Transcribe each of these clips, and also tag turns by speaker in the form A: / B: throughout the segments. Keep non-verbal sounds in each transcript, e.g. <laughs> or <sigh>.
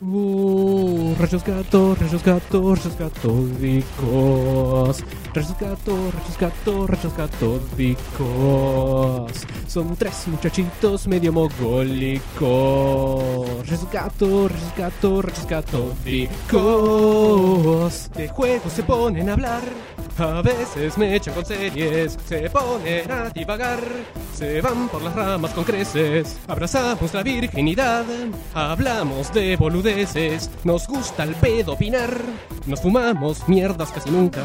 A: Uh, rayos gato, rayos gato, rayos catódicos. Rayos gato, rayos gato, rayos catódicos. Son tres muchachitos medio mogólicos. Rayos gato, rayos gato, rayos catódicos. De juegos se ponen a hablar. A veces me echan con series, se ponen a divagar, se van por las ramas con creces, abrazamos la virginidad, hablamos de boludeces, nos gusta el pedo opinar, nos fumamos mierdas casi nunca.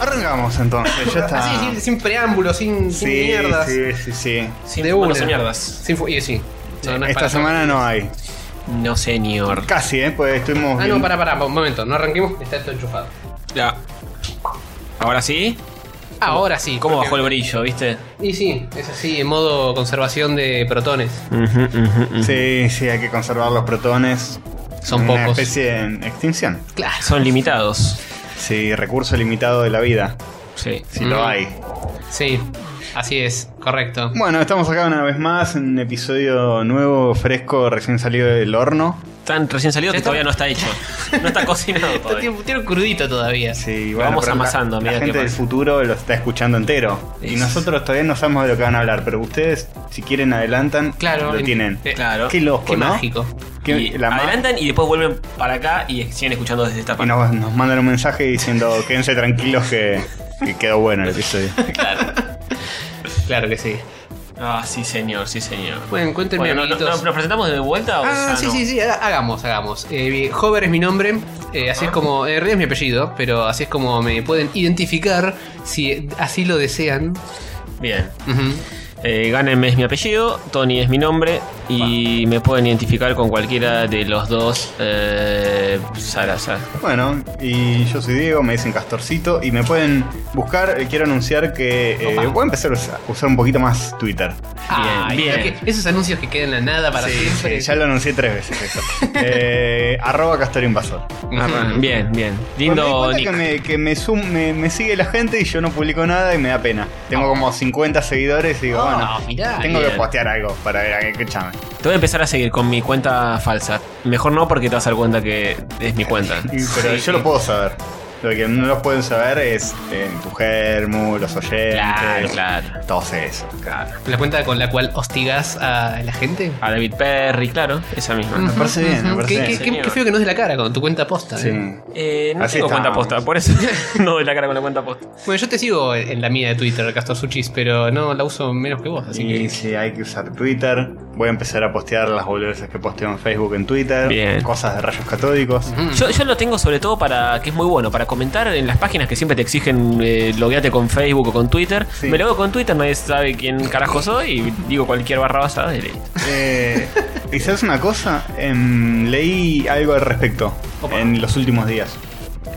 B: Arrancamos entonces, ya está.
C: Así, sin, sin preámbulo, sin, sin mierdas.
B: sí, sí, sí.
C: Sin,
D: De
C: bueno,
D: una.
C: sin mierdas. Sin fu- y sí. No, no es
B: Esta
C: para-
B: semana no hay.
D: No, señor.
B: Casi, ¿eh? Pues estuvimos.
C: Ah,
B: bien-
C: no, pará, pará, un momento, no arranquemos, está esto enchufado.
D: Ya. ¿Ahora sí?
C: Ah, Ahora sí.
D: ¿Cómo
C: porque-
D: bajó el brillo, viste?
C: Y sí, es así, en modo conservación de protones.
B: Sí, sí, hay que conservar los protones.
C: Son
B: Una
C: pocos.
B: especie en extinción.
C: Claro.
D: Son limitados.
B: Sí, recurso limitado de la vida.
D: Sí.
B: Si
C: Mm.
B: lo hay.
C: Sí, así es, correcto.
B: Bueno, estamos acá una vez más en un episodio nuevo, fresco, recién salido del horno.
D: Tan recién salido
C: Ya
D: que
C: está-
D: todavía no está hecho. No
C: <laughs>
D: está cocinado
C: Esto
D: todavía.
C: tiene, tiene un crudito todavía.
B: Sí,
D: Lo
B: bueno,
D: vamos
B: pero la-
D: amasando a
B: La,
D: medida que
B: gente del
D: pasa.
B: futuro lo está escuchando entero. Y
D: Es-
B: nosotros todavía no sabemos de lo que van a hablar, pero ustedes, si quieren, adelantan.
C: Claro,
B: Lo
C: en-
B: tienen.
C: eh,
D: Claro.
B: Qué loco,
C: Qué
B: ¿no?
C: mágico.
B: Qué-
D: Y
B: la ma-
D: adelantan y después vuelven para acá y siguen escuchando desde esta
B: y
D: parte.
B: nos, nos mandan un mensaje diciendo quédense tranquilos que, que quedó bueno el episodio.
C: Claro que sí.
D: Ah, sí, señor, sí, señor.
C: Bueno, cuéntenme,
D: Bueno, no- no-
C: amiguitos.
D: ¿Nos presentamos de vuelta o
C: Ah,
D: ya
C: sí,
D: no?
C: sí, sí, haga- hagamos, hagamos. Eh, Hover es mi nombre, eh, así es como, en realidad es mi apellido, pero así es como me pueden identificar si así lo desean.
D: Bien.
C: Ujú.
D: Eh, Ganem es mi apellido, Tony es mi nombre y me pueden identificar con cualquiera de los dos eh, Sarasa.
B: Bueno, y yo soy Diego, me dicen Castorcito y me pueden buscar. Eh, Quiero anunciar que eh,
C: Opa.
B: voy a empezar a usa- usar un poquito más Twitter.
C: Ay,
D: bien.
C: pero Ah, que- esos anuncios que quedan en la nada para
B: Sí,
C: siempre.
B: sí, Eh, ya lo anuncié tres veces
D: <laughs>
B: eso. Eh, arroba Castor Invasor.
C: Ujú.
D: Bien, bien.
B: Cuando
D: Lindo
B: me di cuenta
D: Nick.
B: que, me, que me sum- me- me sigue la gente y yo no publico nada y me da pena. Tengo como 50 seguidores y digo,
C: Ah,
B: bueno,
C: mirá,
B: tengo que
D: Oh, bien.
B: postear algo para ver a qué qué chame.
D: Te voy a empezar a seguir con mi cuenta falsa. Mejor no porque te vas a dar cuenta que es mi cuenta.
B: <laughs> Y- Pero yo lo puedo saber. Lo que no los pueden saber es eh, tu germu, los oyentes,
D: Claro, claro.
B: todo eso. Claro.
C: La cuenta con la cual hostigas a la gente.
D: A David Perry, claro, esa misma.
B: Me parece bien, me
C: Ujú.
B: parece
C: Qué-
B: bien,
C: qué- qué-
D: señor.
C: qué feo que no es de la cara con tu cuenta posta.
B: Sí.
C: eh.
D: Eh, no
B: Así
D: tengo cuenta
B: estábamos.
D: posta, por eso <laughs> no doy la cara con la cuenta posta.
C: Bueno, yo te sigo en la mía de Twitter, Castor Suchis, pero no la uso menos que vos, así
B: Y
C: que.
B: sí, hay que usar Twitter. Voy a empezar a postear las boludeces que posteo en Facebook, en Twitter.
D: Bien.
B: Cosas de rayos catódicos.
D: Yo, yo lo tengo sobre todo para, que es muy bueno, para comentar en las páginas que siempre te exigen eh, logueate con Facebook o con Twitter.
B: Sí.
D: Me logo con Twitter, nadie sabe quién carajo soy y digo cualquier barra basada y listo.
C: <laughs>
B: Eh, y sabes una cosa, Em, leí algo al respecto
C: Opa.
B: en los últimos días.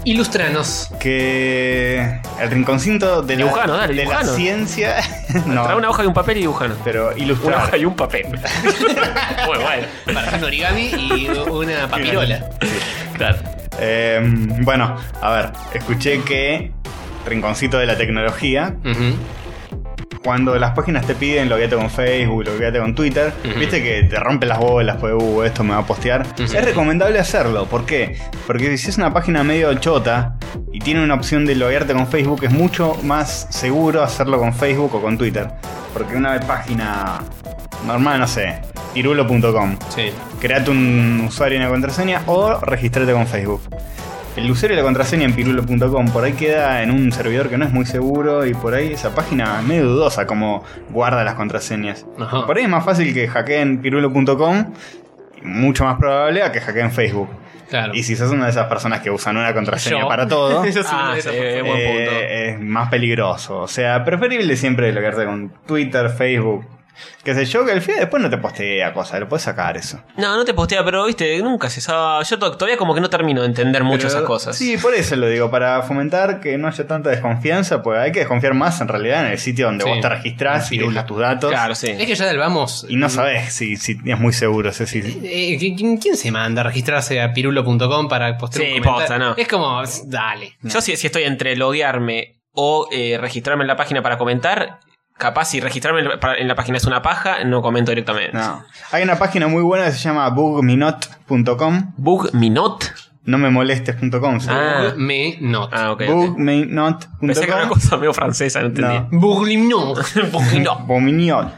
C: Ilustranos.
B: Que el rinconcito de, la-
D: Dibujano, dale,
B: de la
D: dibujano.
B: ciencia. <laughs>
D: Trae
B: no,
D: una hoja y un papel y dibujano.
B: pero
D: Una hoja
B: ilustrar.
D: y
B: <laughs>
D: un papel. Muy bueno.
C: Para hacer un origami
B: <laughs>
C: y una papirola.
D: Claro.
B: Em, bueno, a ver, escuché que rinconcito de la tecnología,
C: Ujú.
B: cuando las páginas te piden logueate con Facebook, logueate con Twitter, viste que te rompen las bolas, pues uh, esto me va a postear. Es recomendable hacerlo, ¿por qué? Porque si es una página medio chota y tiene una opción de loguearte con Facebook, es mucho más seguro hacerlo con Facebook o con Twitter. Porque una página normal, no sé, tirulo.com,
C: Sí.
B: create un usuario y una contraseña o registrate con Facebook. El usuario y la contraseña en pirulo.com por ahí queda en un servidor que no es muy seguro y por ahí esa página es medio dudosa como guarda las contraseñas.
C: Ajá.
B: Por ahí es más fácil que hackeen pirulo.com, y mucho más probable a que hackeen Facebook.
C: Claro.
B: Y si sos una de esas personas que usan una contraseña
C: Yo.
B: para todo,
C: <laughs> Yo soy una
D: Ah,
C: de
D: sí,
C: esas personas.
D: buen punto.
B: eh, es más peligroso. O sea, preferible siempre loguearte con Twitter, Facebook. Que sé yo, que el FIA después no te postea cosas, lo puedes sacar eso.
D: No, no te postea, pero viste, nunca se sabe. Yo to- todavía como que no termino de entender mucho
B: Pero-
D: esas cosas.
B: Sí, por eso lo digo, para fomentar que no haya tanta desconfianza, pues hay que desconfiar más en realidad en el sitio donde
C: Sí.
B: vos te registrás y dejas tus datos.
D: Claro, sí.
C: Es que ya del vamos.
B: Y no sabés si, si es muy seguro, sé si.
C: eh, ¿qui- ¿quién, quién se manda a registrarse a pirulo.com para postear
D: Sí,
C: un comentario?
D: posta, no.
C: Es como, s- dale.
D: Yo si, si estoy entre loguearme o eh, registrarme en la página para comentar, capaz si registrarme en la- para- en la página es una paja, no comento directamente.
B: No. Hay una página muy buena que se llama bugminot.com.
D: Bug Minot.
B: No me molestes.com. se llama.
D: Ah.
C: Me not.
D: Ah, ok. ok. Pensé que era una
B: Bugminot.com.
D: cosa medio francesa, no entendí.
C: Burlim no.
B: <laughs>
D: Bug Minot.
B: Bugminot.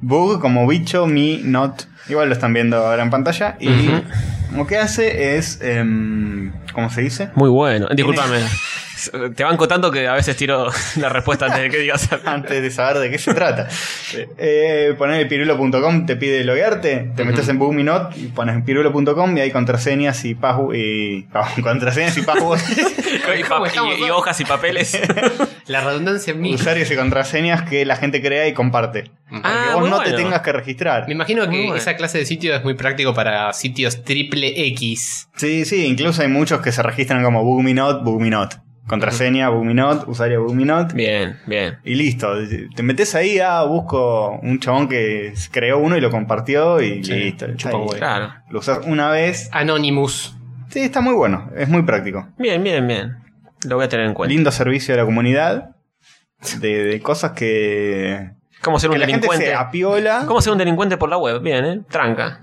B: Bug como bicho, mi, not. Igual lo están viendo ahora en pantalla. Y lo que hace es. em, ¿Cómo se dice?
D: Muy bueno. Disculpame. <laughs> Te banco tanto que a veces tiro <laughs> la respuesta antes de que digas algo.
B: antes de saber de qué se trata. Eh, poner pirulo.com, te pide loguearte, te metes en Bugminot y pones pirulo.com y hay contraseñas y password y no, <laughs> contraseñas y password,
D: <laughs> <laughs> y,
C: ¿Cómo
D: pap-
C: estamos,
D: y- y
C: no?
D: hojas y papeles.
C: La redundancia en mí. Ah,
B: usuarios y contraseñas que la gente crea y comparte. Para que vos
D: Ah, muy
B: no
D: bueno.
B: te tengas que registrar.
C: Me imagino que
D: Muy bueno.
C: esa clase de sitio es muy práctico para sitios triple X.
B: Sí, sí, incluso hay muchos que se registran como Bugminot, Bugminot. Contraseña, Bugminot, usuario Bugminot.
D: Bien, bien.
B: Y listo, te metes ahí, ah, busco un chabón que creó uno y lo compartió y listo. está
C: chupa
B: ahí.
C: huevo.
D: Claro.
B: Lo usas una vez
C: Anonymous.
B: Sí, está muy bueno, es muy práctico.
D: Bien, bien, bien. Lo voy a tener en cuenta.
B: Lindo servicio a la comunidad, de, de cosas
C: <laughs>
B: que,
D: ¿Cómo ser un
B: que la gente
D: delincuente?
B: se apiola.
D: ¿Cómo ser un delincuente por la web? Bien, ¿eh? Tranca.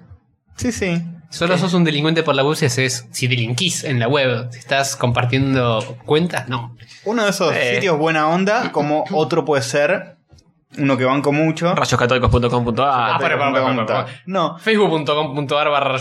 B: Sí, sí.
C: Solo sos un delincuente por la web si haces, si delinquís en la web. Si estás compartiendo cuentas, no.
B: Uno de esos
D: Eh.
B: sitios buena onda, como otro puede ser, uno que banco mucho.
C: Ah,
D: Rayoscatólicos.com.ar
C: para, para, para, para, para.
B: No,
C: Facebook.com.ar barra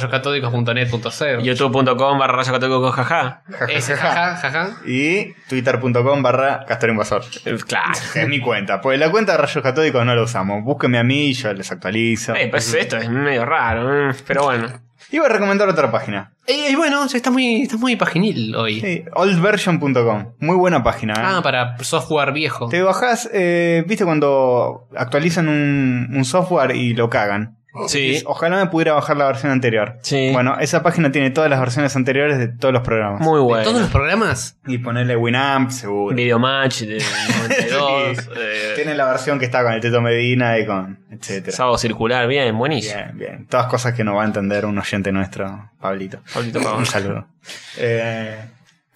C: rayoscatódicos.net.cero.
D: YouTube.com barra rayoscatólicos jaja.
C: Ese
D: <laughs>
C: jaja, jaja.
B: y twitter.com barra castor invasor.
D: Eh,
B: <laughs>
D: Claro.
B: Que Es mi cuenta, pues la cuenta de rayos catódicos no la usamos. Búsquenme a mí, yo les actualizo.
D: Eh, pues esto es medio raro, mm, pero bueno.
B: Iba a recomendar otra página,
C: Eh, Y bueno, estás muy, estás muy paginil hoy.
B: sí, oldversion.com. Muy buena página. ¿eh?
C: Ah, para software viejo.
B: Te bajás, eh, viste cuando actualizan un, un software y lo cagan.
D: Sí.
B: Ojalá me pudiera bajar la versión anterior.
D: Sí.
B: Bueno, esa página tiene todas las versiones anteriores de todos los programas.
D: Muy
C: ¿De todos
D: bueno.
C: los programas?
B: y ponerle Winamp, seguro. <laughs>
D: Videomatch de 92.
B: Sí.
D: eh,
B: Tiene la versión que está con el Teto Medina y con etcétera.
D: Sábado circular, bien, buenísimo.
B: Bien, bien. Todas cosas que no va a entender un oyente nuestro, Pablito.
D: Pablito
B: <laughs>
D: Pavón.
B: Un saludo. Eh,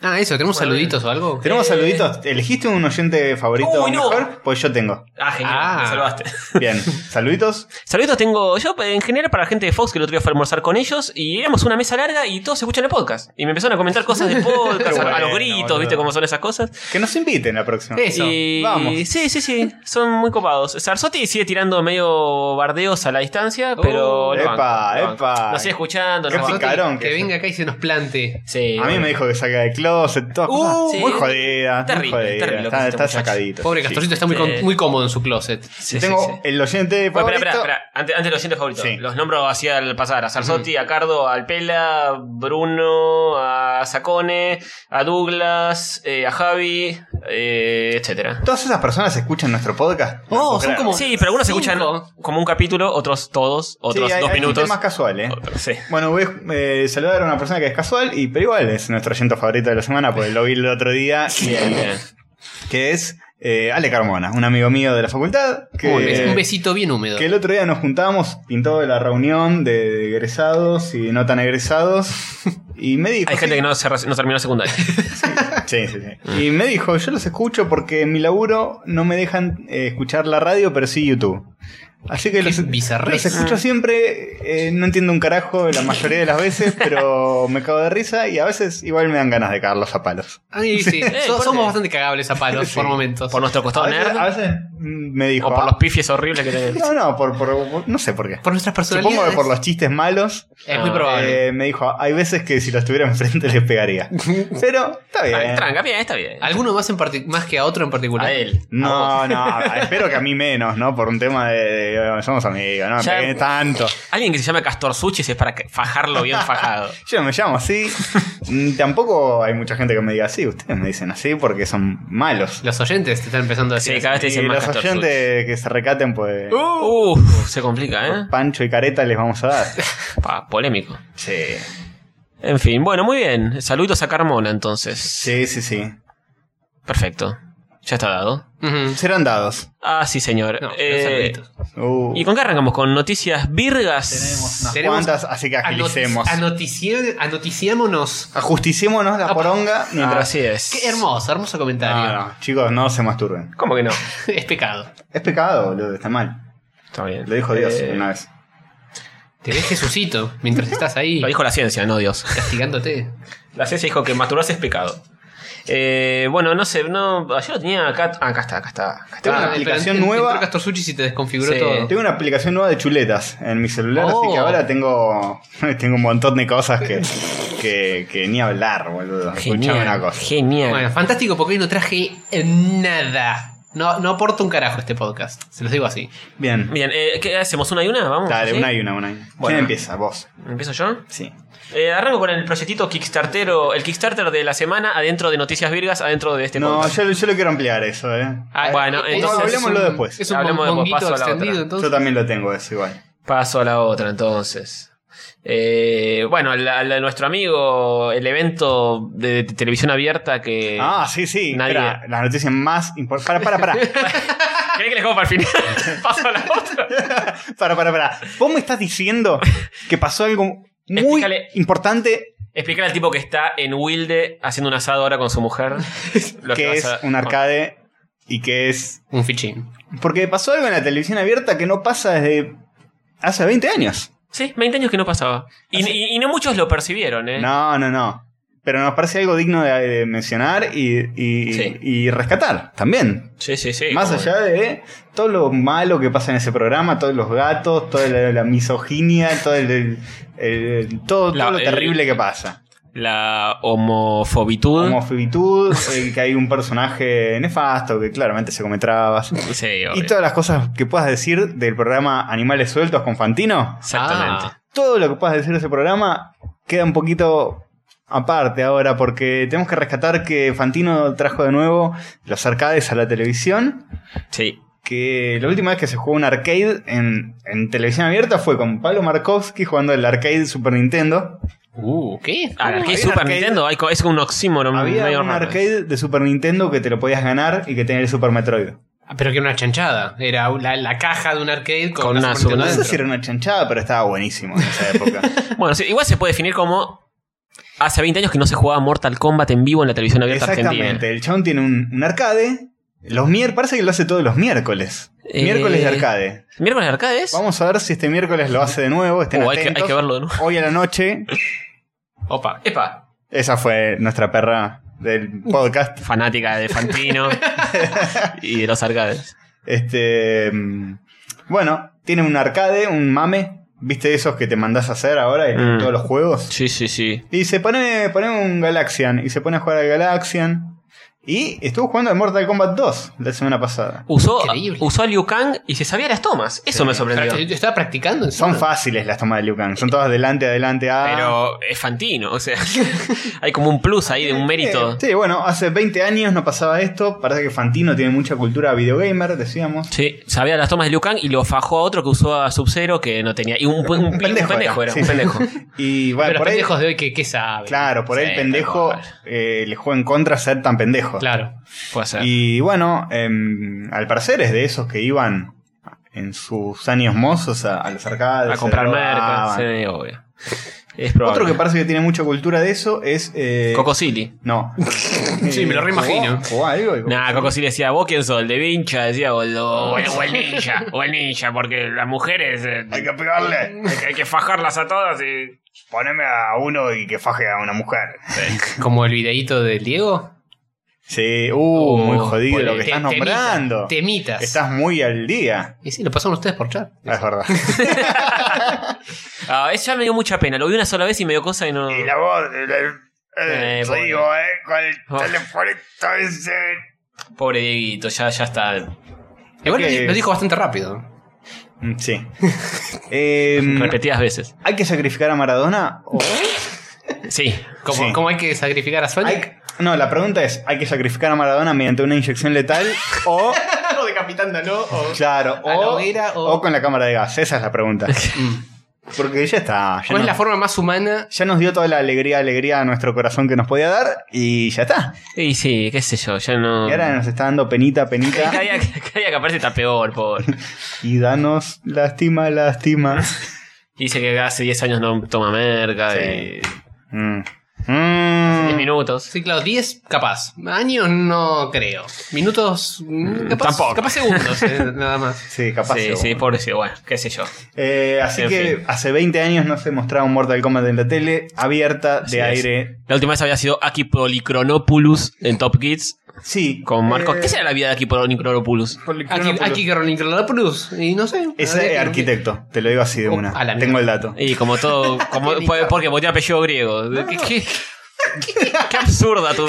C: Ah, eso, ¿tenemos saluditos o algo?
B: ¿Tenemos saluditos? ¿Elegiste un oyente favorito
D: Eh. Uy, no.
B: mejor? Pues yo tengo.
D: Ah, genial,
C: Ah.
D: me salvaste.
B: Bien, saluditos.
D: Saluditos tengo yo en general para la gente de Fox que el otro día fue a almorzar con ellos y éramos una mesa larga y todos escuchan el podcast. Y me empezaron a comentar cosas
B: <laughs>
D: del podcast, a- a los
B: Bueno,
D: gritos,
B: boludo.
D: viste cómo son esas cosas.
B: Que nos inviten la próxima.
C: Eso.
D: Y-
B: Vamos.
D: Sí, sí, sí. Son muy copados. Sarsotti sigue tirando medio bardeos a la distancia, pero.
C: Uh,
D: lo banco,
B: epa,
D: lo banco.
B: epa.
D: Nos sigue escuchando,
B: Qué
D: nos banco.
B: picarón.
C: que
B: que-
C: venga acá y se nos plante.
D: Sí,
B: A mí
D: bueno.
B: me dijo que salga del closet, todas
D: Uh,
B: cosas.
D: sí.
B: muy jodida,
D: Terrible,
B: muy jodida.
D: terrible lo que
B: está
D: hiciste,
B: está
D: muchacho.
B: sacadito.
C: Pobre
B: Sí.
C: Castorcito está muy,
D: Sí.
C: con- muy cómodo en su closet.
D: Sí, sí,
B: Tengo
D: sí.
B: el oyente
D: Bueno,
B: favorito.
D: espera, espera, espera. Antes, antes los siguientes favoritos.
B: Sí.
D: Los nombro así al pasar. A Sarsotti, a Cardo, a Alpela, Bruno, a Sacone, a Douglas, eh, a Javi, eh, etcétera.
B: Todas esas personas escuchan nuestro podcast.
C: Oh,
B: No puedo
C: son
B: creer.
C: como-
D: Sí, pero algunos
C: Cinco.
D: escuchan como un capítulo, otros todos, otros
B: Sí, hay-
D: dos
B: hay
D: minutos.
B: gente más casual, ¿eh?
D: Sí.
B: Bueno, voy a eh, saludar a una persona que es casual, y pero igual es nuestro oyente favorito de la semana, porque lo vi el otro día, y-
D: Bien.
B: que es eh, Ale Carmona, un amigo mío de la facultad, que,
C: Muy bien, un besito bien húmedo.
B: que el otro día nos juntábamos, pintó la reunión de, de egresados y no tan egresados, y me dijo...
D: Hay gente
B: sí,
D: que no, se, no
B: <laughs>
D: terminó secundaria.
B: Sí, sí, sí. Y me dijo, yo los escucho porque en mi laburo no me dejan eh, escuchar la radio, pero sí YouTube. Así que
C: Qué
B: los,
C: bizarrez.
B: los escucho siempre, eh, no entiendo un carajo la mayoría de las veces, pero me cago de risa y a veces igual me dan ganas de cagarlos a palos.
C: Ay, Ah, sí.
D: Eh,
C: So-
D: ponte.
C: somos bastante cagables a
B: <laughs>
C: palos
B: Sí.
C: por momentos.
D: Por nuestro
B: A
D: costado
B: veces,
D: nerd.
B: a veces, mm, me dijo...
D: o por
B: "Ah,
D: los pifies horribles que tenemos.
B: no, no, por, por- por- no sé por qué.
C: Por nuestras personalidades.
B: Supongo que por los chistes malos.
C: Es muy probable.
B: eh, me dijo, hay veces que si los tuviera <laughs> enfrente les pegaría. Pero está bien.
D: Tranca, bien, está bien.
C: ¿Alguno más, en parti- más que a otro en particular?
D: A él.
B: No, no, espero que a mí menos, ¿no? Por un tema de. de- somos amigos, no me
D: Ya-
B: peguen tanto.
D: Alguien que se llame Castor Suchis es para que-
B: <laughs>
D: fajarlo bien fajado.
B: Yo no me llamo
D: <laughs>
B: así. Mm, Tampoco hay mucha gente que me diga así. Ustedes me dicen así porque son malos.
C: Los oyentes te están empezando a decir.
D: Sí, cada vez te
B: Y
D: dicen más
B: los
D: Castor
B: oyentes que se recaten, pues.
D: Suchis. Uf, se complica, ¿eh?
B: Pancho y careta les vamos a
D: <laughs>
B: dar.
D: Pa, polémico.
B: Sí.
D: En fin, bueno, muy bien. Saludos a Carmona, entonces.
B: Sí, sí, sí.
D: Perfecto. Ya está dado.
C: Ujú.
B: Serán dados.
D: Ah, sí, señor.
C: No, los
D: Eh,
C: saluditos.
B: Uh,
D: ¿Y con qué arrancamos? ¿Con noticias virgas?
E: Tenemos una-
C: Tenemos
B: ¿Cuántas? Así que agilicemos.
C: Anotici- anotici- Anoticiámonos.
B: Ajusticémonos la
C: Apa.
B: poronga mientras.
D: Así es.
C: Qué hermoso, hermoso comentario.
B: No, no, chicos, no se masturben. <laughs>
D: ¿Cómo que no?
C: <laughs> es pecado.
B: Es pecado, boludo, está mal.
D: Está bien.
B: Lo dijo Dios
D: Eh,
B: una vez.
C: Te ves Jesucito
B: <laughs>
C: mientras estás ahí
D: Lo dijo la ciencia, no Dios.
C: castigándote.
D: La ciencia dijo que masturbarse es pecado. Eh, bueno, no sé, no. Ayer lo tenía acá. Ah, acá está, acá está. acá está.
B: Tengo una
C: Ah, pero
B: aplicación
C: ent-
B: nueva.
C: Entró Castor Suchis y te desconfiguró
D: Sí.
C: todo.
B: Tengo una aplicación nueva de chuletas en mi celular,
C: Oh.
B: así que ahora tengo, <laughs> tengo un montón de cosas que, que, que ni hablar, boludo. Escuchame una cosa.
D: Genial.
C: Bueno, fantástico porque hoy no traje nada. No, no aporta un carajo este podcast. Se los digo así.
B: Bien.
D: Bien, eh, ¿qué hacemos? ¿Una y una? Vamos.
B: Dale,
D: ¿sí?
B: una y una, una y una.
D: Bueno.
B: ¿Quién empieza? Vos.
D: ¿Empiezo yo?
B: Sí.
D: Eh, arranco con el proyectito Kickstartero, el Kickstarter de la semana, adentro de Noticias Virgas, adentro de este
B: No,
D: podcast.
B: yo, yo lo quiero ampliar eso, eh.
C: Ah,
D: Bueno,
C: eh, es
D: entonces-
C: un-
B: hablemoslo después.
C: Es un
D: Hablemos después,
C: monguito
D: paso a la
C: extendido,
D: otra.
B: Yo
C: entonces.
B: también lo tengo eso igual.
D: Paso a la otra entonces. Eh, bueno, la- la- nuestro amigo, el evento de, de televisión abierta que... <laughs>
B: ah, sí, sí.
D: Eh, nadie-
B: Espera, las noticias más importantes. Para,
D: <laughs>
B: para, para.
D: ¿Cree que les como para el final? <laughs> Paso a la otra.
B: para, para, para. Vos me estás diciendo que pasó algo muy
D: Explícale.
B: importante
D: Explícale al tipo que está en Wilde haciendo un asado ahora con
B: <laughs>
D: su mujer. lo
B: que es
D: vas a-
B: un arcade y que es
C: Un fichín.
B: Porque pasó algo en la televisión abierta que no pasa desde hace 20 años.
D: Sí, 20 años que no pasaba. Y, y- y no muchos lo percibieron, ¿eh?
B: No, no, no. Pero nos parece algo digno de, de mencionar y, y-
D: Sí.
B: y rescatar también.
D: Sí, sí, sí.
B: Más
D: como-
B: allá de todo lo malo que pasa en ese programa, todos los gatos, toda la, la misoginia, todo, el- el- el- todo,
D: La-
B: todo lo
D: el-
B: terrible que pasa.
D: La homofobitud.
B: Homofobitud, eh, que hay un personaje nefasto que claramente se come trabas.
D: Sí, obvio.
B: Y todas las cosas que puedas decir del programa Animales Sueltos con Fantino.
D: Exactamente.
C: Ah.
B: todo lo que puedas decir de ese programa queda un poquito aparte ahora, porque tenemos que rescatar que Fantino trajo de nuevo los arcades a la televisión.
D: Sí.
B: Que la última vez que se jugó un arcade en, en televisión abierta fue con Pablo Markovsky jugando el arcade Super Nintendo.
C: Uh, ¿qué?
D: Ah,
B: había
D: arcade
B: un
D: Super
B: arcade-
D: Nintendo, hay co- es como un oxímoron
B: Había
D: medio
B: un
D: raro.
B: arcade de Super Nintendo que te lo podías ganar y que tenía el Super Metroid.
C: Ah, Pero que era una chanchada. Era la, la caja de un arcade con,
D: Con
C: una
D: una
C: Super
B: No
C: Nintendo
B: sé
C: adentro.
B: si era una chanchada, pero estaba buenísimo en esa época.
D: <laughs> Bueno, sí, igual se puede definir como hace 20 años que no se jugaba Mortal Kombat en vivo en la televisión abierta
B: Exactamente,
D: argentina.
B: el chabón tiene un, un arcade. Los mier parece que lo hace todos los miércoles.
D: Eh,
B: Miércoles de arcade.
D: ¿Miércoles de arcades?
B: Vamos a ver si este miércoles lo hace de nuevo. Estén
D: Oh, hay, que, hay
B: atentos.
D: que verlo de nuevo.
B: Hoy a la noche.
C: Opa.
D: Epa.
B: Esa fue nuestra perra del podcast.
D: Fanática
B: <laughs>
D: de Fantino y de los arcades.
B: Este. mm, Bueno, tiene un arcade, un mame. ¿Viste esos que te mandás a hacer ahora en
D: Mm.
B: todos los juegos?
D: Sí, sí, sí.
B: Y se pone, pone un Galaxian. Y se pone a jugar al Galaxian. Y estuvo jugando al Mortal Kombat 2 la semana pasada.
D: Usó,
C: Increíble.
D: usó a Liu Kang y se sabía las tomas. Eso
B: Sí.
D: me sorprendió.
C: Practi- Estaba practicando en
B: Son
C: zona.
B: fáciles las tomas de Liu Kang. Son todas adelante, adelante, ah.
D: Pero es Fantino, o sea, <laughs> hay como un plus ahí de un mérito.
B: Eh, sí, bueno, hace 20 años no pasaba esto. Parece que Fantino tiene mucha cultura videogamer, decíamos.
D: Sí, sabía las tomas de Liu Kang y lo fajó a otro que usó a Sub-Zero que no tenía. Y un, un-
B: <laughs>
D: un pendejo, era,
B: sí.
D: un pendejo.
B: <laughs> Y
C: Pero
B: bueno,
C: los
B: por ahí.
C: pendejos de hoy que qué saben.
B: Claro, por ahí
D: Sí,
B: el pendejo
D: tal cual.
B: eh, le juega en contra ser tan pendejo.
C: Claro.
D: Puede ser.
B: Y bueno, em, al parecer es de esos que iban en sus años mozos a, a los arcades.
D: a comprar
B: se
D: merca.
B: robaban.
D: Sí, obvio. Es
B: Otro
D: probable.
B: que parece que tiene mucha cultura de eso es. eh,
D: Coco Silly. <laughs>
B: No.
C: Sí, me lo reimagino.
B: ¿Jugó- jugó algo? Y-
D: Nah, Coco Silly decía, vos quién sos, el de vincha, decía, o el, o- o el- o el ninja, o el ninja, porque las mujeres eh,
B: Hay que pegarle.
D: hay que- hay que fajarlas a todas y...
B: Poneme a uno y que faje a una mujer.
C: Como el videíto del Diego.
B: Sí, uh,
D: Oh,
B: muy jodido lo que
D: ponele.
B: estás nombrando.
C: Temitas.
B: Estás muy al día.
C: Y sí, lo pasaron ustedes por chat.
B: Ah, Es verdad.
D: Ah, eso ya me dio mucha pena, lo vi una sola vez y me dio cosa y
B: <laughs>
D: no...
B: Y la voz, el, el-
D: Eh,
B: el-
D: pobre.
B: digo, eh, con el
D: Oh.
B: telefonito ese.
D: Pobre Dieguito, ya, ya está.
C: Igual
B: que-
C: lo- lo dijo bastante rápido.
B: Mm,
C: <laughs>
B: Sí. Em,
D: Repetidas veces.
B: ¿Hay que sacrificar a Maradona? o-
D: Sí.
C: Como,
B: Sí.
C: como hay que sacrificar a
B: hay
C: Sonic.
B: que- no, la pregunta es, ¿hay que sacrificar a Maradona mediante una inyección letal
C: <laughs>
B: o,
C: Decapitándolo.
B: claro,
C: A la
B: o,
C: hoguera, o- <laughs>
B: o con la cámara de gas? Esa es la pregunta. Porque ya está. Ya,
C: ¿Cuál es la
B: nos,
C: forma más humana?
B: ya nos dio toda la alegría, alegría a nuestro corazón que nos podía dar y ya está.
D: Y sí, qué sé yo, ya no.
B: Y ahora nos está dando penita, penita
D: <laughs> Cada día, cada día que aparece está peor, pobre.
B: y danos lástima,
D: <laughs>
B: lástima.
D: Dice que hace 10 años no toma merca
B: Sí.
D: y.
B: Mm. Mm.
D: 10 minutos.
C: Sí, claro, 10 capaz. Años no creo. Minutos mm, capaz,
D: tampoco.
C: capaz
B: <laughs>
C: segundos, eh, nada más.
B: Sí, capaz.
D: sí,
B: seguro.
D: sí, pobrecito, bueno, qué sé yo.
B: Eh, así
D: En
B: que
D: fin.
B: hace 20 años no se mostraba un Mortal Kombat en la tele abierta, de
D: es.
B: aire.
D: La última vez había sido Aki Policronopoulos en Top Kids
B: Sí.
D: con Marcos.
B: eh,
D: ¿Qué será la vida de Aki Policronopoulos?
C: Aquí, aquí Plus. Y no sé.
B: Es
C: habría que-
B: arquitecto, te lo digo así de
C: Oh,
B: una.
C: a la
B: Tengo el dato.
D: Y
B: <laughs>
D: como todo. Como,
C: Qué
D: fue- porque tenía apellido griego. ¿Qué, qué- qué absurda
B: <laughs>
D: tu,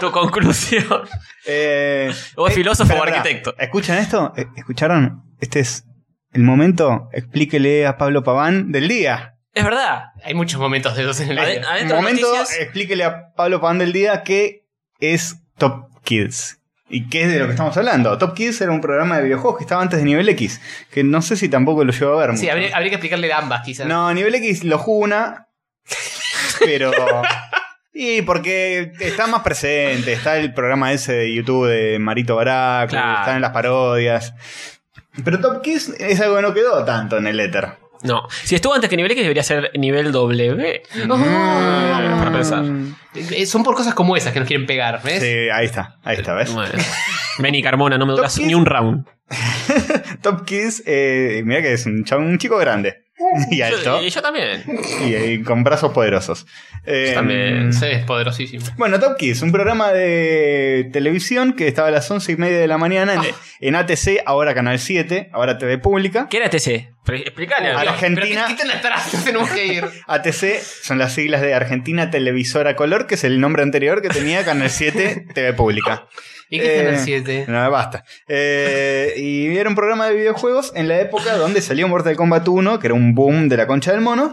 D: tu conclusión.
B: Eh,
D: O
B: eh,
D: filósofo
B: espera,
D: o
B: espera.
D: arquitecto.
B: ¿Escuchan esto? ¿E- ¿Escucharon? Este es el momento. Explíquele a Pablo Paván del día.
D: Es verdad.
C: Hay muchos momentos de dos en el
D: Ade-
C: año.
D: adentro de
B: momento,
D: noticias.
B: explíquele a Pablo Paván del día qué es Top Kids. ¿Y qué es de lo que estamos hablando? Top Kids era un programa de videojuegos que estaba antes de Nivel X. Que no sé si tampoco lo llevo a ver.
C: Sí,
B: mucho.
C: habría, habría que explicarle ambas, quizás.
B: No, Nivel X lo jugó una.
D: <laughs>
B: Pero. Y porque está más presente, está el programa ese de YouTube de Marito Baraco,
D: Claro.
B: están las parodias. Pero Top Kiss es algo que no quedó tanto en el éter.
D: No. Si estuvo antes que nivel X, debería ser nivel W.
C: Ah.
D: Para pensar.
C: Eh, Son por cosas como esas que nos quieren pegar, ¿ves?
B: Mm. Sí, ahí está, ahí está, ¿ves?
D: Bueno. Vení, Carmona, no me duras
B: Kids.
D: ni un round.
B: Top Kiss, eh, mira que es un, chabón- un chico grande.
D: Uh,
B: <laughs> Y alto.
D: Yo, y yo también.
B: Y, y con brazos poderosos. Eh,
D: también.
C: Sí, es poderosísimo.
B: Bueno, Top Kids, un programa de televisión que estaba a las once y media de la mañana
D: Ah.
B: en, en ATC, ahora Canal 7, ahora TV Pública.
D: ¿Qué era TC? Pre- Explicale.
B: A la
D: amigo.
B: gente- Argentina-
C: Pero ¿qué- qué tan atrás <laughs> nos tenemos que ir?
B: ATC son las siglas de Argentina Televisora Color, que es el nombre anterior que tenía Canal
D: <laughs>
B: 7 TV Pública.
C: ¿Y qué es
B: Eh,
C: Canal 7?
B: No, basta. Eh, y era un programa de videojuegos en la época donde salió Mortal Kombat 1, que era un boom de la concha del mono.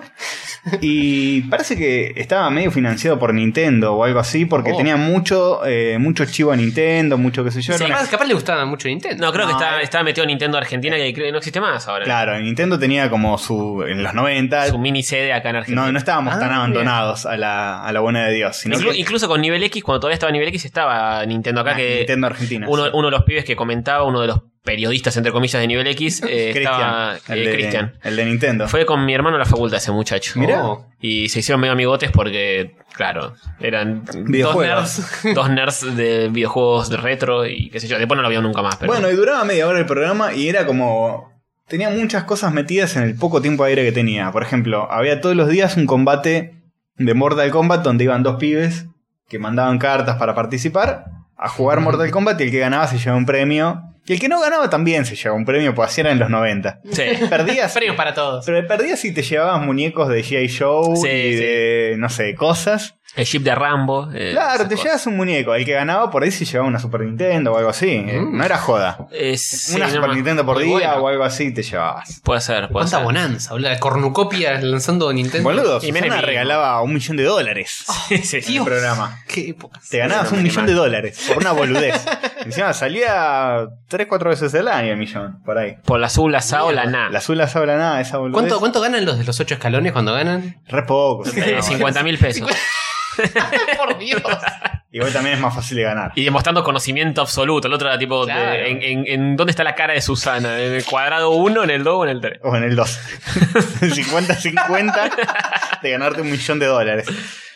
B: Y parece que estaba medio financiado por Nintendo o algo así, porque
C: Oh.
B: tenía mucho, eh, mucho chivo a Nintendo, mucho qué sé yo. era
D: Sí,
B: una-
C: Capaz, capaz le gustaba mucho Nintendo.
D: No, creo que
B: No,
D: está,
B: eh.
D: está metido Nintendo Argentina que creo que no existe más ahora.
B: Claro, Nintendo tenía como su. En los 90.
D: Su mini sede acá en Argentina.
B: no, no estábamos
C: Ah,
B: tan
C: bien.
B: abandonados a la, a la buena de Dios. Sino
D: Inclu-
B: que-
D: incluso con nivel X, cuando todavía estaba nivel X, estaba Nintendo acá
B: Ah,
D: que
B: Nintendo Argentina.
D: uno,
B: sí.
D: uno de los pibes que comentaba, uno de los periodistas entre comillas
B: <laughs>
D: de nivel X, eh, estaba
B: Christian,
D: eh,
B: de-
D: Cristian.
B: el de Nintendo.
D: Fue con mi hermano a la facultad ese muchacho.
B: Mirá.
D: Oh. Y se hicieron medio amigotes porque, claro, eran dos
B: Videojuegos.
D: nerds, dos nerds de videojuegos de retro y qué sé yo. Después no lo vieron nunca más. Pero
B: Bueno, y duraba media hora el programa y era como. Tenía muchas cosas metidas en el poco tiempo de aire que tenía. Por ejemplo, había todos los días un combate de Mortal Kombat donde iban dos pibes que mandaban cartas para participar a jugar Mortal Kombat y el que ganaba se llevaba un premio. Y el que no ganaba también se llevaba un premio, pues así era en los
D: <laughs>
B: 90.
D: sí.
B: Perdías.
C: Premios para todos.
B: Pero perdías si te llevabas muñecos de G.I. Show
D: Sí,
B: y de, no sé, cosas.
D: El chip de Rambo. eh,
B: Claro,
D: esas
B: te
D: cosas.
B: llevas un muñeco. El que ganaba por ahí se llevaba una Super Nintendo o algo así. eh, No era joda.
D: Eh, Mm. sí,
B: una
D: no
B: Super
D: me-
B: Nintendo por
D: muy
B: día
D: bueno.
B: o algo así te llevabas.
D: Puede ser, puede
C: ¿Cuánta
D: ser.
C: bonanza? boludo? La cornucopia lanzando Nintendo.
B: Boludo,
D: Y Ah, Menem
B: Susana
D: mismo.
B: regalaba un millón de dólares
D: Sí,
B: en
D: sí.
B: el programa.
C: Qué épocas.
B: Te ganabas
D: Era
B: un
D: un
B: millón
D: animal.
B: de dólares por una
D: <laughs>
B: boludez. Encima salía 3, 4 veces al año el millón, por ahí.
D: Por la azul, la sao, la na.
B: La azul la habla nada, esa boludez.
C: ¿Cuánto, ¿Cuánto ganan los de los ocho escalones cuando ganan?
B: Re
D: <laughs>
B: poco. se ganaba.
D: Eh, 50 mil pesos.
C: <laughs> Por Dios.
B: Igual también es más fácil de ganar.
D: Y demostrando conocimiento absoluto. El otro era tipo,
C: Claro.
D: de- en, en- en dónde está la cara de Susana? ¿En el cuadrado 1, en el 2 o en el 3?
B: O en el
C: <laughs>
B: 2. 50-50 de ganarte un millón de dólares.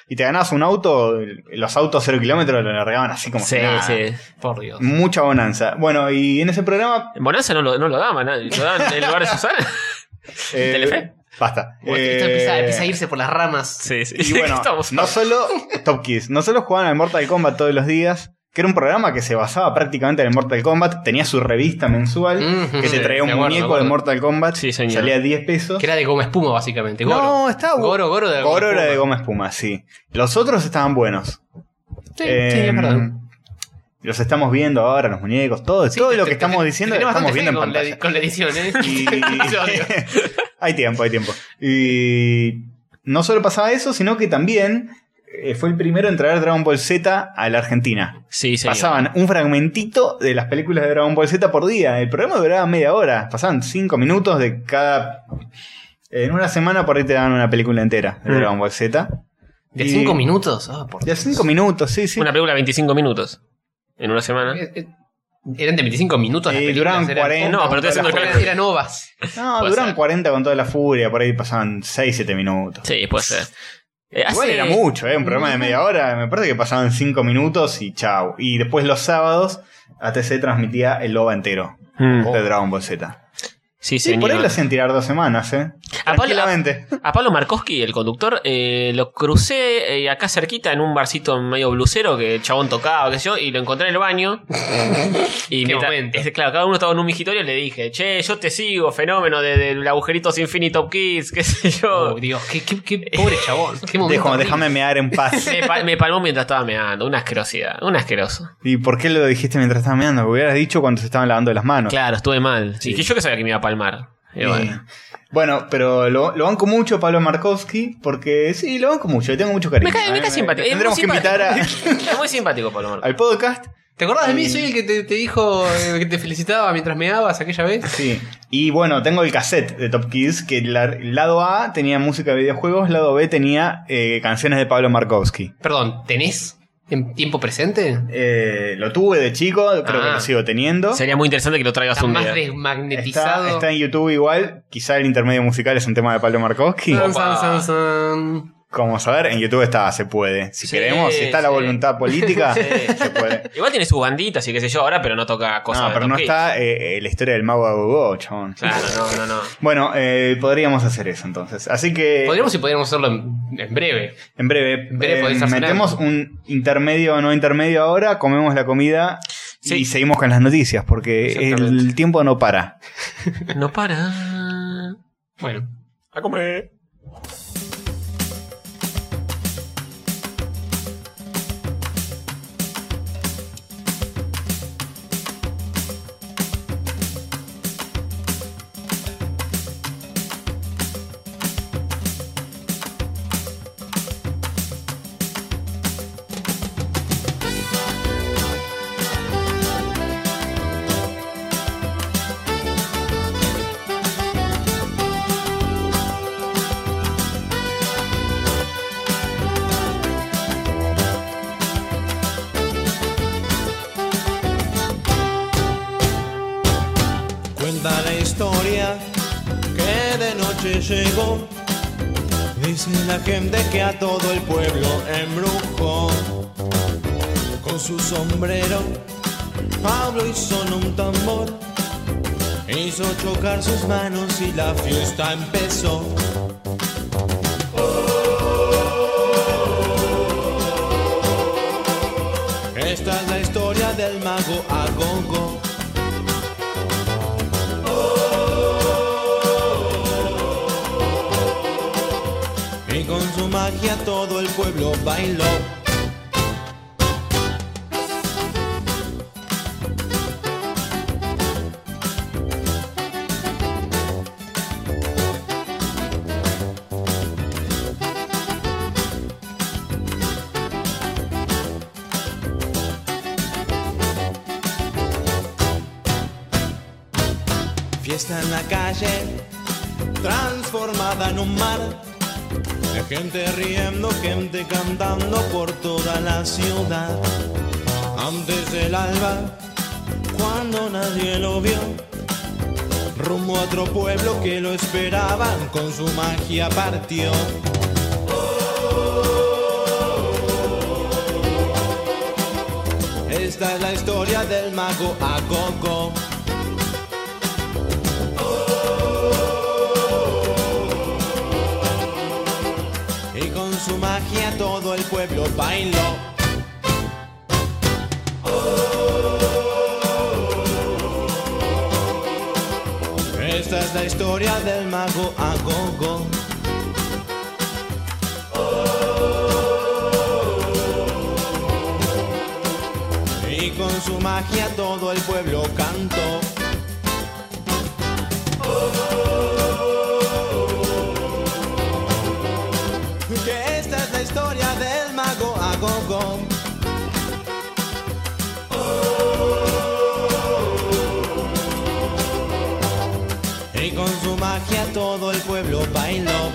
B: Y te ganabas un auto, los autos 0 kilómetros lo largaban así como si
D: Sí,
B: nada.
D: sí.
C: Por Dios.
B: Mucha bonanza. Bueno, y en ese programa.
D: En Bonanza no lo, no lo daban, ¿no? lo daban en lugar de Susana.
B: eh,
D: Telefe?
B: Basta.
C: Bueno, Esto empieza,
B: Eh,
C: empieza a irse por las ramas.
D: <laughs> Sí, sí.
C: <laughs>
B: Y
D: <laughs>
B: bueno,
D: Estamos-
B: no solo Top Kids, no solo jugaban al Mortal Kombat todos los días, que era un programa que se basaba prácticamente en el Mortal Kombat, tenía su revista mensual,
C: Mm,
B: que te
C: sí,
B: traía un
C: me acuerdo, me
B: muñeco de
C: acuerdo.
B: Mortal Kombat,
D: Sí, señor.
B: salía 10 pesos.
C: Que era de goma espuma, básicamente. Goro.
B: No, estaba bu-
C: Goro, Goro de
B: Goro era de goma espuma, sí. Los otros estaban buenos.
C: Sí,
B: Eh,
C: sí, es verdad.
B: Los estamos viendo ahora, los muñecos, todo,
C: Sí,
B: todo
C: te-
B: lo
C: te-
B: que estamos
C: te-
B: diciendo
C: tenés
B: lo estamos
C: bastante
B: viendo en
C: fe con la
B: pantalla.
C: edi- con la edición, <laughs> ¿eh?
B: Y-
C: Lo digo.
B: <laughs> hay tiempo, hay tiempo. Y no solo pasaba eso, sino que también eh, fue el primero en traer Dragon Ball Z a la Argentina.
D: Sí, señor.
B: Pasaban un fragmentito de las películas de Dragon Ball Z por día. El programa duraba media hora. Pasaban cinco minutos de cada eh, En una semana por ahí te dan una película entera de
D: Mm.
B: Dragon Ball Z.
C: ¿De
B: Y-
C: 5 minutos? Ah, por
B: De
C: Dios.
B: 5 minutos, sí, sí.
D: Una película de 25 minutos. En una semana.
C: Eh, eh, Eran de 25 minutos las
B: Sí,
C: películas,
B: duraban
C: eran-
B: 40.
D: No, pero estoy haciendo el
B: Las
D: cálculo.
C: Eran ovas.
B: No,
D: Puede
B: duran
D: ser.
B: 40 con toda la furia, por ahí pasaban 6, 7 minutos.
D: Sí, puede ser. Eh,
B: Igual
D: hace-
B: era mucho, ¿eh? Un programa de media hora, me parece que pasaban 5 minutos y chao. Y después los sábados, ATC transmitía el OVA entero
D: Mm.
B: de Dragon Ball Z.
D: Sí,
B: Sí,
D: señor.
B: por ahí lo hacían tirar dos semanas, ¿eh?
D: A Pablo-
B: Tranquilamente.
D: A Pablo Markowski, el conductor, eh, lo crucé eh, acá cerquita en un barcito medio blusero que el chabón tocaba, qué sé yo, y lo encontré en
B: <laughs>
D: el baño. y
C: Qué
D: mientras-
C: momento.
D: es- claro, cada uno estaba en un migitorio y le dije, che, yo te sigo, fenómeno de- del agujerito sin fin y Top Kids, qué sé yo.
C: Oh, Dios, qué, qué- <laughs> qué pobre chabón. Qué momento
B: Dejo-
C: horrible.
B: déjame mear en paz.
D: me, pa- me palmó mientras estaba meando, una asquerosidad, un asqueroso.
B: ¿Y por qué lo dijiste mientras estabas meando? Lo hubieras dicho cuando se estaban lavando las manos.
D: Claro, estuve mal.
B: Sí.
D: Y que yo que sabía que me iba a palmar. Y
B: Eh,
D: bueno.
B: Bueno, pero lo, lo banco mucho Pablo Markowski porque sí, lo banco mucho, le tengo mucho cariño.
D: Me cae, me
B: Eh,
D: cae simpático.
B: Tendremos que invitar a-
D: <laughs> Es muy simpático, Pablo
B: <laughs>
D: Marcos.
B: al podcast.
C: ¿Te acordás de mí? Soy el que te, te dijo eh, que te felicitaba mientras meabas aquella vez.
B: Sí. Y bueno, tengo el cassette de Top Kids que la- el lado A tenía música de videojuegos, el lado B tenía eh, canciones de Pablo Markowski.
C: Perdón, ¿tenés en tiempo presente?
B: Eh, lo tuve de chico, creo que
C: Ah.
B: lo sigo teniendo.
D: Sería muy interesante que lo traigas
C: Está
D: un
C: más
D: día.
C: desmagnetizado.
B: Está, está en YouTube igual, quizá el intermedio musical es un tema de Pablo Markowski.
C: San,
D: Opa.
C: san, san, san.
B: Como saber, en YouTube está, se puede. Si
D: Sí,
B: queremos, si está la
D: sí.
B: voluntad política,
D: <laughs> Sí.
B: Ah, <laughs> se puede.
D: Igual tiene sus banditas y qué sé yo ahora, pero no toca cosas.
B: no,
D: de
B: pero
D: Tom
B: no
D: Hanks.
B: está eh, eh, la historia del mago Agogó, chabón.
D: Claro, no, no, no.
B: Bueno, eh, podríamos hacer eso entonces. Así que
C: Podríamos y podríamos hacerlo en, en breve.
B: en breve,
C: En breve
B: eh,
C: podés hacer
B: metemos un intermedio o no intermedio ahora, comemos la comida
D: Sí.
B: y seguimos con las noticias porque
D: Exactamente.
B: el tiempo no
D: <laughs>
B: para.
D: No para.
C: Bueno.
D: A comer.
E: Cuenta la historia que de noche llegó. Dice la gente que a todo el pueblo embrujó. Con su sombrero Pablo hizo un tambor. Hizo chocar sus manos y la fiesta empezó. Esta es la historia del mago Agogo. y con su magia todo el pueblo bailó. Fiesta en la calle, transformada en un mar. Hay gente riendo, gente cantando por toda la ciudad. Antes del alba, cuando nadie lo vio, rumbo a otro pueblo que lo esperaban, con su magia partió. Esta es la historia del mago Agogo. y con su magia todo el pueblo bailó. Esta es la historia del mago Agogo. Y con su magia todo el pueblo cantó. que esta es la historia del mago Agogo. Y con su magia todo el pueblo bailó. my love.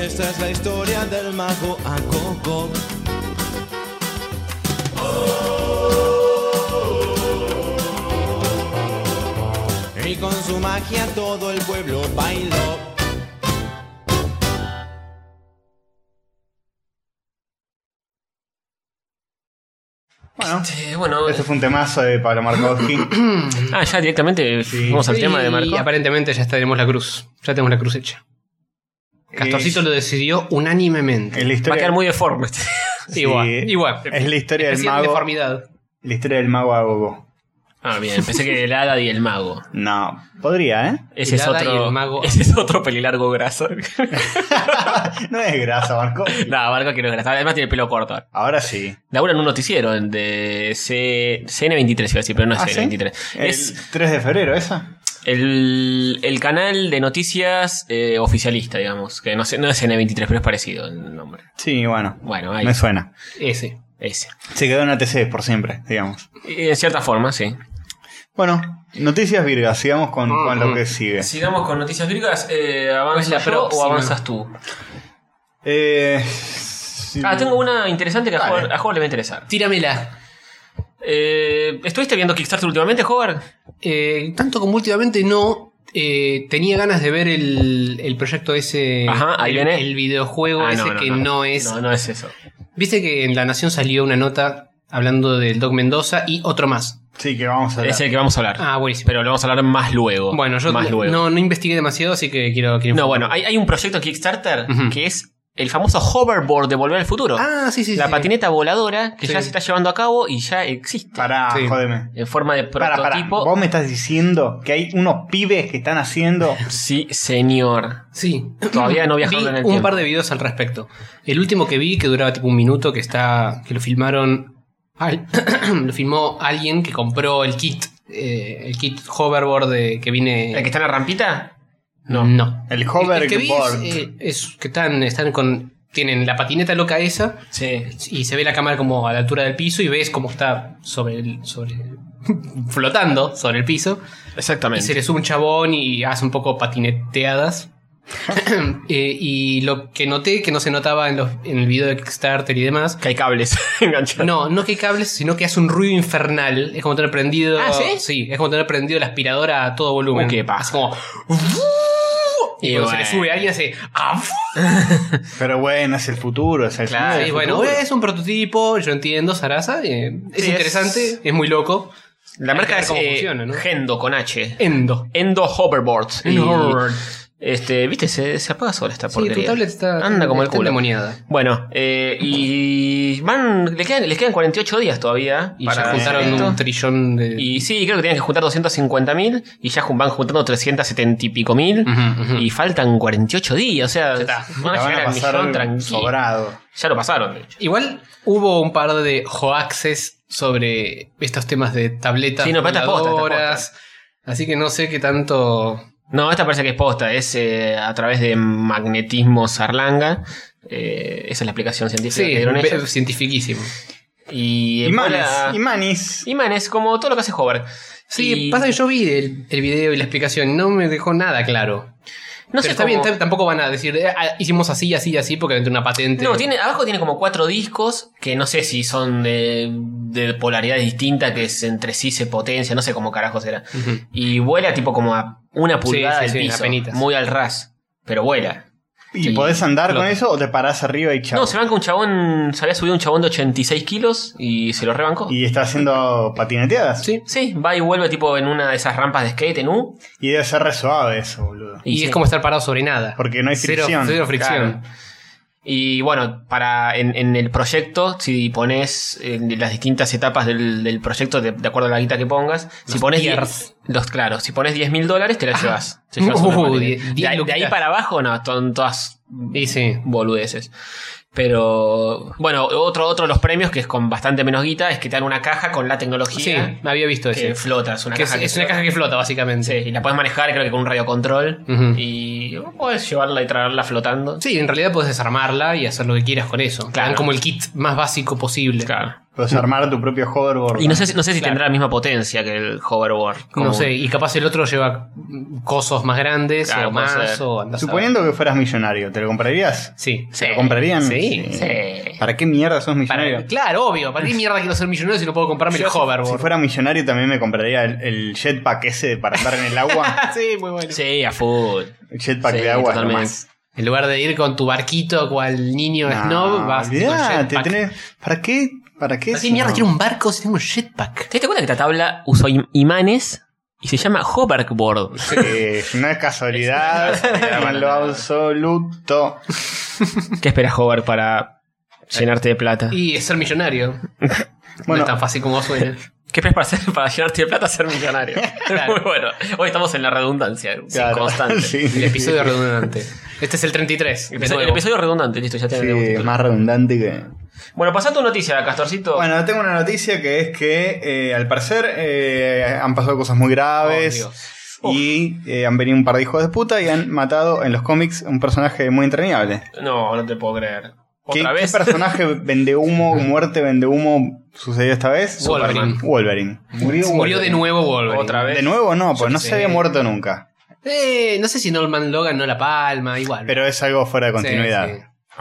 E: Esta es la historia del mago Agogo. Y con su magia todo el pueblo bailó.
B: Bueno,
D: Este, bueno,
B: este fue un temazo de Pablo Markovsky.
D: ah, ya directamente vamos al tema de Marco.
C: Y aparentemente ya tenemos la cruz. Ya tenemos la cruz hecha. Castorcito
B: Es-
C: lo decidió unánimemente.
B: es la
D: Va a
B: historia,
D: quedar muy deforme. este.
C: Igual,
B: sí,
C: igual.
B: es la historia del
C: Especial
B: mago.
C: deformidad.
B: la historia del mago Agogo.
D: ah, bien, pensé que el hada y el mago.
B: No, podría, ¿eh? <laughs>
D: Ese
C: El
D: es
C: hada y
D: otro.
C: el mago.
D: Ese es otro pelilargo graso.
B: no es grasa, Marco.
D: <laughs> no, Marco que no es graso. Además tiene el pelo corto.
B: Ahora sí.
D: Labura en un noticiero en de C- CN23, iba a decir, pero no es
B: Ah, ¿sí?
D: CN23.
B: El
D: Es
B: 3 de febrero, esa.
D: el, el canal de noticias eh, oficialista, digamos. Que no, sé- no es CN23, pero es parecido el nombre.
B: Sí, bueno.
D: Bueno, ahí.
B: Me suena.
C: Ese.
D: Ese.
B: Se quedó en ATC por siempre, digamos.
D: Y en cierta forma, sí.
B: Bueno, noticias virgas, sigamos con, con lo que sigue.
D: Sigamos con noticias virgas. Eh, ¿Avanzas
C: la
D: yo o
C: próxima?
D: avanzas tú?
B: Eh, sí.
D: Ah, tengo una interesante que a
B: Dale.
D: Howard, a Howard le va a interesar.
C: Tíramela.
D: Eh, ¿Estuviste viendo Kickstarter últimamente, Howard?
C: Eh, tanto como últimamente no. eh, tenía ganas de ver el, el proyecto ese.
D: Ajá, ahí
C: el,
D: viene.
C: el videojuego
D: Ah,
C: ese que no, es.
D: No, no es eso.
C: Viste que en La Nación salió una nota hablando del Doc Mendoza y otro más.
B: Sí, que vamos a hablar.
D: Es el que vamos a hablar.
C: Ah, buenísimo.
D: Pero lo vamos a hablar más luego.
C: bueno, yo
D: más luego.
C: no, no investigué demasiado, así que quiero. quiero
D: No, bueno, hay, hay un proyecto en Kickstarter
C: Ujú.
D: que es el famoso hoverboard de Volver al Futuro.
C: Ah, sí, sí.
D: la
C: sí.
D: patineta voladora que
C: Sí.
D: ya se está llevando a cabo y ya existe.
B: Pará,
C: Sí.
B: jódeme.
D: En forma de
B: Pará, pará.
D: prototipo.
B: Vos me estás diciendo que hay unos pibes que están haciendo.
D: Sí, señor.
C: Sí. <laughs>
D: Todavía no
C: Vi
D: viajaron en el
C: un
D: tiempo.
C: par de videos al respecto. El último que vi, que duraba tipo un minuto, que está. que lo filmaron. al- <coughs> lo filmó alguien que compró el kit. eh, el kit hoverboard de- que viene.
D: ¿La que está en la rampita?
C: No. no.
B: El
C: El- el que vi es,
B: hoverboard.
C: eh, es que están, están con. Tienen la patineta loca esa
D: Sí.
C: y se ve la cámara como a la altura del piso y ves cómo está sobre el. <laughs> sobre. flotando sobre el piso. Y se
D: Exactamente.
C: le sube un chabón y hace un poco
D: <laughs>
C: patineteadas. Eh, y lo que noté, que no se notaba en, los- en el video de Kickstarter y demás,
D: Que hay cables <laughs> enganchados.
C: no, no que hay cables, sino que hace un ruido infernal. Es como tener prendido.
D: Ah, ¿sí?
C: es como tener prendido la aspiradora a todo volumen.
D: Uh, qué paja.
C: Así como. Y,
D: Y
C: cuando
D: bueno.
C: se le sube a alguien hace. "Ah, fu-".
B: Pero bueno, es el futuro, es el
D: Claro,
B: futuro.
C: Y bueno, es un prototipo, yo entiendo, Sarasa. eh, es
D: Sí,
C: interesante,
D: es-
C: es... muy loco.
D: La
C: Hay que
D: marca
C: ver
D: es
C: cómo
D: eh,
C: funciona, ¿no?
D: Gendo con H.
C: Endo.
D: Endo Hoverboards. Y,
C: Endo.
D: Este, viste, se, se apaga sola esta
C: Sí,
D: porquería.
C: tu tablet está.
D: Anda como el
C: está
D: culo.
C: endemoniada.
D: Bueno, eh, y van, le quedan, les quedan 48 días todavía.
C: Y
D: para
C: ya juntaron
D: esto.
C: un trillón de.
D: Y sí, creo que tienen que juntar 250 mil y ya jun- van juntando 370 y pico mil.
C: Ujú, ujú.
D: Y faltan 48 días, o sea,
C: está.
D: van
B: La
D: a
B: van
D: llegar
B: a
D: al millón
B: pasar
D: tranquilo.
B: sobrado.
D: Ya lo pasaron, de hecho.
C: Igual hubo un par de hoaxes sobre estos temas de tabletas
D: Sí, no, pero esta es posta, esta es
C: voladoras. Así que no sé qué tanto.
D: No, esta parece que es posta, es eh, a través de magnetismo sarlanga. Eh, esa es la explicación científica
C: Sí,
D: que dieron
C: ve-
D: ellos.
C: cientifiquísimo.
D: Y
B: Imanes,
D: bola-
B: imanes.
D: imanes, como todo lo que hace Hobart.
C: Sí, pasa que yo vi el, el video y la explicación y no me dejó nada claro.
D: No sé
C: Pero está
D: cómo-
C: bien, tam- tampoco van a decir, "Eh, ah, hicimos así, así, así, porque entre una patente.
D: No, tiene, abajo tiene como cuatro discos que no sé si son de, de polaridad distinta, que es entre sí se potencia, no sé cómo carajo será.
C: Ujú.
D: Y vuela tipo como a una pulgada
C: sí,
D: del
C: sí,
D: piso,
C: apenitas.
D: muy al ras, pero vuela.
B: ¿Y
D: Sí.
B: podés andar
C: Claro.
B: con eso o te parás arriba y chao?
D: No, se banca un chabón, se había subido un chabón de 86 kilos y se lo rebancó.
B: Y está haciendo patineteadas.
C: Sí.
D: Sí, va y vuelve tipo en una de esas rampas de skate en U.
B: Y debe ser re suave eso, boludo.
C: Y,
D: sí.
C: es como estar parado sobre nada.
B: Porque no hay
C: Cero,
B: fricción.
C: cero fricción.
D: Claro. Y bueno, para en, en el proyecto, si pones en las distintas etapas del, del proyecto, de, de acuerdo a la guita que pongas, si pones
C: tiers.
D: 10, los claro, si pones 10 mil dólares, te la llevas. Te llevas
C: Uh,
D: una patente.
C: die-
D: de,
C: diez
D: ahí- de ahí
C: luquitas.
D: para abajo, no, son todas
C: Y sí.
D: boludeces. Pero bueno, otro, otro de los premios que es con bastante menos guita es que te dan una caja con la
C: Sí,
D: tecnología
C: me había visto
D: que
C: ese.
D: flota. Es una
C: Que es,
D: caja que
C: es una
D: flota.
C: caja que flota, básicamente.
D: Sí, y la puedes manejar, creo que con un radiocontrol.
C: Ujú.
D: Y puedes llevarla y traerla flotando.
C: Sí, en realidad puedes desarmarla y hacer lo que quieras con eso. Te dan
D: Claro.
C: como el kit más básico posible.
D: Claro.
B: Puedes armar tu propio hoverboard.
D: Y no sé, si- no sé si
C: Claro.
D: tendrá la misma potencia que el hoverboard. Como-
C: No sé, y capaz el otro lleva cosos más grandes
D: Claro,
C: o
D: puede
C: más
D: ser.
C: o andás a ver.
B: Suponiendo que fueras millonario, ¿te lo comprarías?
C: Sí.
D: Sí.
B: ¿Te lo comprarían?
C: Sí,
D: sí.
B: ¿Para qué mierda sos millonario?
C: Para- claro, obvio. ¿Para qué mierda quiero ser millonario si no puedo comprarme el
D: Yo, si-
B: Si
C: hoverboard?
B: fuera millonario también me compraría el, el jetpack ese para andar en el agua.
C: sí, muy bueno.
D: <laughs> Sí, a full.
B: El jetpack
D: Sí,
B: de agua
D: totalmente.
B: nomás.
C: En lugar de ir con tu barquito cual niño
B: No,
C: snob, vas con
B: olvidate,
C: jetpack.
B: tenés- ¿Para qué? ¿Para qué?
C: ¿Para qué
B: si
C: mierda
B: no?
C: quiero un barco si tengo un jetpack?
D: ¿Te diste cuenta que esta tabla usó im- imanes y se
C: <laughs>
D: llama hoverboard?
B: Sí, no es casualidad, en lo absoluto.
D: ¿Qué esperas hover para llenarte de plata?
C: Y ser millonario. no
B: Bueno,
C: es tan fácil
B: <laughs>
C: como suena.
D: ¿Qué esperas para, hacer, para llenarte de plata?
C: <laughs>
D: Ser millonario. Muy bueno. Hoy estamos en la redundancia
B: claro. <laughs>
D: constante.
B: Sí, sí,
C: El episodio redundante. Este es el 33. de
D: El episodio, el
C: nuevo.
D: episodio redundante, listo, ya tenemos.
B: sí,
D: título.
B: es más redundante que.
D: Bueno, pasá tu noticia,
C: Oh.
D: Castorcito.
B: Bueno, tengo una noticia que es que eh, al parecer eh, han pasado cosas muy graves.
C: Oh, Dios.
B: y eh, han venido un par de hijos de puta y han matado en los cómics un personaje muy entrañable.
D: No, no te puedo creer.
B: ¿Qué,
D: ¿Otra
B: qué
D: vez?
B: personaje vende
C: <laughs>
B: humo, muerte vende humo sucedió esta vez?
C: Wolverine.
B: Wolverine. Murió,
C: Murió de
B: Wolverine.
C: nuevo Wolverine.
D: <laughs> Otra vez.
B: De nuevo no, pues
C: Yo
B: no
C: qué
B: se
C: sé.
B: había muerto nunca.
C: Eh, no sé si Norman Logan no la palma, igual.
B: Pero es algo fuera de
C: Sí,
B: continuidad.
C: sí.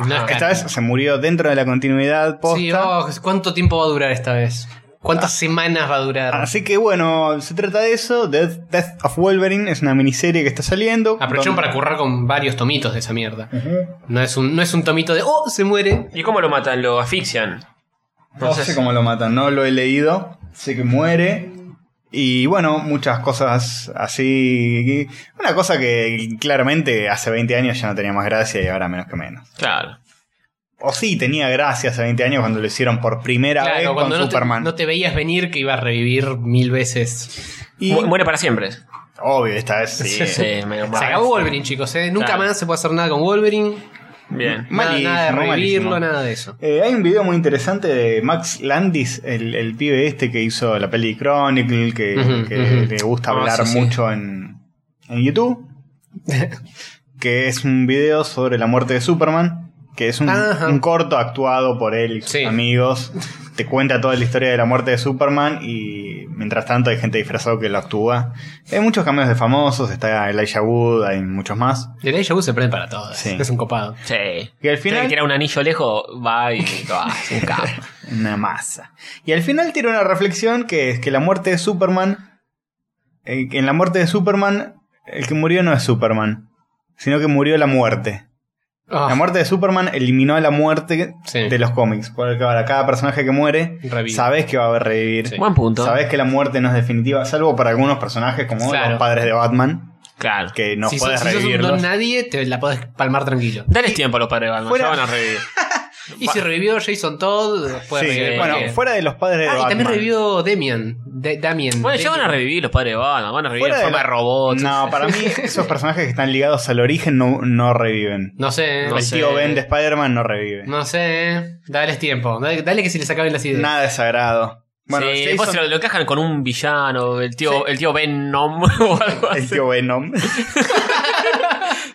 C: No es
B: Esta vez se murió dentro de la continuidad posta. Ah.
C: Sí, oh, ¿cuánto tiempo va a durar esta vez? ¿Cuántas semanas va a durar?
B: Así que bueno, se trata de eso. Death, Death of Wolverine es una miniserie que está saliendo.
C: Aprovecharon
B: Donde-
C: para currar con varios tomitos de esa mierda. no, es un, no es un tomito de, oh, se muere.
D: ¿Y cómo lo matan? ¿Lo asfixian?
B: No sé cómo lo matan, no lo he leído. Sé que muere. Y bueno, muchas cosas así. Una cosa que claramente hace 20 años ya no tenía más gracia y ahora menos que menos.
D: Claro.
B: O sí, tenía gracia hace 20 años cuando lo hicieron por primera vez con
C: cuando no te,
B: Superman.
C: no te veías venir que iba a revivir mil veces.
B: Y-
D: Mu- Muere para siempre.
B: obvio, esta
C: <laughs>
B: vez sí.
D: menos
C: se acabó Wolverine, chicos, ¿eh? Nunca
D: Claro.
C: más se puede hacer nada con Wolverine. Nada,
D: Bien.
B: Malísimo,
C: nada de revivirlo,
B: malísimo.
C: nada de eso.
B: Eh, hay un video muy interesante de Max Landis, el, el pibe este que hizo la peli Chronicle, que,
C: Ujú,
B: que
C: ujú.
B: le gusta
C: Ah,
B: hablar
C: sí, sí.
B: mucho En, en
C: <laughs>
B: YouTube. que es un video sobre la muerte de Superman, que es un,
C: Ajá.
B: un corto actuado por él y sus
C: Sí.
B: amigos. Te cuenta toda la historia de la muerte de Superman y mientras tanto hay gente disfrazada que lo actúa. Hay muchos cambios de famosos, está Elijah Wood, hay muchos más.
C: El Elijah Wood se prende para todas.
B: Sí.
C: Es un copado.
D: Sí.
B: Y al
D: Tiene
B: final...
D: que tirar un anillo lejos, va
B: <laughs>
D: y va, es un capo.
B: Una masa. Y al final tiene una reflexión que es que la muerte de Superman. eh, que en la muerte de Superman, el que murió no es Superman, sino que murió la muerte.
C: Ah,
B: La muerte de Superman eliminó a la muerte
C: Sí.
B: de los cómics. Porque ahora cada personaje que muere,
C: Revive.
B: sabes que va a revivir.
C: Sí.
D: Buen punto.
B: Sabes que la muerte no es definitiva, salvo para algunos personajes como
C: Claro.
B: los padres de Batman,
D: Claro.
B: que no
C: si, sos,
B: puedes
C: si sos un
B: revivirlos.
C: don nadie, te la podés palmar tranquilo.
D: Dales tiempo a los padres de Batman,
B: Fuera-
D: ya van a revivir.
C: Y si revivió Jason Todd, después
B: Sí,
C: revivió
B: bueno,
C: cualquiera.
B: fuera de los padres de
C: Ah, y
B: Batman.
C: también revivió Demian. De- Damien.
D: Bueno, ya van a
C: Damien.
D: revivir los padres de Batman, van a revivir
B: Fuera
D: en
B: de
D: forma de,
B: la-
D: robots.
B: No, para
D: <laughs>
B: mí esos personajes que están ligados al origen no, no reviven.
C: No sé,
D: No
B: el
D: sé.
B: tío Ben de Spider-man no revive.
C: no sé. Dales tiempo. Dale, dale que se les acaben las ideas.
B: Nada es sagrado. Bueno,
D: sí, después se
B: Jason,
D: lo, lo encajan con un villano, el tío, el tío Venom <laughs> o algo así.
B: el tío Venom.
D: <laughs>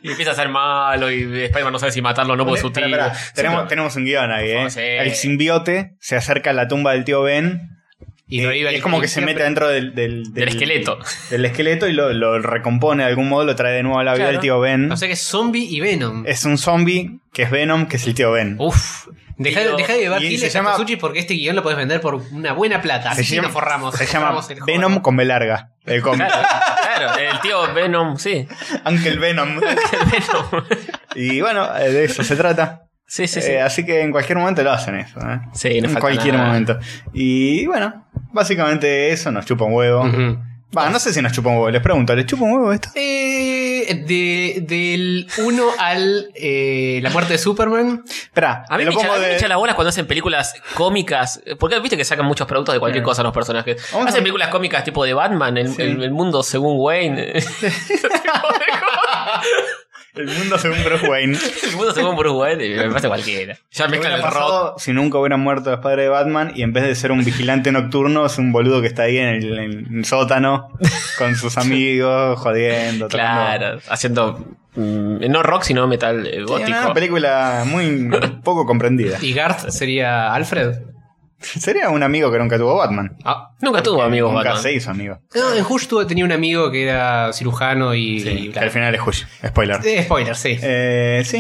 D: Y empieza a ser malo y Spider-Man no sabe si matarlo o no por su tío.
B: Espera, espera,
D: Sí,
B: tenemos,
D: pero-
B: tenemos un guión ahí, ¿eh?
D: Oh, sí.
B: El simbiote se acerca a la tumba del tío Ben.
C: Y no
B: eh,
C: iba-
B: es como
C: y
B: que se
C: siempre-
B: mete dentro del, del,
D: Del esqueleto.
B: Del esqueleto y lo, lo recompone de algún modo, lo trae de nuevo a la vida
D: Claro.
B: del tío Ben.
C: O sea que es zombie y Venom.
B: Es un zombie que es Venom, que es el tío Ben.
D: Uh,
C: Uf. Deja,
D: Tío.
C: deja de llevar
B: Y se
C: giles
B: llama-
C: a sushi porque este guión lo podés vender por una buena plata. Así nos forramos.
B: se
C: <laughs> nos
B: llama
C: forramos el
B: Venom
C: juego.
B: con B larga. El cómic.
D: Claro, el tío Venom, sí.
B: Uncle
D: <laughs>
B: Venom.
D: El Venom.
B: y bueno, eh, de eso se trata.
D: Sí, sí, sí.
B: Eh, así que en cualquier momento lo hacen eso. ¿eh?
D: Sí, no
B: en
D: falta
B: cualquier
D: nada.
B: momento. Y bueno, básicamente eso nos chupa un huevo.
C: Ujú.
B: Va, no sé si nos chupa un huevo. Les pregunto, ¿les chupa un huevo esto?
C: Eh, de- del 1 al eh, la muerte de Superman.
B: Espera,
D: A mí
B: lo
D: me echa,
B: pongo
D: a mí me
B: de-
D: echa las bolas cuando hacen películas cómicas. eh, Porque viste que sacan muchos productos de cualquier cosa los personajes.
B: Vamos a-
D: hacen películas cómicas tipo de Batman, el,
B: Sí.
D: el- el mundo según Wayne.
B: <laughs>
D: <laughs>
B: El mundo según Bruce
D: <laughs>
B: Wayne.
D: el mundo según Bruce Wayne, y me pasa cualquiera. Ya
B: ¿Qué
D: mezclan
B: hubiera
D: el rock.
B: pasado si nunca hubieran muerto los padres de Batman y en vez de ser un vigilante nocturno es un boludo que está ahí en el, en el sótano con sus
D: <laughs>
B: amigos jodiendo? tocando-
D: Claro, haciendo. mm, no rock, sino metal eh,
B: Sí,
D: gótico.
B: una película muy poco comprendida.
C: Y Garth sería Alfred.
B: Sería un amigo que nunca tuvo Batman.
D: Ah, nunca tuvo amigos
B: nunca
D: Batman.
B: se hizo amigo.
C: No, en Hush tuve- tenía un amigo que era cirujano y. y
B: Que al final es Hush. Spoiler.
C: Eh, spoiler, sí.
B: Eh, sí.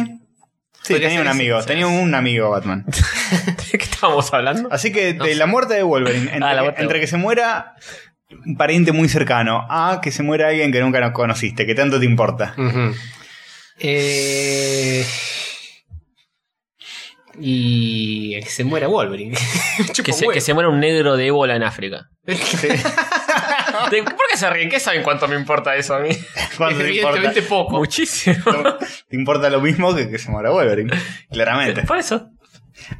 B: Sí,
C: Podría
B: tenía
C: ser
B: un
C: ese,
B: amigo.
C: quizás.
B: Tenía un amigo
C: <laughs>
B: Batman.
D: ¿De <laughs> qué estábamos hablando?
B: Así que de la muerte de Wolverine, entre,
D: Ah, la
B: que-
D: muerte de
B: entre que se muera un pariente muy cercano a que se muera alguien que nunca no conociste, que tanto te
D: <laughs>
B: importa.
C: Ujú. Eh, Y que se muera Wolverine.
D: Que se, que se muera un negro de ébola en África.
B: Sí.
D: <laughs> ¿De- ¿Por qué se ríen? ¿Qué saben cuánto me importa eso a mí?
C: <laughs>
B: ¿Cuánto te importa?
C: Evidentemente poco.
D: Muchísimo.
B: Te importa lo mismo que que se muera Wolverine, claramente.
D: Por eso.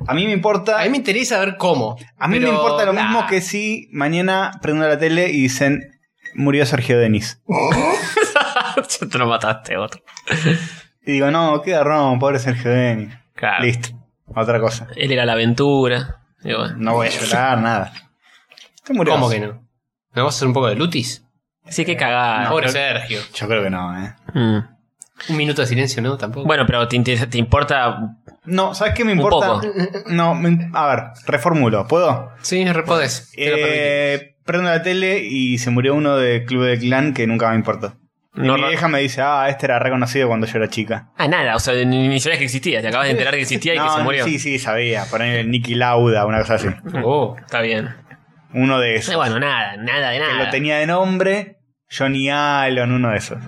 B: A mí me importa.
C: A mí me interesa ver cómo.
B: A mí me
C: pero-
B: importa lo
C: nah.
B: mismo que si mañana prendo la tele y dicen murió Sergio Denis.
D: <laughs> Ya te lo mataste, otro.
B: Y digo, no, qué garrón, pobre Sergio Denis.
D: Claro.
B: Listo, otra cosa.
D: Él era la aventura. Y bueno.
B: No
D: <laughs>
B: voy a llorar, nada. Estoy murió.
C: ¿Cómo que no? ¿Me vas a hacer un poco de lutis?
D: Sí,
B: Eh,
D: que cagada.
C: Pobre Sergio.
B: Yo creo que no, eh.
D: Mm.
C: Un minuto de silencio, ¿no? Tampoco.
D: Bueno, pero te, inter- te importa.
B: No, ¿sabes qué me
D: Un
B: importa?
D: poco.
B: No, me- a ver, reformulo, ¿puedo?
C: sí, repodes. te lo permito.
B: Eh, prendo la tele y se murió uno de Club de Clan que nunca me importó. Y
D: No,
B: mi
D: no-
B: vieja me dice, ah, este era reconocido cuando yo era chica.
D: Ah, nada, o sea, ni, ni sabías que existía. Te acabas de enterar que existía
B: <laughs>
D: y
B: No,
D: que se murió.
B: Sí, sí, sabía. Poner Nicky Lauda, una cosa así.
C: Oh.
D: Está bien.
B: Uno de
D: Eh,
B: esos.
D: bueno, nada, nada de
B: Que
D: nada.
B: lo tenía de nombre Johnny Allen, uno de esos.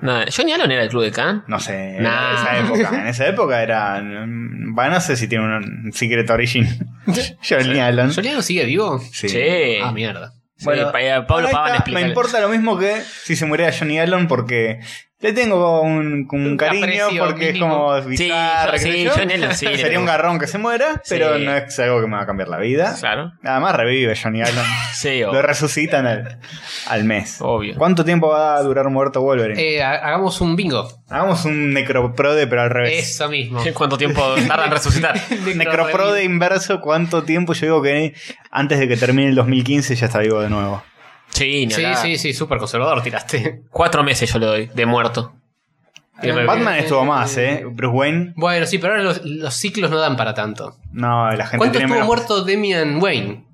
D: nada. Johnny Allen era el club de Khan.
B: No sé,
D: Nah.
B: en esa época. En esa época era. mm, Bueno, no sé si tiene un un Secret
D: <laughs>
B: Origin. Johnny Allen.
C: ¿Soliano sigue vivo?
B: Sí.
D: Sí.
C: Ah, mierda.
D: Sí, pa- eh, Pablo
B: Ahí
D: Pavan
B: está,
D: explica.
B: Me importa lo mismo que si se muriera Johnny Allen porque le tengo un, un cariño
C: aprecio
B: porque
C: mínimo.
B: es como
D: Sí,
B: bizarro,
D: yo-
B: qué sé
D: sí,
B: yo.
D: Johnny Allen sí, le
B: Sería
D: tengo.
B: un garrón que se muera, pero
D: Sí.
B: no es algo que me va a cambiar la vida.
D: Claro.
B: Nada más revive Johnny Allen.
D: <laughs> Sí, o-
B: lo resucitan al, al mes.
D: Obvio.
B: ¿Cuánto tiempo va a durar muerto Wolverine?
C: Eh, ha- hagamos un bingo.
B: Hagamos un necroprode, pero al revés.
C: Eso mismo.
D: <laughs> ¿Cuánto tiempo tarda en resucitar?
B: <laughs> necroprode inverso, ¿cuánto tiempo yo digo que antes de que termine el 2015 ya está vivo de nuevo?
D: Sí, ni
C: Sí,
D: hablar.
C: sí, sí, súper conservador tiraste.
D: Cuatro meses yo le doy de muerto.
B: Eh,
D: Y revive.
B: Batman estuvo más, ¿eh? Bruce Wayne.
C: Bueno, sí, pero ahora los, los ciclos no dan para tanto.
B: No, la gente
C: ¿Cuánto
B: tiene
C: estuvo
B: menos-
C: muerto Demian Wayne?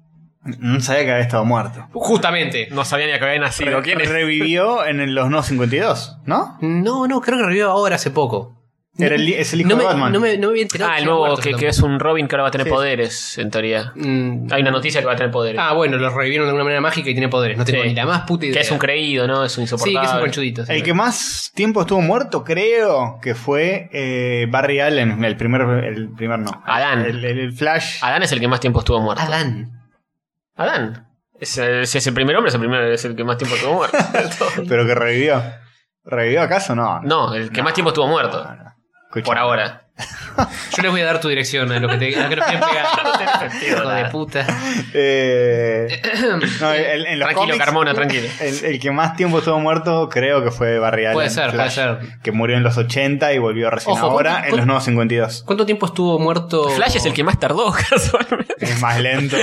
B: No sabía que había estado muerto.
C: Justamente.
D: No sabía ni a que había nacido.
B: Re-
D: ¿Quién es?
B: Revivió en el- los no 52, ¿no?
C: No, no, creo que revivió ahora hace poco.
B: Era el, es el hijo
C: no,
B: de
C: me,
B: Batman.
C: no me no me había enterado.
D: Ah,
C: que
D: el
C: había
D: nuevo
C: muerto
D: que,
C: ese
D: que es un Robin que ahora va a tener poderes, en teoría.
C: tampoco. Mm,
D: Hay una noticia que va a tener poderes.
C: Ah, bueno, lo revivieron de alguna manera mágica y tiene poderes. No tengo
D: Sí.
C: ni la más puta idea.
D: que es un creído, ¿no? Es un
C: Sí,
D: insoportable.
C: que es un conchudito. sí.
B: el que más tiempo estuvo muerto, creo, que fue eh, Barry Allen, el primer, el primer no.
D: Adán.
B: El, el- el Flash.
D: Adán es el que más tiempo estuvo muerto.
C: Adán.
D: Adán. Es el- si es el primer hombre, es el, primer, es el que más tiempo estuvo
B: <laughs>
D: muerto.
B: Pero que revivió. ¿Revivió acaso? No.
D: No, el que más tiempo estuvo muerto.
B: No, no. Escucha.
D: Por ahora.
C: Yo les voy a dar tu dirección a lo que te, a lo que nos quieren
D: <laughs>
C: pegar. Hijo de
D: nada.
C: puta. <coughs>
B: Eh, no, el- el- en los
D: Tranquilo,
B: cómics,
D: Carmona, tranquilo.
B: El, el que más tiempo estuvo muerto creo que fue Barry Allen.
C: Puede ser, puede
B: Flash,
C: ser.
B: Que murió en los 80 y volvió recién
C: Ojo,
B: ahora
C: ¿cuánto-
B: en los nuevos 52.
C: ¿Cuánto tiempo estuvo
B: Oh.
C: muerto?
D: Flash es el que más tardó, <laughs> casualmente.
B: Es más
C: <laughs>
B: lento.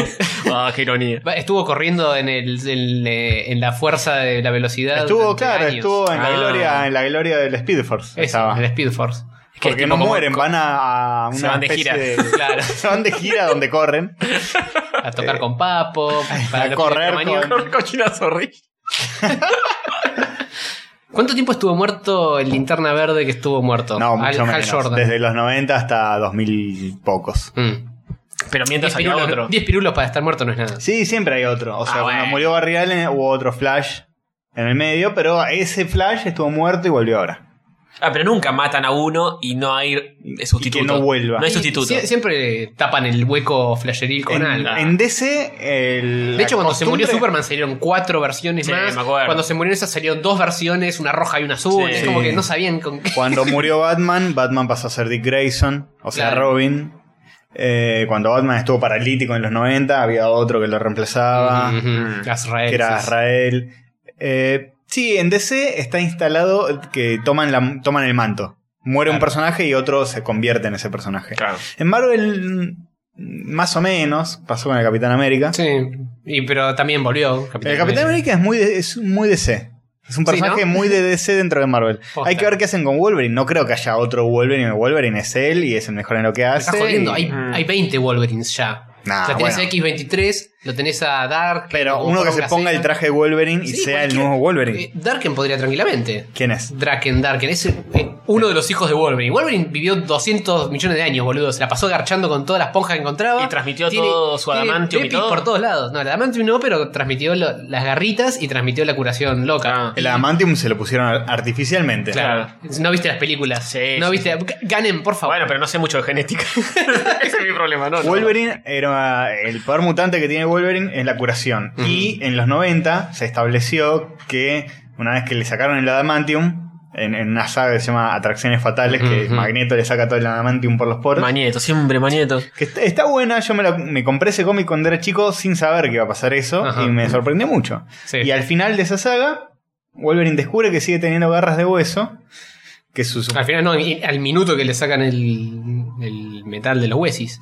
D: Ah, qué ironía.
C: Va, Estuvo corriendo en, el, en, eh, en la fuerza de la velocidad.
B: Estuvo,
C: durante
B: claro,
C: años.
B: estuvo en la
D: Ah.
B: gloria, en la gloria del Speed Force.
C: Eso,
B: estaba.
C: el Speed Force.
D: que es
B: Porque
D: tipo
B: no
D: como-
B: mueren, van a, a una
D: Se van de
B: especie
D: gira.
B: de-
C: <laughs>
B: <laughs>
C: Claro,
B: se van de gira donde corren.
C: a tocar
B: <laughs>
C: con Papo, para los
B: correr
C: pibes de tamaño.
D: Con cochina zorrilla.
C: ¿Cuánto tiempo estuvo muerto el linterna verde que estuvo muerto?
B: No,
C: Al-
B: mucho
C: Hal
B: menos.
C: Jordan.
B: Desde los 90 hasta 2000 y pocos.
C: Mm.
D: Pero
C: 10
D: mientras había
C: pirulos,
D: otro.
C: 10 pirulos para estar muerto no es nada.
B: Sí, siempre hay otro. O sea,
D: Ah,
B: cuando
D: bueno.
B: murió Barry Allen hubo otro Flash en el medio, pero ese Flash estuvo muerto y volvió ahora.
D: Ah, pero nunca matan a uno y no hay sustituto.
B: Y que no vuelva.
D: No hay
C: Y
D: sustituto.
C: sie- siempre tapan el hueco flasheril con
B: en,
C: algo.
B: en DC, el.
C: de hecho,
B: la
C: cuando se
B: costumbre-
C: murió Superman salieron cuatro versiones
D: Sí,
C: más.
D: me acuerdo.
C: Cuando se murió esa salieron dos versiones, una roja y una azul.
D: Sí.
C: Es como
B: Sí.
C: que no sabían con qué.
B: Cuando
C: <laughs>
B: murió Batman, Batman pasó a ser Dick Grayson, o sea,
C: Claro.
B: Robin. Eh, cuando Batman estuvo paralítico en los 90, había otro que lo reemplazaba,
C: Ujú, Azrael,
B: que era
C: sí.
B: Azrael. Eh, sí, en DC está instalado que toman, la, toman el manto. Muere un personaje y otro se convierte en ese personaje.
D: Claro.
B: En Marvel, mm, más o menos, pasó con el Capitán América.
C: Sí, y, pero también volvió.
B: El Capitán América es muy, de- es muy DC. Es un
C: Sí,
B: personaje
C: ¿no?
B: muy de DC dentro de Marvel.
C: Posta.
B: Hay que ver qué hacen con Wolverine. No creo que haya otro Wolverine. Wolverine es él y es el mejor en lo que
C: Me
B: hace.
D: Mm.
C: estás jodiendo,
B: y-
C: hay, hay 20 Wolverines ya.
B: Nah,
C: o sea, tenés
B: bueno.
C: a X23, lo tenés a Dark.
B: Pero uno que se ponga el traje de Wolverine y sea el nuevo Wolverine.
C: Darken podría tranquilamente.
B: ¿Quién es?
C: Draken, Darken, es eh, uno de los hijos de Wolverine. Wolverine vivió 200 millones de años, boludo. Se la pasó garchando con todas las ponjas que encontraba.
D: Y transmitió todo su
C: tiene
D: adamantium y
C: pepis
D: todo.
C: por todos lados. No, el adamantium no, pero transmitió lo- las garritas y transmitió la curación
D: Ah,
C: loca.
B: El Adamantium se lo pusieron artificialmente.
C: Claro. No viste las películas.
D: Sí,
C: No
D: sí,
C: viste. Ganen, por favor.
D: Bueno, pero no sé mucho de genética. <laughs> Ese es mi problema, ¿no? no.
B: Wolverine era el poder mutante que tiene Wolverine es la curación. Y en los 90 se estableció que una vez que le sacaron el adamantium en, en una saga que se llama Atracciones Fatales que
C: Ujú.
B: Magneto le saca todo el adamantium por los poros.
D: Manieto, siempre Manieto.
B: que está, está buena, yo me, la- me compré ese cómic cuando era chico sin saber que iba a pasar eso
C: Ajá.
B: y me sorprendió mucho.
C: Sí.
B: Y al final de esa saga, Wolverine descubre que sigue teniendo garras de hueso, que su, su-
C: Al final no, y- al minuto que le sacan el, el metal de los huesis.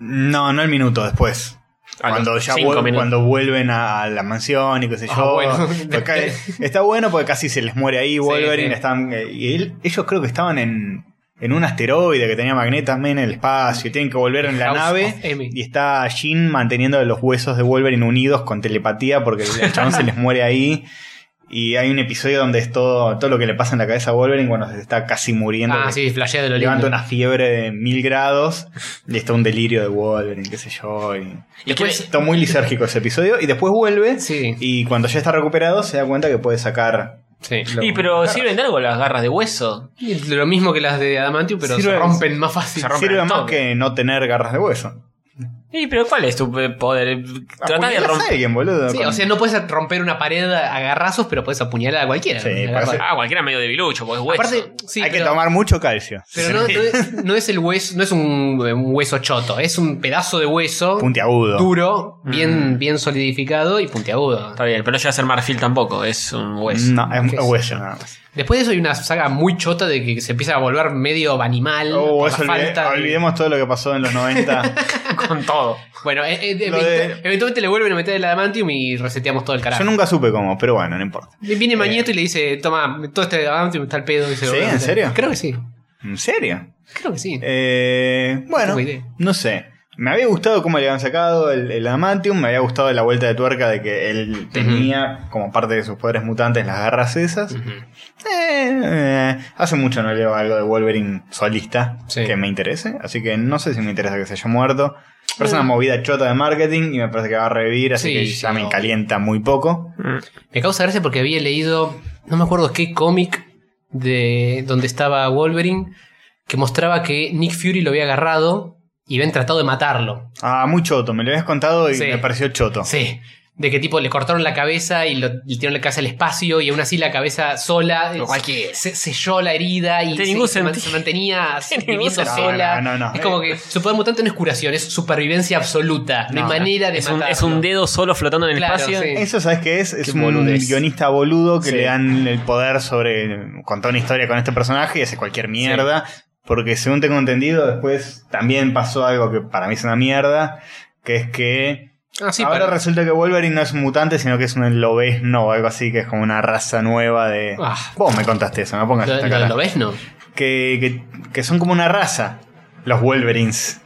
B: No, no el minuto después.
D: A los
B: Cuando, ya
D: cinco
B: vuel-
D: minutos.
B: cuando vuelven a la mansión y qué sé yo.
C: Ah, bueno.
B: Porque ca-
C: <laughs>
B: está bueno porque casi se les muere ahí Wolverine.
C: sí.
B: Están, eh, y él- ellos creo que estaban en, en un asteroide que tenía magnetas men, en el espacio. Tienen que volver en la
C: House
B: nave.
C: of M.
B: Y está Jean manteniendo los huesos de Wolverine unidos con telepatía porque el chabón se les muere ahí. Y hay un episodio donde es todo, todo lo que le pasa en la cabeza a Wolverine cuando se está casi muriendo.
C: Ah,
B: que
C: sí, flashea de lo
B: levanta
C: lindo.
B: una fiebre de mil grados y está un delirio de Wolverine, qué sé yo. Y,
D: ¿Y
B: después
D: quién-
B: está muy lisérgico ese episodio y después vuelve
C: Sí.
B: y cuando ya está recuperado se da cuenta que puede sacar...
C: Sí.
B: lo-
D: Y pero sirven de algo las garras de hueso.
C: Y Lo mismo que las de Adamantium, pero
B: Sirve-
C: se rompen más fácil.
D: se rompen
B: Sirve
D: al
B: más
D: toque.
B: que no tener garras de hueso.
D: Y pero ¿cuál es tu eh, poder?
C: Ah,
D: Trata de
B: Apuñalás a
D: romper.
B: alguien, boludo.
C: Sí,
B: con-
C: o sea, no puedes romper una pared a garrazos, pero puedes apuñalar a cualquiera.
B: Sí,
C: A
B: parece-
C: garrazos.
D: Ah, cualquiera medio debilucho, porque es hueso.
C: Aparte, sí,
B: hay
C: pero,
B: que tomar mucho calcio.
C: pero no, no es, no es el hueso, no es un, un hueso choto, es un pedazo de hueso
B: Puntiagudo.
C: duro, bien, bien solidificado y puntiagudo.
D: Está bien, pero no llega a ser marfil tampoco, es un hueso.
B: No, es
C: ¿Qué
B: un
C: es?
B: hueso nada más.
C: Después de eso hay una saga muy chota de que se empieza a volver medio animal.
B: Oh,
C: por la
B: eso olvidé-
C: falta de-
B: olvidemos todo lo que pasó en los
C: <laughs>
B: 90.
D: <laughs> Con todo.
C: Bueno, eh, eh,
B: Lo
C: eventu-
B: de-
C: eventualmente le vuelven a meter el adamantium y reseteamos todo el carajo.
B: Yo nunca supe cómo, pero bueno, no importa.
C: Viene Mañeto y le dice, toma, todo este adamantium está al pedo. y se
B: ¿Sí?
C: lo-
B: ¿En serio?
C: Creo que sí,
B: ¿En serio?
C: creo que sí.
B: Eh, bueno,
C: tengo idea.
B: no sé. Me había gustado cómo le habían sacado el, el Amantium, me había gustado la vuelta de tuerca de que él tenía como parte de sus poderes mutantes las garras esas. Eh, eh, hace mucho no leo algo de Wolverine solista
C: Sí.
B: que me interese, así que no sé si me interesa que se haya muerto. Pero es una movida chota de marketing y me parece que va a revivir, así
C: Sí,
B: que
C: sí,
B: ya me
C: no.
B: calienta muy poco.
C: Me causa gracia porque había leído, no me acuerdo qué cómic de donde estaba Wolverine, que mostraba que Nick Fury lo había agarrado y habían tratado de matarlo.
B: Ah, muy choto, me lo habías contado y
C: Sí.
B: me pareció choto.
C: Sí. De que tipo le cortaron la cabeza y lo y tiraron la cabeza al espacio y aún así la cabeza sola
D: Lo cual que es.
C: se, selló la herida y
D: Tiene
C: se,
D: ningún
C: se man-
D: sentido.
C: se
D: <laughs>
C: mantenía
D: Tiene ningún
C: viviendo
D: sentido.
C: sola.
B: No, no, no.
C: Es como que su poder mutante no es curación, es supervivencia absoluta. No,
B: No.
C: hay manera de
D: Es un,
C: matarlo.
D: es un dedo solo flotando en el
C: Claro,
D: espacio.
C: sí.
B: Eso, ¿sabes qué es? Es
D: Qué
B: un
D: boludez.
B: guionista boludo que
D: Sí.
B: le dan el poder sobre. contar una historia con este personaje y hace cualquier mierda. Porque según tengo entendido, después también pasó algo que para mí es una mierda. Que es que.
C: Ah, sí,
B: ahora
C: pero-
B: resulta que Wolverine no es un mutante, sino que es un lobesno o algo así, que es como una raza nueva de.
C: Ah.
B: Vos me contaste eso, no pongas
C: lo,
B: esta
C: lo-
B: cara.
C: lo ves, ¿no?
B: Que, que, que son como una raza, los Wolverines.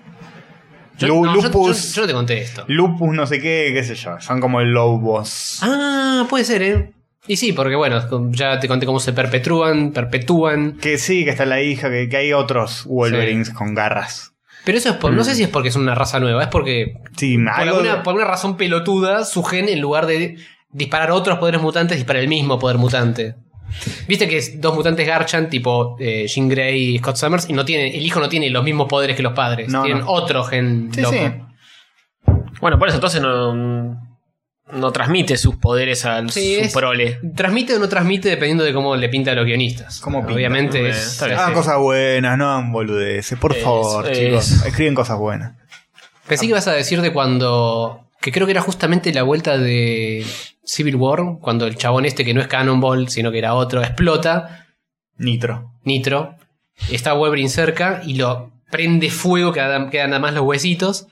C: Yo,
B: Lu-
C: no, yo-
B: lupus.
C: Yo, yo no te conté esto.
B: Lupus, no sé qué, qué sé yo. Son como lobos.
C: Ah, puede ser, ¿eh? Y sí, porque bueno, con- ya te conté cómo se perpetúan, perpetúan.
B: Que sí, que está la hija, que, que hay otros Wolverines con garras.
C: Pero eso es por, no sé si es porque es una raza nueva, es porque
B: Sí,
C: por
B: Mm. algo-
C: alguna, por alguna razón pelotuda, su gen, en lugar de disparar otros poderes mutantes, dispara el mismo poder mutante. Viste que es- dos mutantes garchan, tipo eh, Jean Grey y Scott Summers, y no tiene, el hijo no tiene los mismos poderes que los padres.
B: No,
C: Tienen
B: no.
C: otro gen
B: Sí,
C: loco.
B: sí.
D: Bueno, por eso entonces no, no transmite sus poderes al
C: Sí,
D: su
C: es-
D: prole.
C: Transmite o no transmite dependiendo de cómo le pinta a los guionistas.
B: ¿Cómo pinta?
C: Obviamente
D: Eh,
C: es-
D: está bien.
B: Hagan cosas buenas, no hagan boludeces, por
D: Es-
B: favor,
D: es-
B: chicos. Escriben cosas buenas.
C: Pensé que ibas a decir de cuando. Que creo que era justamente la vuelta de Civil War, cuando el chabón este que no es Cannonball, sino que era otro, explota,
B: Nitro.
C: Nitro, está Wolverine cerca y lo prende fuego, quedan, quedan nada más los huesitos.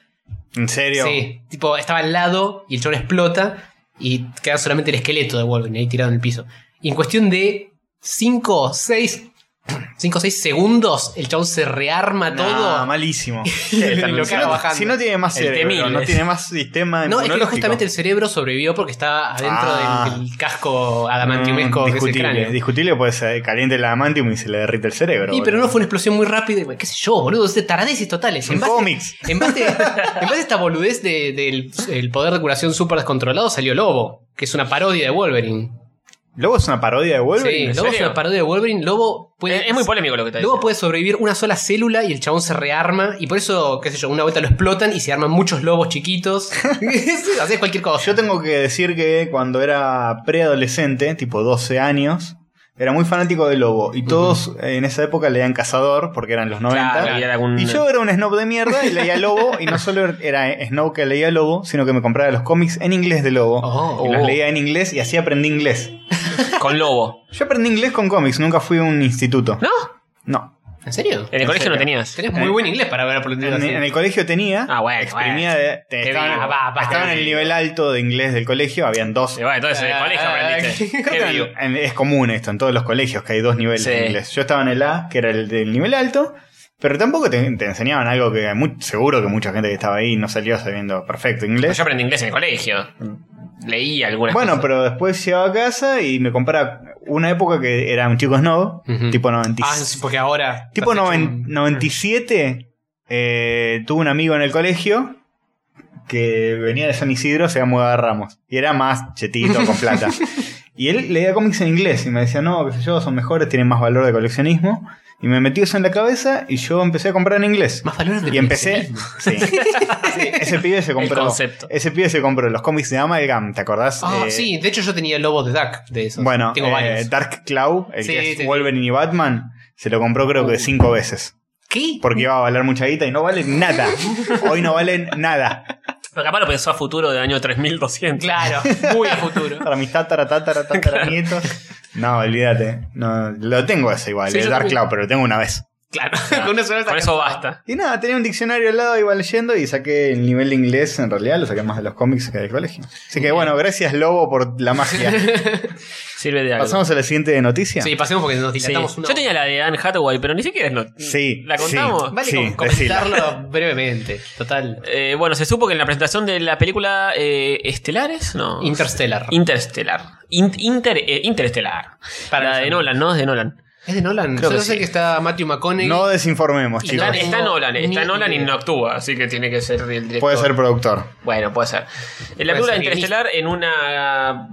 B: ¿En serio?
C: Sí, tipo, estaba al lado y el chabón explota y <clears throat> queda solamente el esqueleto de Wolverine ahí tirado en el piso. Y en cuestión de 5, 6, 5 o 6 segundos, el chabón se rearma
B: Nah,
C: todo.
B: malísimo.
C: <laughs> Y lo
B: si,
C: queda
B: no,
C: bajando.
B: si no tiene más
D: El
B: cerebro,
D: temible.
B: no tiene más sistema
C: No, es que
B: Ah, inmunológico.
C: justamente el cerebro sobrevivió porque estaba adentro
B: Ah.
C: del, del casco adamantiumesco
B: Mm,
C: que es el
B: discutible,
C: cráneo.
B: discutible puede ser eh, caliente el adamantium y se le derrite el cerebro.
C: Y pero
B: boludo.
C: no fue una explosión muy rápida, y, bueno, qué sé yo, boludo, es de taradeces totales.
B: Son
C: En base,
B: cómics. <laughs>
C: En base, en base a esta boludez de- del el poder de curación súper descontrolado salió Lobo, que es una parodia de Wolverine.
B: Lobo es una parodia de Wolverine.
C: sí, Lobo es
D: serio?
C: una parodia de Wolverine. Lobo puede,
D: Es, es muy polémico lo que está
C: Lobo
D: diciendo.
C: puede sobrevivir una sola célula y el chabón se rearma. Y por eso, qué sé yo, una vuelta lo explotan y se arman muchos lobos chiquitos. <laughs> Haces cualquier cosa.
B: Yo tengo que decir que cuando era preadolescente, tipo 12 años, era muy fanático de Lobo. Y todos eh, en esa época leían Cazador, porque eran los 90.
D: Claro, y era algún-
B: Y yo era un snob de mierda y leía Lobo. y no solo era snob que leía Lobo, sino que me compraba los cómics en inglés de Lobo.
C: Oh.
B: y los leía en inglés y así aprendí inglés.
D: Con Lobo.
B: Yo aprendí inglés con cómics, nunca fui a un instituto.
D: ¿No?
B: No.
C: ¿En serio?
D: En el colegio no
B: serio.
D: tenías.
C: Tenés muy buen inglés para haber
B: En,
C: aprendido así.
B: en el colegio tenía.
D: Ah, bueno,
B: Exprimía
D: bueno.
B: de- te-
D: Qué
B: estaban-
D: vivo. Va, va,
B: estaban
D: qué
B: en el
D: vivo.
B: nivel alto de inglés del colegio, habían dos.
D: Y bueno, entonces en el
C: Ah,
D: colegio aprendiste.
C: creo
B: Creo
D: Qué
B: que
D: vivo.
B: en- en- es común esto en todos los colegios, que hay dos niveles
D: Sí.
B: de inglés. Yo estaba en el A, que era el del nivel alto, pero tampoco te, te enseñaban algo que mu- seguro que mucha gente que estaba ahí no salió sabiendo perfecto
D: Pero
B: inglés.
D: Pues Yo aprendí inglés en el colegio. Leí algunas
B: ¿Eh? Bueno,
D: cosas.
B: pero después llegaba a casa y me compraba una época que era un chico snob,
C: Ujú.
B: tipo 96.
C: Ah, sí, porque ahora.
B: Tipo
C: has hecho
B: noven-
C: un-
B: 97, eh, tuve un amigo en el colegio que venía de San Isidro, se llamaba Ramos. Y era más chetito con
C: <laughs>
B: plata. Y él leía cómics en inglés y me decía, no, qué sé yo, son mejores, tienen más valor de coleccionismo. Y me metí eso en la cabeza y yo empecé a comprar en inglés.
C: Más valores de
B: Y empecé.
C: coleccionismo. <laughs>
B: Sí. Sí, Ese pibe se compró.
D: concepto.
B: Ese pibe se compró los cómics de Amalgam, ¿te acordás?
C: Ah,
B: Eh,
C: sí, de hecho yo tenía lobos de Duck de esos.
B: Bueno,
C: tengo
B: eh,
C: varios.
B: Dark Claw, el
C: Sí,
B: que es
C: sí, sí.
B: Wolverine y Batman, se lo compró creo que cinco veces.
C: ¿Qué?
B: Porque iba a valer mucha guita y no valen nada. Hoy no valen nada.
D: Pero capaz lo pensó a futuro del año 3200.
C: Claro, muy a
B: <laughs>
C: futuro.
B: Para mis tatara, tatara, tatara, nietos. No, olvídate. No, lo tengo ese igual,
C: Sí,
B: el
C: yo
B: Dark
C: también.
B: Cloud, pero lo tengo una vez. <laughs>
C: Claro, con una sola
D: Con eso basta.
B: Y nada, tenía un diccionario al lado, iba leyendo y saqué el nivel de inglés. En realidad lo saqué más de los cómics que del colegio. Así que bueno, gracias Lobo por la
C: <laughs>
B: magia.
D: Sirve de algo.
B: Pasamos a la siguiente noticia.
C: Sí, pasemos porque nos
D: Sí.
C: dilatamos una
D: Yo tenía la de Anne Hathaway, pero ni siquiera es no.
B: Sí,
D: ¿La contamos?
B: sí.
C: Vale com-
B: decila.
C: comentarlo brevemente. Total.
D: Eh, bueno, se supo que en la presentación de la película eh, Estelares, no.
C: Interstellar.
D: Interstellar. In- inter, eh, interestelar.
C: Para
D: la
C: los
D: de
C: amigos.
D: Nolan, ¿no? Es de Nolan.
C: ¿Es de Nolan?
D: Creo
C: Yo
D: que
C: sé
D: sí.
C: que está Matthew McConaughey.
B: No desinformemos,
C: Y
B: chicos.
D: Está, está
C: tengo
D: Nolan, está
C: ni
D: Nolan y
C: idea.
D: no actúa, así que tiene que ser el director.
B: Puede ser productor.
D: Bueno, puede ser. En la
C: Puede
D: película
C: ser
D: Interestelar, en una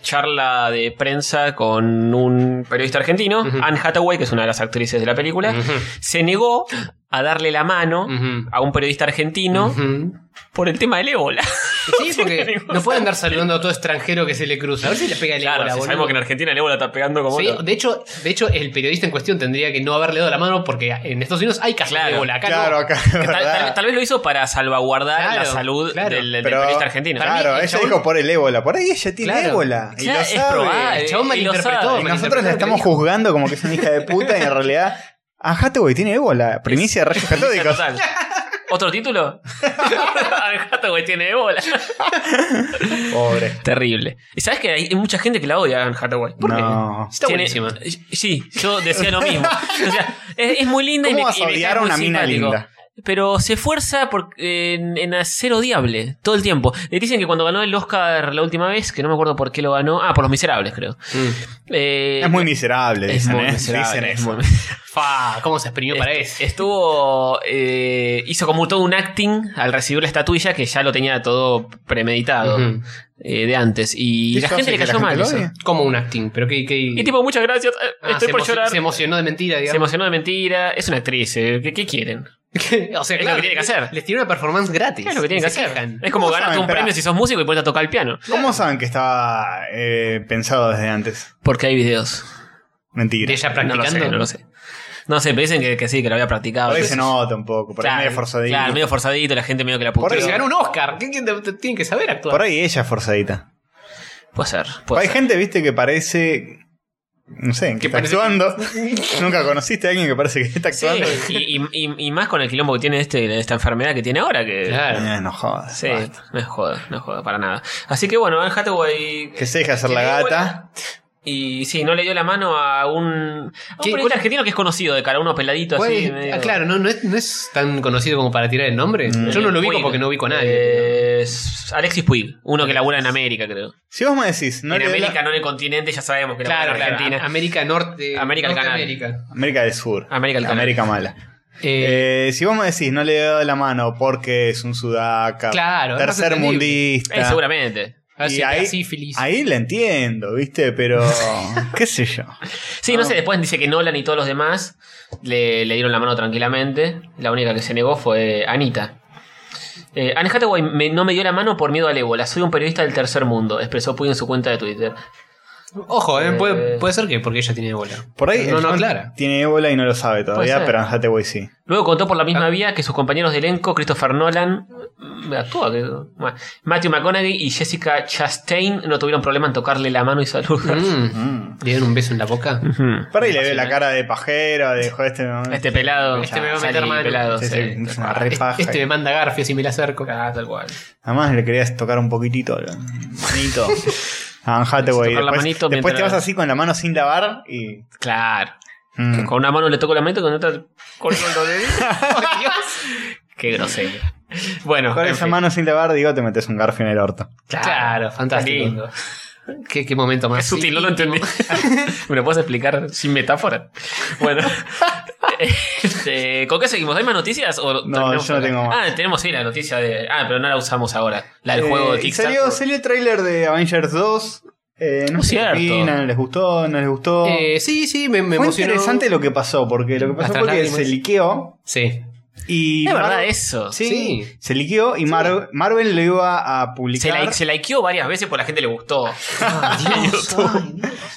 D: charla de prensa con un periodista argentino, Anne Hathaway, que es una de las actrices de la película, se negó a darle la mano
C: Ujú.
D: a un periodista argentino
C: Ujú.
D: por el tema del ébola.
C: Sí, porque no puede andar saludando a todo extranjero que se le cruza. A ver si le pega el
D: Claro,
C: ébola,
D: si
C: boludo.
D: sabemos que en Argentina el ébola está pegando como...
C: Sí,
D: loco.
C: de hecho, de hecho, el periodista en cuestión tendría que no haberle dado la mano porque en Estados Unidos hay casos
D: Claro,
C: de ébola. Acá
B: claro,
C: no.
B: acá.
D: Que tal,
B: ¿verdad?
D: tal- tal vez lo hizo para salvaguardar
C: Claro,
D: la salud
C: claro.
D: del, del
B: Pero,
D: periodista argentino.
C: Para mí,
B: Claro,
C: el
B: ella
C: chabón-
B: dijo por el ébola. Por ahí ella tiene
C: Claro.
B: ébola. Y
D: Claro,
B: lo
D: es
B: sabe.
D: probable.
C: El chabón
D: Ah, eh, Y lo
C: malinterpretó,
D: sabe.
B: Y
C: malinterpretó
B: nosotros la
C: lo que
B: estamos
C: dijo.
B: juzgando como que es una hija de puta y en realidad. A Hathaway tiene ébola. Primicia de rayos
C: <laughs>
B: catódicos.
D: Total. ¿Otro título? <laughs> Anne Hathaway
C: <laughs>
D: tiene ébola.
B: Pobre.
D: Terrible. ¿Y sabes que hay hay mucha gente que la odia a Anne Hathaway? ¿Por qué?
B: No.
C: Está
D: Tiene-
C: buenísima.
D: Sí, yo decía lo
C: <laughs>
D: mismo. O sea, es, es muy linda y
B: ¿Cómo
D: me,
B: vas a
D: y me
B: odiar
D: cae
B: a
D: muy
B: una mina
D: simpático.
B: linda?
D: Pero se esfuerza por- en, en hacer odiable todo el tiempo. Le dicen que cuando ganó el Oscar la última vez, que no me acuerdo por qué lo ganó. Ah, por los miserables, creo. Eh,
B: Es muy miserable,
D: es
B: dicen,
D: muy
B: ¿eh?
D: miserable,
B: Dicen
D: es
B: eso.
D: muy-
C: Fa, cómo se exprimió para eso.
D: Estuvo. eh, hizo como todo un acting al recibir la estatuilla que ya lo tenía todo premeditado
C: Ujú.
D: eh, de antes. Y
B: ¿Qué
D: la
B: eso
D: gente
B: hace
D: le
B: que la
D: cayó
B: gente
D: mal.
B: lo
D: eso.
B: odie?
C: Como un acting, pero que.
D: Y tipo, muchas gracias. eh, estoy
C: se,
D: por
C: emo-
D: llorar.
C: se emocionó de mentira,
D: Se
C: digamos.
D: emocionó de mentira. Es una actriz. eh, ¿Qué, qué quieren?
C: <laughs> o sea,
D: Es lo
C: claro,
D: que tiene que hacer.
C: Les tiró una performance gratis.
D: Es lo que tienen
C: Y
D: que
C: se
D: hacer.
C: quejan.
D: Es como
B: ¿Cómo
D: ganarte
B: saben?
D: un
B: Pará.
D: premio si sos músico y ponerte a tocar el piano.
B: ¿Cómo saben que estaba eh, pensado desde antes?
D: Porque hay videos.
B: Mentira.
C: De ella
D: No lo sé,
C: practicando.
D: no lo sé. No sé, pero dicen que, que sí, que lo había practicado.
B: Por ahí se nota un poco, por ahí
D: Claro,
B: medio forzadita.
D: Claro, medio forzadito, la gente medio que la
B: Por
C: Pero
D: puteó.
C: se ganó un Oscar. ¿Qué, qué- te- tienen que saber actuar?
B: Por ahí ella es forzadita.
D: Puede ser, puede
B: hay
D: ser.
B: gente, viste, que parece. No sé, que,
C: Que
B: está
C: parece-
B: actuando. Nunca conociste a alguien que parece que está
D: Sí,
B: actuando.
D: y, y- y- y más con el quilombo que tiene este, esta enfermedad que tiene ahora que...
C: Claro.
B: Eh, no jodas.
D: Sí,
B: basta.
D: no es joda, no es joda, para nada. Así que bueno, Anne Hathaway...
B: Que se deje hacer la
D: tiene
B: gata.
D: ébola. Y sí, no le dio la mano a un, a un
C: ¿Qué-
D: periodista
C: cuál-
D: argentino que es conocido, de cara a uno peladito
C: ¿Cuál
D: así.
C: es?
D: medio-
C: Ah, claro, no, no, es, no es tan conocido como para tirar el nombre.
B: Mm.
C: Yo no lo ubico
D: Puig.
C: porque no ubico a nadie.
D: Eh, es Alexis Puig, uno que labura en América, creo.
B: Si vos me decís, no
D: en
B: le doy la-
D: América, no en el continente, ya sabemos que
C: claro,
D: labura en
C: claro.
D: Argentina.
C: A- América Norte.
D: América del Canal.
C: América.
B: América del Sur.
D: América del Canal.
B: América mala. Eh, si vos me decís, no le doy la mano porque es un sudaca,
C: Claro, es más
B: tercer
C: entendible.
B: mundista.
D: Eh, seguramente.
C: a ver
B: y
C: si era
B: ahí-
C: sífilis.
B: Ahí la entiendo, ¿viste? Pero. ¿Qué sé yo?
D: Sí, no sé, después dice que Nolan y todos los demás le, le dieron la mano tranquilamente. La única que se negó fue Anita. Eh, Anne Hathaway me- no me dio la mano por miedo al ébola. Soy un periodista del tercer mundo, expresó Puig en su cuenta de Twitter.
C: Ojo, eh,
D: Eh,
C: puede, puede ser que porque ella tiene bola.
B: Por ahí.
C: No,
B: el
C: no,
B: chabón
C: clara.
B: Tiene ébola y no lo sabe todavía,
D: ser.
B: pero en Hathaway sí.
D: Luego contó por la misma vía que sus compañeros de elenco, Christopher Nolan, mm, actúa, que- bueno, Matthew McConaughey y Jessica Chastain no tuvieron problema en tocarle la mano y saludar.
C: Mm,
B: Mm.
C: Le dieron un beso en la boca.
D: Ujú.
B: Por ahí le ve la cara de pajero, de joder, este. no-
D: Este pelado.
C: Este me va a
D: salí
C: meter mano.
D: pelado,
B: sí,
D: sí.
B: sí, es una re
C: Este,
B: paja. eh.
C: este me manda garfio si me la acerco.
D: Ah, tal cual.
B: Además le querías tocar un poquitito la manito. Ah, A Anne Hathaway.
D: Tocar la
B: Después,
D: manito
B: después te
D: mientras-
B: vas así con la mano sin lavar y.
D: Claro.
B: Mm.
D: Con una mano le toco la mente, con otra corto el dedo. ¡Oh, Dios! Qué grosero. Bueno,
B: Con
D: en
B: esa
D: fin.
B: mano sin lavar, digo, te metes un garfio en el orto.
D: <laughs> Claro,
C: Claro, fantástico.
D: lindo.
C: ¿Qué, qué momento más.
D: Es sutil, no lo <laughs> entendí. ¿Me lo puedes explicar sin metáfora? Bueno. <laughs> Este, ¿Con qué seguimos? ¿Hay más noticias? o terminamos
B: yo no
D: acá?
B: tengo más.
D: Ah, tenemos sí la noticia de. Ah, pero no la usamos ahora. La del
B: Eh,
D: juego de
B: y
D: Kickstarter.
B: salió, salió el trailer de Avengers 2. Eh, no
D: No
B: sé qué
D: cierto.
B: opinan, les gustó, no les gustó.
C: <laughs> Eh, sí, sí, me, me
B: Fue
C: emocionó.
B: interesante lo que pasó, porque lo que pasó
C: Hasta
B: fue que
C: lágrimas.
B: se liqueó
C: Sí.
B: y.
D: Es verdad
B: Marvel-
D: eso.
B: Sí,
C: Sí.
B: se liqueó y Mar- Marvel lo iba a
D: Se,
B: publicar.
D: la, se likeó varias veces porque a la gente le gustó.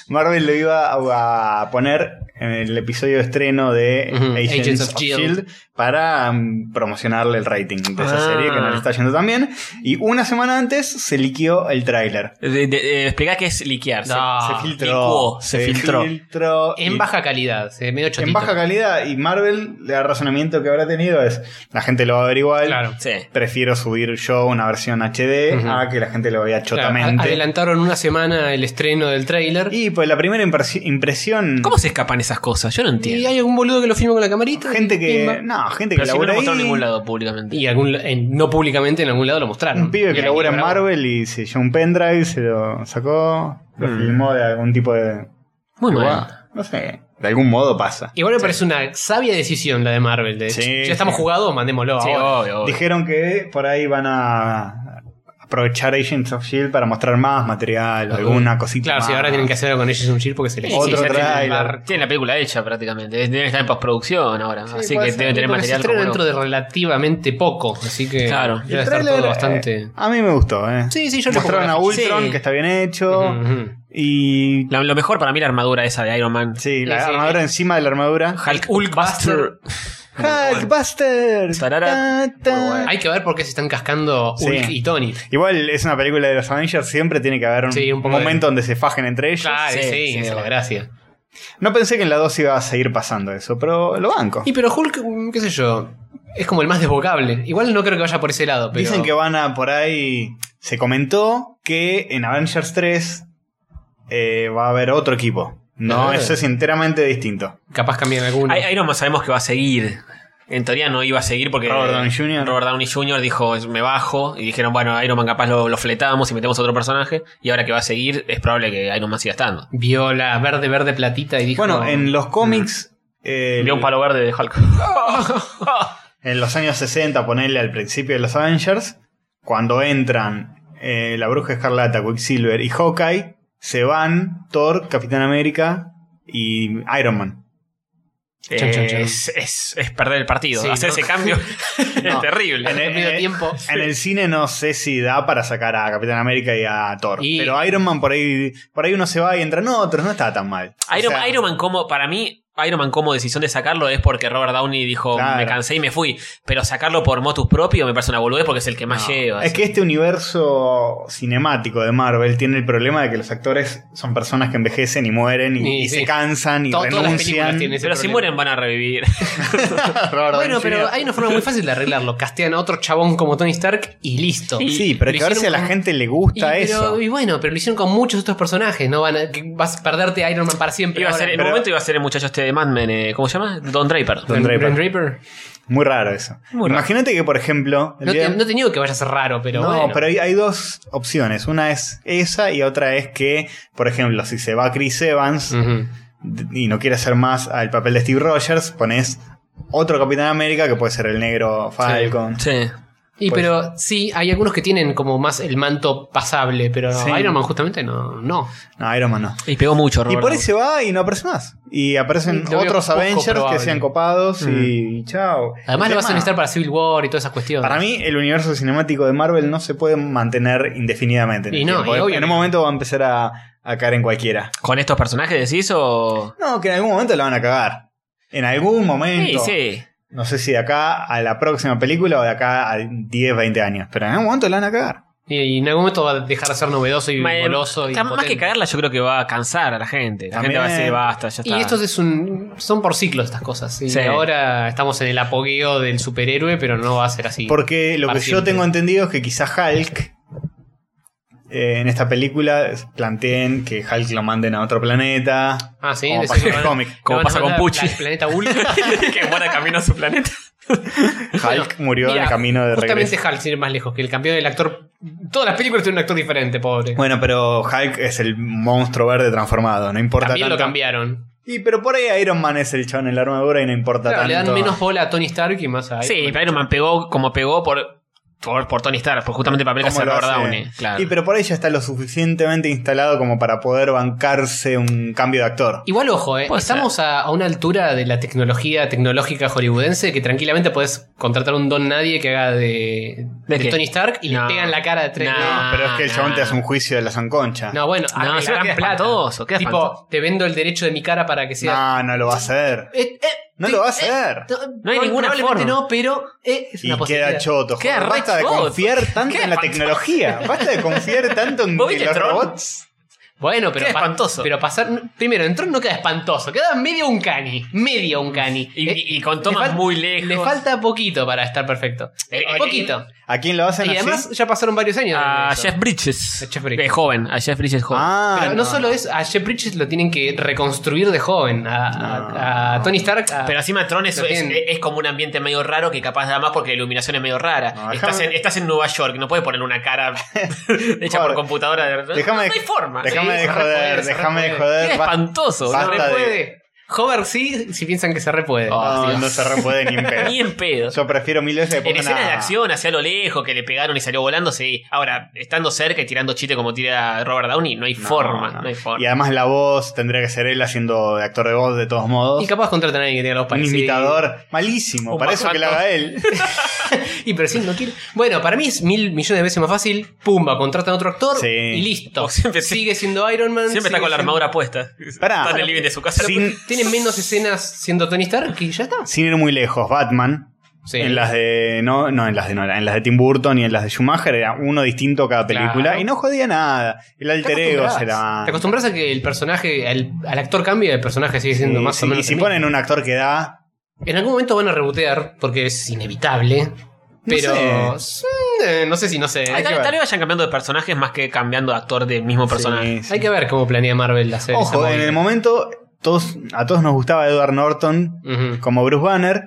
B: Marvel lo iba a poner en el episodio de estreno de
C: Ujú,
B: Agents,
C: Agents
B: of,
C: of
B: Shield,
C: S.H.I.E.L.D.
B: E para mm, promocionarle el rating de esa
D: Ah.
B: serie que no le está yendo tan bien. Y una semana antes se liqueó el tráiler.
D: De, de- de- explicá qué es liquear. se-
C: No.
B: se
C: Ah,
B: filtró.
D: licuó, se filtró.
B: filtró y-
C: En baja calidad, se ve medio chotito.
B: en baja calidad. Y Marvel, el razonamiento que habrá tenido es: la gente lo va a ver igual.
C: Claro.
D: Sí.
B: Prefiero subir yo una versión HD
C: Ujú.
B: a que la gente lo vea
C: Claro,
B: chotamente.
C: a- adelantaron una semana el estreno del tráiler. Y,
B: y pues la primera impresi- impresión.
D: ¿Cómo se escapan esas cosas? Yo no entiendo.
C: hay algún boludo que lo filma con la camarita.
B: Gente
C: Pimba.
B: que. No, gente que
D: Pero si no
B: labura
D: lo mostraron en
B: ahí,
D: ningún lado públicamente.
C: Y algún, en- no públicamente en algún lado lo mostraron.
B: Un pibe que
C: Y
B: labura en
C: ahí, bravo.
B: Marvel y se llevó un pendrive, se lo sacó, lo filmó de algún tipo de.
D: Mm. Muy mal.
B: lugar. No sé. De algún modo pasa.
C: Igual me parece una sabia decisión la de Marvel. De,
B: Sí,
C: ya estamos
B: sí.
C: jugados, mandémoslo
D: Sí,
C: ahora.
D: obvio, obvio.
B: Dijeron que por ahí van a aprovechar Agents of Shield E para mostrar más material, alguna cosita.
C: Claro,
B: más.
C: sí, ahora tienen que hacer algo con ellos un chip porque se les
D: Sí,
B: Otro
D: ya tienen
B: tráiler.
D: el bar- Tienen la película hecha prácticamente. Deben estar en postproducción ahora.
B: Sí,
D: así
B: puede
D: que
B: ser.
D: deben tener
C: Porque se
D: material.
C: estrena
D: como
C: dentro
D: no.
C: de relativamente poco, así que
D: Claro.
C: debe
B: El
C: estar
B: tráiler,
C: todo
B: eh,
C: bastante.
B: a mí me gustó, ¿eh?
C: Sí, sí, yo lo
B: Mostraron a
C: juego.
B: Ultron,
C: Sí.
B: que está bien hecho.
C: Ujú, ujú.
B: Y.
D: La- lo mejor para mí la armadura esa de Iron Man.
B: Sí, la
C: Sí, sí.
B: armadura encima de la
C: <laughs>
B: armadura.
D: Hulk, Hulkbuster.
B: Hulkbuster.
D: Tarara.
B: Ta, ta.
D: Muy bueno.
C: Hay que ver por qué se están cascando
B: Sí.
C: Hulk y Tony.
B: Igual es una película de los Avengers, siempre tiene que haber un,
C: Sí, un poco
B: momento donde se fajen entre ellos.
C: Claro, sí,
D: sí,
C: sí,
D: sí,
C: esa es la
D: bueno.
C: gracia.
B: No pensé que en la 2 iba a seguir pasando eso, pero lo banco.
C: Y pero Hulk, mm, qué sé yo, es como el más desbocable. Igual no creo que vaya por ese lado, pero.
B: Dicen que van a por ahí. Se comentó que en Avengers 3 eh, va a haber otro equipo. No,
C: Ah.
D: Eh.
B: eso es enteramente distinto.
C: capaz cambian alguno.
D: I- Iron Man sabemos que va a seguir. En teoría no iba a seguir porque
B: Robert Downey Jr..
D: Robert Downey Jr. dijo me bajo y dijeron bueno Iron Man capaz lo, lo fletamos y metemos otro personaje y ahora que va a seguir es probable que Iron Man siga estando.
C: Viola, verde, verde, platita y dijo.
B: Bueno, en los cómics. eh,
D: Mm. Vio un palo verde de Hulk.
B: en los años 60, ponerle al principio de los Avengers, cuando entran eh, la Bruja Escarlata, Quicksilver y Hawkeye, se van Thor, Capitán América y Iron Man.
C: Chan, chan, chan.
D: Es, es- es perder el partido.
C: Sí,
D: Hacer
C: ¿no?
D: ese cambio es
B: No.
D: terrible.
B: En el,
C: medio
B: en el-
C: tiempo.
B: en el cine no sé si da para sacar a Capitán América y a Thor.
C: Y-
B: Pero Iron Man por ahí por ahí uno se va y entran otros, no está tan mal. O
D: Iron,
B: sea,
D: Iron Man como para mí Iron Man como decisión de sacarlo es porque Robert Downey dijo,
B: Claro.
D: me cansé y me fui. Pero sacarlo por motus propio me parece una boludez porque es el que más
C: No.
D: lleva.
B: Es que este universo cinemático de Marvel tiene el problema de que los actores son personas que envejecen y mueren y,
C: Y
B: y
C: sí.
B: se cansan y
C: To- todas las películas
B: renuncian.
C: tienen ese
D: pero si
C: problema.
D: mueren van
B: <laughs>
D: a revivir. <laughs>
B: Robert
C: Bueno,
B: Downey
C: pero
B: Jr.
C: hay una forma muy fácil de arreglarlo. Castean a otro chabón como Tony Stark y listo.
B: Sí, pero
C: Lo
B: es que a ver si a
C: hicieron
B: la
C: con-
B: gente le
C: Y,
B: gusta eso.
C: pero- y bueno, pero lo hicieron con muchos otros personajes. No van a, que vas a perderte a Iron Man para siempre.
D: Iba a
C: ahora.
D: ser, en
B: pero-
D: un momento iba a ser el muchacho este de Mad Men, eh, ¿cómo se llama? Don Draper.
B: Don
C: Brent-
B: Draper.
C: Brent Draper.
B: Muy raro eso.
D: Muy raro.
B: Imagínate que, por ejemplo. el
C: No,
B: día-
C: te, no te niego que vaya a ser raro, pero
B: No,
C: bueno.
B: pero hay, hay dos opciones. Una es esa y otra es que, por ejemplo, si se va Chris Evans
C: Ujú.
B: d-
C: Mm.
B: y no quiere hacer más al papel de Steve Rogers, pones otro Capitán América que puede ser el negro Falcon.
D: Sí.
C: Y
B: Pues-
C: pero sí, hay algunos que tienen como más el manto pasable, pero
B: Sí.
C: Iron Man justamente no. no.
B: No, Iron Man no.
D: Y pegó mucho,
B: Y
D: Robert.
B: por ahí
D: Downey.
B: se va y no aparece más. Y aparecen
C: Lo veo
B: otros
C: poco
B: Avengers
C: probable. Mm.
B: que sean copados y, y chao.
C: Además
B: El
C: lo vas a
B: tema-
C: necesitar para Civil War y todas esas cuestiones.
B: Para mí, el universo cinemático de Marvel no se puede mantener indefinidamente. en
C: Y
B: el
C: no,
B: tiempo. ¿eh?
C: y obvio
B: en
C: que
B: un
C: no.
B: momento va a empezar a, a caer en cualquiera.
D: ¿Con estos personajes decís o...?
B: No, que en algún momento la van a cagar. En algún
D: Sí,
B: momento.
D: sí.
B: No sé si de acá a la próxima película o de acá a 10, 20 años. Pero en algún momento la van a cagar.
C: Y, y en algún momento va a dejar de ser novedoso y
D: Ma- eh,
C: goloso y
D: más
C: potente.
D: que cagarla, yo creo que va a cansar a la gente. La gente va a decir,
B: También.
D: basta, ya está.
C: Y
D: <laughs>
C: esto es un. son por ciclos estas cosas. Y
D: Sí.
C: ahora estamos en el apogeo del superhéroe, pero no va a ser así.
B: Porque lo
C: para
B: que yo
C: siempre.
B: tengo entendido es que quizá Hulk. eh, en esta película planteen que Hulk lo manden a otro planeta.
C: Ah, sí,
B: Como
C: decís
B: pasa
C: que
B: en el
C: van a-
B: cómic.
C: que
D: Como
C: van a
D: pasa con
C: mandar
D: Pucci.
C: al planeta
B: <laughs>
C: Hulk.
D: que muera camino a su planeta.
B: Hulk murió en
C: Mira,
B: el camino de
C: justamente
B: regreso.
C: Hulk, sin ir más lejos, que el campeón del actor. Todas las películas tienen un actor diferente, pobre.
B: Bueno, pero Hulk es el monstruo verde transformado, no importa
C: También lo
B: tanto.
C: cambiaron.
B: Y pero por ahí Iron Man es el chabón en la armadura y no importa
C: Claro,
B: tanto.
C: le dan menos bola a Tony Stark y más a Iron
D: Sí,
C: Man.
D: pero Iron Man pegó como pegó por, por, por Tony Stark, por justamente el papel que
B: ¿Cómo
D: hace
B: lo
D: Robert
B: hace?
D: Downey. Claro.
B: Y pero por ahí ya está lo suficientemente instalado como para poder bancarse un cambio de actor.
C: Igual, ojo, eh,
D: Puede
C: estamos a, a una altura de la tecnología tecnológica hollywoodense que tranquilamente podés contratar un don nadie que haga de,
D: ¿De
C: de
D: qué?
C: Tony Stark y
D: No.
C: le pegan la cara de tres.
D: No.
B: pero es que el
D: Ah,
B: chabón te
D: no.
B: hace un juicio de la sanconcha.
C: No, bueno,
D: No,
C: ah,
D: encima
C: la gran
D: queda
C: plata.
D: espantoso, queda
C: tipo,
D: espantoso.
C: te vendo el derecho de mi cara para que sea.
B: No, no lo va a hacer.
C: Eh, eh,
B: No
C: sí,
B: lo va a
C: eh,
B: hacer.
C: no,
D: No hay ninguna
C: probablemente
D: forma.
C: no, pero eh, es una
B: Y queda
C: posibilidad.
B: choto.
D: Queda
B: joder.
D: re
B: Basta de
D: choto.
B: confiar tanto
D: Queda
B: en la
D: espantoso.
B: tecnología. Basta de confiar tanto en
D: <laughs> ¿Vos
B: que
D: viste
B: los
D: Tron?
B: robots.
C: Bueno, pero
D: Queda
C: pa-
D: espantoso.
C: Pero pasar. Primero, en Tron no queda espantoso, queda medio un cani. Medio un cani.
D: Y,
C: Eh,
D: y- y con
C: le
D: tomas
C: fal-
D: muy lejos.
C: Le falta poquito para estar perfecto.
D: Eh, eh,
C: poquito.
B: ¿A quién lo hacen
C: Y
B: así?
C: además ya pasaron varios años.
D: a
C: de eso.
D: Ah, Jeff Bridges.
C: A Jeff Bridges.
D: Eh, joven, a Jeff Bridges joven.
B: Ah,
C: Pero no, solo es, a Jeff Bridges lo tienen que reconstruir de joven. A, a- a Tony Stark. a-
D: Pero encima Tron es,
C: Lo
D: es,
C: tienen.
D: es como un ambiente medio raro que capaz da más porque la iluminación es medio rara.
B: No,
D: estás,
B: déjame-
D: en, estás en Nueva York, no puedes poner una
B: <laughs>
D: cara hecha por
B: Joder.
D: computadora. de-
B: Déjame
D: no hay forma.
B: Déjame
C: Sí,
B: de
C: se repuede,
B: joder,
C: se
B: déjame de
C: repuede.
D: Qué
B: joder. Ba-
D: espantoso.
B: basta
D: boludo.
C: se
B: de-
C: repuede. Hover sí, si piensan que se repuede.
D: Oh,
B: No,
D: Dios.
B: Ah, no se repuede ni en
D: <laughs>
B: pedo.
D: Ni en pedo.
B: Yo prefiero mil veces que
D: En
B: pongan
D: escenas
B: a-
D: de acción, hacia lo lejos, que le pegaron y salió volando, sí. Ahora, estando cerca y tirando chiste como tira Robert Downey, no hay
B: No,
D: forma. No. hay forma.
B: Y además la voz tendría que ser él haciendo de actor de voz de todos modos.
C: Y capaz contratan a alguien que tenga los
B: Un
C: parecidos.
B: imitador malísimo,
D: Un
B: para eso que lo
D: pajato.
B: haga él.
C: Y pero si él no quiere. Bueno, para mí es mil millones de veces más fácil. Pumba, contratan a otro actor
B: Sí.
C: y listo.
D: O siempre-
C: sigue siendo Iron Man.
D: Siempre está
C: sigue
D: con la
C: siendo-
D: armadura puesta.
B: Pará.
D: Está en el living de su casa.
B: Ah. Sin,
C: Tiene menos escenas siendo Tony Stark y ya está.
B: sin ir muy lejos, Batman.
C: Sí.
B: En las de. No, no, en las de Nolan, en las de Tim Burton y en las de Schumacher era uno distinto cada película.
C: Claro.
B: Y no jodía nada. El alter ego
C: acostumbras.
B: será.
C: Te acostumbras a que el personaje, al, al actor cambia, el personaje sigue siendo
B: Y
C: más
B: si-
C: o menos.
B: y si
C: el mismo.
B: ponen un actor que da.
C: En algún momento van a rebotear, porque es inevitable. Pero. mm, eh, No sé si no sé.
D: Tal,
C: Hay,
B: que ver.
D: tal vez vayan cambiando de personajes más que cambiando de actor del mismo personaje.
B: Sí, sí.
C: que ver cómo planea Marvel hacer
B: Ojo, en el momento todos, a todos nos gustaba Edward Norton como Bruce Banner.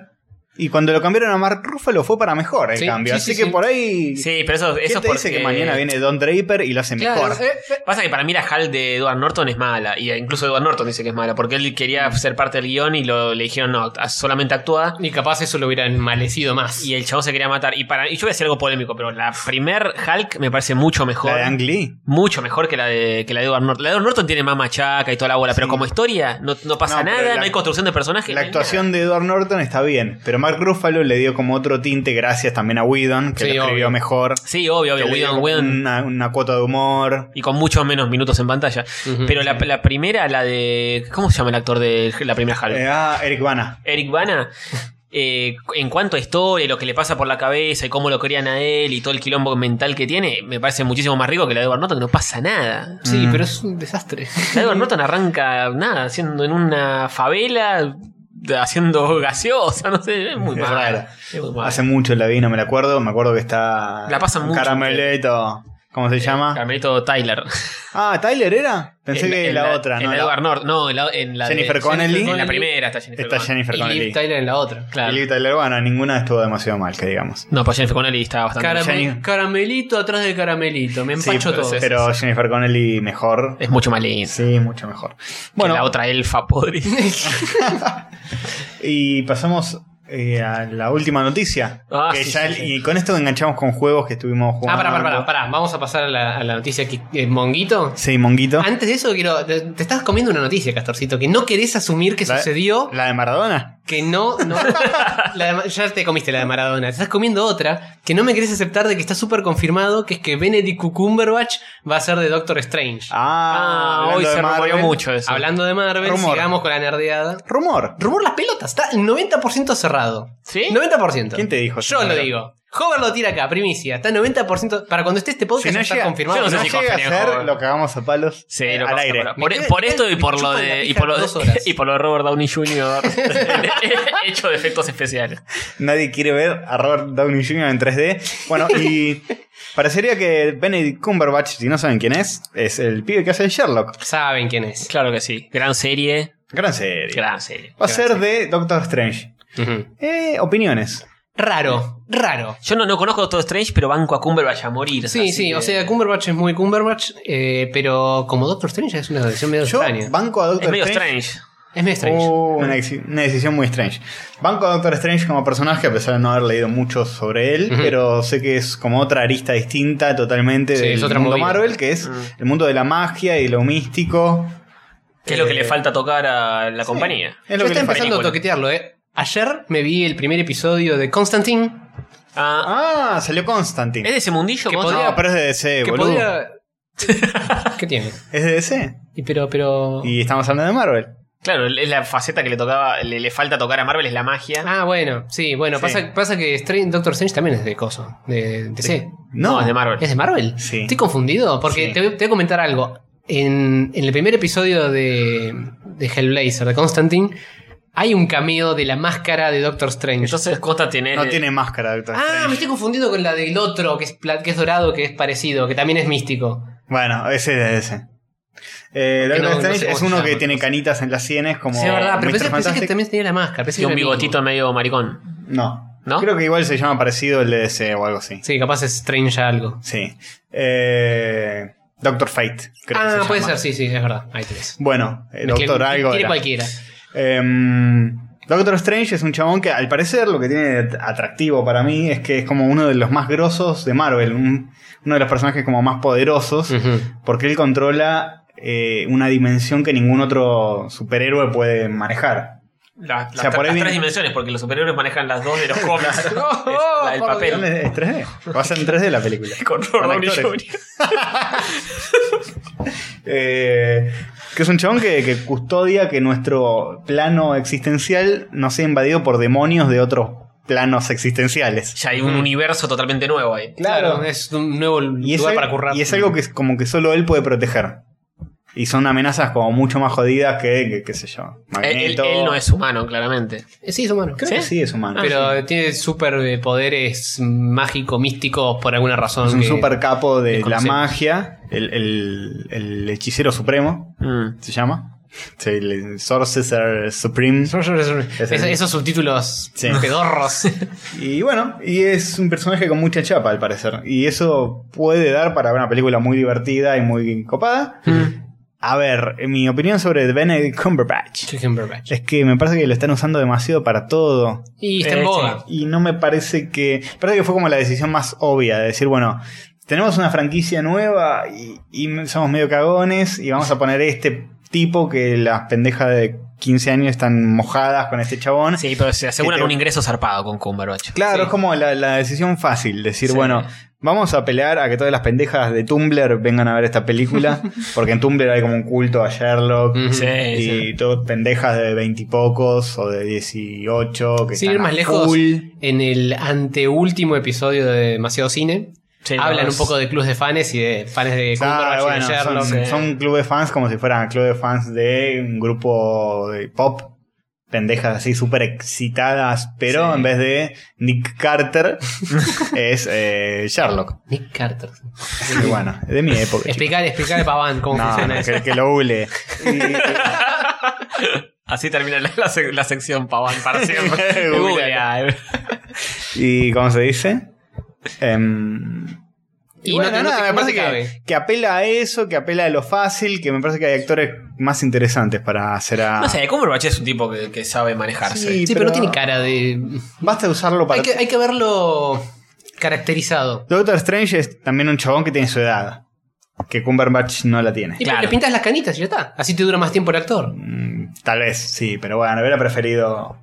B: Y cuando lo cambiaron a Mark Ruffalo fue para mejor el
C: Sí,
B: cambio.
C: sí,
B: Así
C: sí,
B: que
C: sí.
B: por ahí.
D: Sí, pero eso,
B: ¿Quién
D: eso
B: te
D: es
B: dice que
D: porque-
B: mañana viene Don Draper y lo hace mejor?
C: eh,
D: Pasa que para mí la HAL de Edward Norton es mala, y incluso Edward Norton dice que es mala, porque él
B: Mm.
D: quería ser parte del guión y lo, le dijeron no, act- solamente actúa,
C: Y capaz eso lo hubiera enmalecido más.
D: y el chabón se quería matar. Y para y yo voy a decir algo polémico, pero la primer Hulk me parece mucho mejor.
B: La de Ang Lee.
D: Mucho mejor que la de, que la de Edward Norton. La de Edward Norton tiene más machaca y toda la bola, pero como historia no, no pasa
B: No, pero
D: nada,
B: la-
D: no hay construcción de personaje.
B: La
D: no hay
B: actuación de Edward Norton está bien, pero Mark Ruffalo le dio como otro tinte, gracias también a Whedon, que
C: Sí,
B: lo escribió
C: obvio.
B: mejor.
D: Sí, obvio,
B: que
D: obvio.
B: le dio
D: Whedon,
B: como
D: Whedon.
B: Una, una cuota de humor.
D: Y con muchos menos minutos en pantalla.
C: Ujú.
D: Pero la, la primera, la de. ¿Cómo se llama el actor de la primera Hulk?
B: Eh, ah, Eric Bana.
D: Eric Bana. eh, en cuanto a historia, lo que le pasa por la cabeza y cómo lo querían a él y todo el quilombo mental que tiene, me parece muchísimo más rico que la de Edward Norton, que no pasa nada.
B: Mm.
C: Sí, pero es un desastre.
D: La de Edward Norton arranca nada, haciendo en una favela, haciendo gaseosa, no sé, es muy
B: Es
D: raro.
B: raro. Hace mucho la vi, no me la acuerdo. Me acuerdo que está.
D: La pasan mucho. eh.
B: Caramelito. ¿Cómo se llama?
D: Carmelito Tyler.
B: Ah, ¿Tyler era? Pensé
D: En-
B: que
D: en
B: la, otra,
D: En
B: ¿no?
D: la de
B: La-
D: Edward Norton, no, en la, en la de-
B: Jennifer Connelly.
D: En la primera está Jennifer
B: Está
D: Connelly.
B: Jennifer
C: Y Liv
B: Connelly.
C: Tyler en la otra.
D: Claro.
B: Y Liv Tyler, bueno, ninguna estuvo demasiado mal, que digamos.
D: No, pues Jennifer Connelly está bastante.
C: Carame-
B: Jenny.
C: Caramelito atrás de caramelito. Me
B: Sí,
C: empacho
B: pero,
C: todo.
B: pero Jennifer Connelly mejor.
D: es mucho más lindo.
B: Sí, mucho mejor.
D: Bueno,
B: Bueno,
D: la otra elfa podrida.
B: y pasamos eh, a la última noticia.
D: Ah,
B: que
D: sí,
B: ya-
D: sí, sí.
B: Y con esto enganchamos con juegos que estuvimos jugando.
C: Ah, pará, pará, pará, pará. Vamos a pasar a la, a la noticia que eh, Monguito.
B: Sí, Monguito.
C: Antes de eso, quiero. Te, te estás comiendo una noticia, Castorcito, que no querés asumir que
B: La-
C: sucedió.
B: ¿La de Maradona?
C: Que no. no la de Ma- ya te comiste la de Maradona. Te estás comiendo otra que no me querés aceptar de que está súper confirmado, que es que Benedict Cumberbatch va a ser de Doctor Strange.
D: Ah, hoy
B: hablando de
D: se rumoreó
B: Marvel.
D: mucho eso.
C: Hablando de Marvel,
B: Rumor.
C: sigamos con la nerdeada.
B: Rumor.
C: Rumor las pelotas, está 90% cerrado.
D: ¿Sí?
C: 90%.
B: ¿Quién te dijo?
C: Yo lo
B: Primero.
C: digo. Hover lo tira acá, primicia. Está 90%. Para cuando esté este podcast
B: Si no
C: ya está
B: llega,
C: confirmado.
D: yo no
B: si
D: sé
B: no
D: si
B: llega
D: confirmé,
B: a ser,
D: joder.
B: lo cagamos a palos
D: Sí,
B: eh, al
D: lo vamos a
B: aire.
D: parar. Por,
C: Me queda-
D: por esto y
C: me
D: por lo
C: chupan la
D: de y
C: pija
D: por lo,
C: dos horas.
D: <laughs> y por lo de Robert Downey Jr. <laughs> hecho de efectos especiales.
B: Nadie quiere ver a Robert Downey Jr. en 3D. Bueno,
C: <laughs>
B: y parecería que Benedict Cumberbatch, si no saben quién es, es el pibe que hace el Sherlock.
C: Saben quién es.
D: Claro que sí. Gran serie,
B: Gran serie.
D: gran serie.
B: Va a ser de Doctor Strange.
C: Ujú.
B: Eh, opiniones.
C: Raro, raro.
D: Yo no, no conozco Doctor Strange, pero banco a Cumberbatch a morir.
C: Sí,
D: así
C: sí,
D: que-
C: o sea, Cumberbatch es muy Cumberbatch, eh, pero como Doctor Strange es una decisión medio
B: Yo
C: extraña.
B: banco a
D: es
B: Doctor
D: medio
B: Strange.
D: strange.
C: Es medio strange.
B: Uh, una, exi- una decisión muy strange. Banco a Doctor Strange como personaje, a pesar de no haber leído mucho sobre él, pero sé que es como otra arista distinta totalmente
C: Sí,
B: del
C: es otra
B: mundo
C: movida.
B: Marvel, que es el mundo de la magia y lo místico.
D: Que es lo que le falta tocar a la
B: Sí,
D: compañía.
B: Es lo
C: Yo
B: que
C: está
B: le falta.
C: empezando a toquetearlo, eh. Ayer me vi el primer episodio de Constantine,
D: Ah,
B: Ah, salió
D: ¿Es
B: Constantine.
D: de ese mundillo?
C: Que
D: ¿Cómo se
C: podía-
B: No,
D: llama?
B: pero es de DC,
C: que
B: Eh, boludo.
C: podía... <laughs> ¿Qué tiene?
B: Es de DC.
C: Y pero, pero...
B: Y estamos hablando de Marvel.
D: Claro, es la faceta que le tocaba, le, le falta tocar a Marvel, es la magia.
C: Ah, bueno, sí, bueno,
B: Sí.
C: Pasa, pasa que Strange- Doctor Strange también es de Coso, de DC.
B: No,
D: es de Marvel.
C: ¿Es de Marvel?
B: Sí.
C: Estoy confundido, porque
B: Sí.
C: te, voy- te voy a comentar algo. En, en el primer episodio de, de Hellblazer, de Constantine, hay un cameo de la máscara de Doctor Strange.
D: Entonces Costa tiene.
B: No tiene máscara, Doctor
C: ah,
B: Strange.
C: me estoy confundiendo con la del otro, que es, pla- que es dorado, que es parecido, que también es místico.
B: Bueno, ese es de DC. Eh,
C: Porque
B: Doctor
C: no- no
B: Strange
C: sé cómo
B: es
C: se
B: uno
C: llama,
B: que
C: no
B: tiene
C: sé.
B: canitas en las sienes como
C: Sí, es verdad,
B: Mr.
C: pero pensé, pensé que
B: Fantastic.
C: también tenía la máscara. Pensé
D: y
C: que
D: un
C: era el mismo.
D: bigotito medio maricón.
B: No.
D: ¿No?
B: Creo que igual se llama parecido el de DC o algo así.
C: Sí, capaz es Strange algo.
B: Sí. Eh, Doctor Fate, creo que
C: ah,
B: se
C: puede
B: llama.
C: ser, sí, sí, es verdad. Ahí tenés.
B: Bueno, eh,
C: Mezclé-
B: Doctor algo
C: Tiene
B: era.
C: cualquiera.
B: Em, Doctor Strange es un chabón que al parecer lo que tiene de atractivo para mí es que es como uno de los más grosos de Marvel, un- uno de los personajes como más poderosos, porque él controla eh, una dimensión que ningún otro superhéroe puede manejar.
D: Las,
B: O sea,
D: las
B: por ahí
D: tres
B: viene-
D: dimensiones, porque los superhéroes manejan las dos
B: <laughs>
D: de los cómics. <laughs> Es la
C: Oh,
D: del
C: Por
D: papel.
B: Es es 3D, va a ser en 3D la película.
D: Con Robert Downey
B: actores.
D: Jr.
B: Eh, que es un chabón que, que custodia que nuestro plano existencial no sea invadido por demonios de otros planos existenciales.
D: Ya hay un universo totalmente nuevo ahí.
C: Claro, es un nuevo
B: Y es,
C: lugar
B: al-
C: para currar.
B: y es algo que es como que solo él puede proteger. Y son amenazas como mucho más jodidas que, que- qué sé yo.
D: Eh, Él, él-
B: Magneto.
D: él no es humano, claramente.
C: Eh, Sí, es humano.
B: Creo que sí es humano.
C: Pero tiene superpoderes mágico-místicos por alguna razón.
B: es un
C: que-
B: super capo de la
C: desconocemos.
B: magia. El, el- el hechicero supremo
D: Mm.
B: se llama. Sí, el Sorcerer Supreme.
C: Es- esos subtítulos
B: Sí.
C: pedorros.
B: <laughs> Y bueno, y es un personaje con mucha chapa al parecer. Y eso puede dar para una película muy divertida y muy copada.
C: Mm.
B: A ver, mi opinión sobre Benedict Cumberbatch.
C: Cumberbatch.
B: Es que me parece que lo están usando demasiado para todo.
C: Y está en
D: Eh,
C: boga.
B: Y no me parece que. Parece que fue como la decisión más obvia de decir, bueno, tenemos una franquicia nueva y, y somos medio cagones y vamos a poner este tipo que las pendejas de 15 años están mojadas con este chabón.
D: Sí, pero se aseguran
B: Que te-
D: un ingreso zarpado con Cumberbatch.
B: Claro,
D: Sí.
B: es como la, la decisión fácil, decir,
D: Sí.
B: bueno, vamos a pelear a que todas las pendejas de Tumblr vengan a ver esta
C: <laughs>
B: película, porque en Tumblr hay como un culto a Sherlock
C: Ujú.
D: Sí,
B: y
D: sí.
B: todas pendejas de veintipocos o de 18 que
C: Sin
B: están
C: ir más
B: a
C: lejos,
B: full.
C: en el anteúltimo episodio de Demasiado Cine,
D: Sí,
C: hablan
D: los-
C: un poco de clubs de fans y de fans de
B: Ah,
C: Cumberbatch y de
B: bueno,
C: Sherlock. eh.
B: son,
D: sí.
B: son club de fans como si fueran club de fans de un grupo de pop. Pendejas así súper excitadas, pero
D: Sí.
B: en vez de Nick
C: <laughs>
B: Carter es eh, Sherlock.
C: Nick Carter.
B: Y bueno, de mi época. chicos.
C: Explicar, explicar a Paván cómo
B: No,
C: funciona
B: no,
C: eso.
B: que, que lo hule.
D: Así termina la, la sec- la sección Paván
B: <laughs>
D: para siempre. eh.
B: Google.
D: Google.
B: Y, y ¿cómo se dice? Em,
C: Y
B: y
C: no
B: bueno,
C: te- no
B: nada,
C: te-
B: me
C: no
B: parece
C: te cabe.
B: que, que apela a eso, que apela a lo fácil, que me parece que hay actores más interesantes para hacer a...
D: No sé, Cumberbatch es un tipo que, que sabe manejarse.
B: Sí,
C: Sí, pero no
B: pero-
C: tiene cara de.
B: Basta de usarlo para...
C: Hay que, hay que verlo caracterizado.
B: Doctor Strange es también un chabón que tiene su edad. Que Cumberbatch no la tiene.
C: Y pero
D: Claro.
C: le pintas las canitas y ya está. Así te dura más tiempo el actor.
B: Mm, Tal vez, sí, pero bueno, hubiera preferido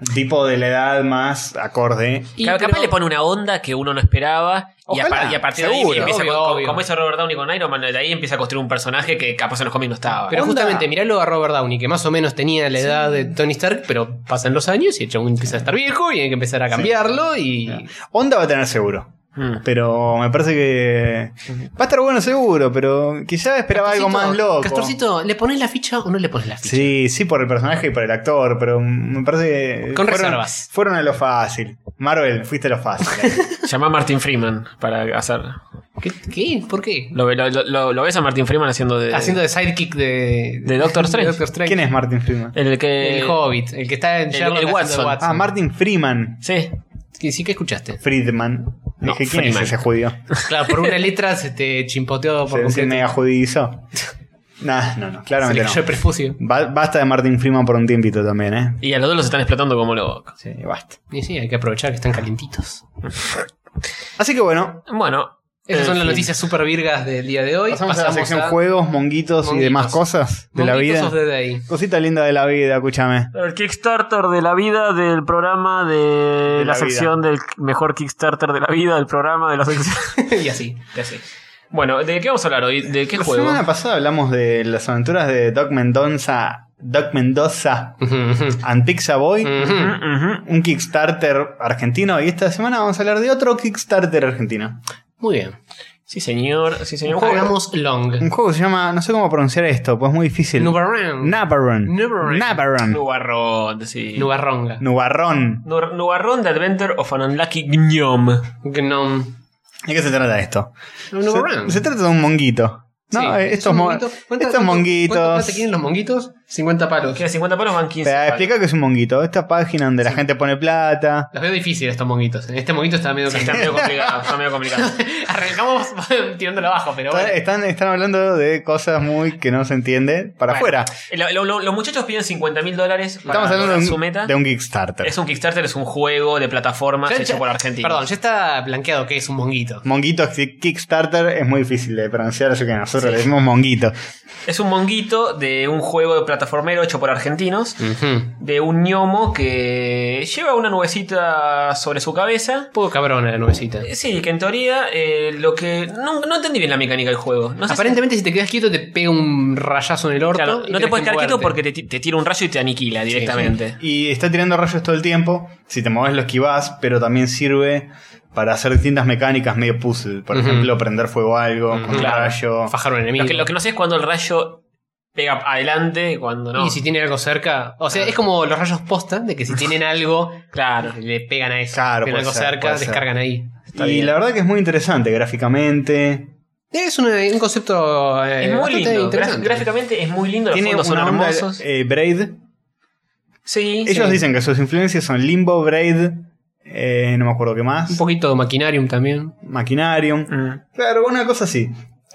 B: un tipo de la edad más acorde.
C: Y
D: Claro, capaz
C: pero-
D: le pone una onda que uno no esperaba y a,
B: Ojalá,
D: par- y a partir
B: seguro.
D: de ahí empieza
C: Obvio,
D: con- con-
C: obvio.
D: como hizo Robert Downey con Iron Man, de ahí empieza a construir un personaje que capaz en los cómics no estaba.
C: Pero
B: Onda.
C: justamente, miralo a Robert Downey, que más o menos tenía la edad de Tony Stark, pero pasan los años y el chabón empieza a estar viejo y hay que empezar a cambiarlo y.
B: Onda va a tener seguro.
D: Mm.
B: Pero me parece que va a estar bueno seguro, pero quizás esperaba algo más
C: Castorcito,
B: loco.
C: Castorcito, ¿le pones la ficha o no le pones la ficha?
B: Sí, sí, por el personaje y por el actor, pero me parece que
C: Con
B: fueron,
C: reservas.
B: fueron a lo fácil. Marvel, fuiste a lo
C: <laughs>
B: fácil.
D: Llamá a Martin Freeman para hacer.
C: ¿Qué? qué? ¿Por qué?
D: Lo, lo- lo- lo ves a Martin Freeman haciendo de.
C: Haciendo de sidekick de.
D: de Doctor Strange.
B: ¿Quién es Martin
C: Eh,
B: Freeman?
D: El que.
C: El Hobbit, el que está en
D: el-
C: Sherlock
D: el
C: haciendo
D: Watson.
B: Ah, Martin Freeman.
D: Sí.
C: Sí, sí, ¿qué escuchaste?
B: <laughs> Friedman.
D: No,
B: Dije, ¿quién
D: Freeman.
B: es ese judío?
C: Claro, por una letra se te chimpoteó por
B: Se, se
C: completo.
B: mega
C: <laughs>
B: judizó. Nah, no, no,
C: Se le
B: claramente
C: cayó el
B: no.
C: prepucio.
B: Ba- basta de Martin Freeman por un tiempito también, ¿eh?
D: Y a los dos los están explotando como locos.
B: Sí, basta.
C: Y sí, hay que aprovechar que están calentitos.
B: Así que bueno,
D: Bueno.
C: Esas
D: en
C: son las
D: fin.
C: noticias super virgas del día de hoy.
B: Eh, pasamos, a la sección juegos, monguitos, y
C: monguitos.
B: demás cosas de la vida.
C: Monguitos of the Day.
B: Cosita linda de la vida, escúchame.
D: El Kickstarter de la vida del programa de, la,
B: la
D: sección del mejor Kickstarter de la vida del programa de la sección.
C: <laughs> y así.
D: <laughs> bueno, ¿de qué vamos a hablar hoy? ¿De qué
B: La
D: juego?
B: semana pasada hablamos de las aventuras de Doc Mendoza, Doc Mendoza and Pizza Boy,
C: Ujú.
D: Ujú.
B: un Kickstarter argentino, y esta semana vamos a hablar de otro Kickstarter argentino.
C: Muy bien.
D: Sí, señor. Sí, señor.
C: Hagamos long.
B: Un juego que se llama, no sé cómo pronunciar esto, pues es muy difícil.
C: Nubarrón.
B: Navarron.
C: Navarron.
B: Navarron.
D: Nubarrón, sí.
C: Nubarronga.
B: Nubarrón.
D: Nubar- Nubarrón, The Adventure of an Unlucky Gnome.
C: Gnome.
B: ¿De qué se trata esto?
C: Nubarrón.
B: Se, se trata de un monguito. No,
C: Sí,
B: Eh, estos,
C: esos
B: mo-
C: monguitos. ¿Cuánta-
B: estos
C: cuánto- ¿Cuánta
B: monguitos.
C: plata quieren los monguitos? 50 palos.
D: Que 50 palos van 15.
B: Espera,
D: palos.
B: explica que es un monguito. Esta página donde la gente pone plata.
C: Los veo difíciles estos monguitos. Este monguito está medio
D: Sí,
C: <laughs>
D: Está medio complicado. está medio complicado.
C: Arrancamos <laughs> tirándolo abajo, pero
B: Está-
C: bueno.
B: Están, están hablando de cosas muy que no se entiende <laughs> para afuera.
D: Lo- lo- lo- los muchachos piden 50 mil dólares para
B: Estamos hablando
D: lograr
B: de
D: su
B: un,
D: meta.
B: de un Kickstarter.
D: Es un Kickstarter, es un juego de plataformas
C: Ya-
D: hecho
C: ya-
D: por argentinos.
C: Perdón, ya está blanqueado que es un monguito.
B: Monguito ki- Kickstarter es muy difícil de pronunciar, así que nosotros le decimos monguito.
D: Es un monguito de un juego de plataformero hecho por argentinos.
C: Mm.
D: De un gnomo que lleva una nubecita sobre su cabeza.
C: Un poco cabrona la nubecita.
D: Eh, Sí, que en teoría eh, lo que... No, no entendí bien la mecánica del juego. No sé si-
C: Aparentemente, si te quedas quieto, te pega un rayazo en el orto. y
D: claro, no te
C: tenés
D: puedes
C: que
D: quedar quieto
C: moverte.
D: porque te, ti- te tira un rayo y te aniquila directamente.
B: Y está tirando rayos todo el tiempo. Si te mueves lo esquivás, pero también sirve para hacer distintas mecánicas medio puzzle. Por
C: Ujú.
B: ejemplo, prender fuego a algo, con un
D: claro.
B: rayo.
C: Fajar un enemigo.
D: Lo, que, lo que no sé es cuando el rayo pega adelante y cuando no.
C: Y si tiene algo cerca. O sea, es como los rayos posta, de que si
D: <laughs>
C: tienen algo,
D: Claro.
C: le pegan a eso.
B: Claro,
C: tienen
B: puede
C: algo
B: ser,
C: cerca,
B: puede ser.
C: descargan ahí.
B: y la verdad que es muy interesante gráficamente.
C: Es un, un concepto eh,
D: Es muy
C: bastante
D: lindo. Gra-
C: interesante.
D: Gráficamente es muy lindo. Los
B: Tiene
D: fondos son
B: una onda,
D: hermosos.
B: eh, Braid.
D: sí.
B: Ellos
D: sí.
B: dicen que sus influencias son Limbo, Braid, eh, no me acuerdo qué más.
C: Un poquito de maquinarium también.
B: Maquinarium.
D: Mm.
B: Claro, una cosa así.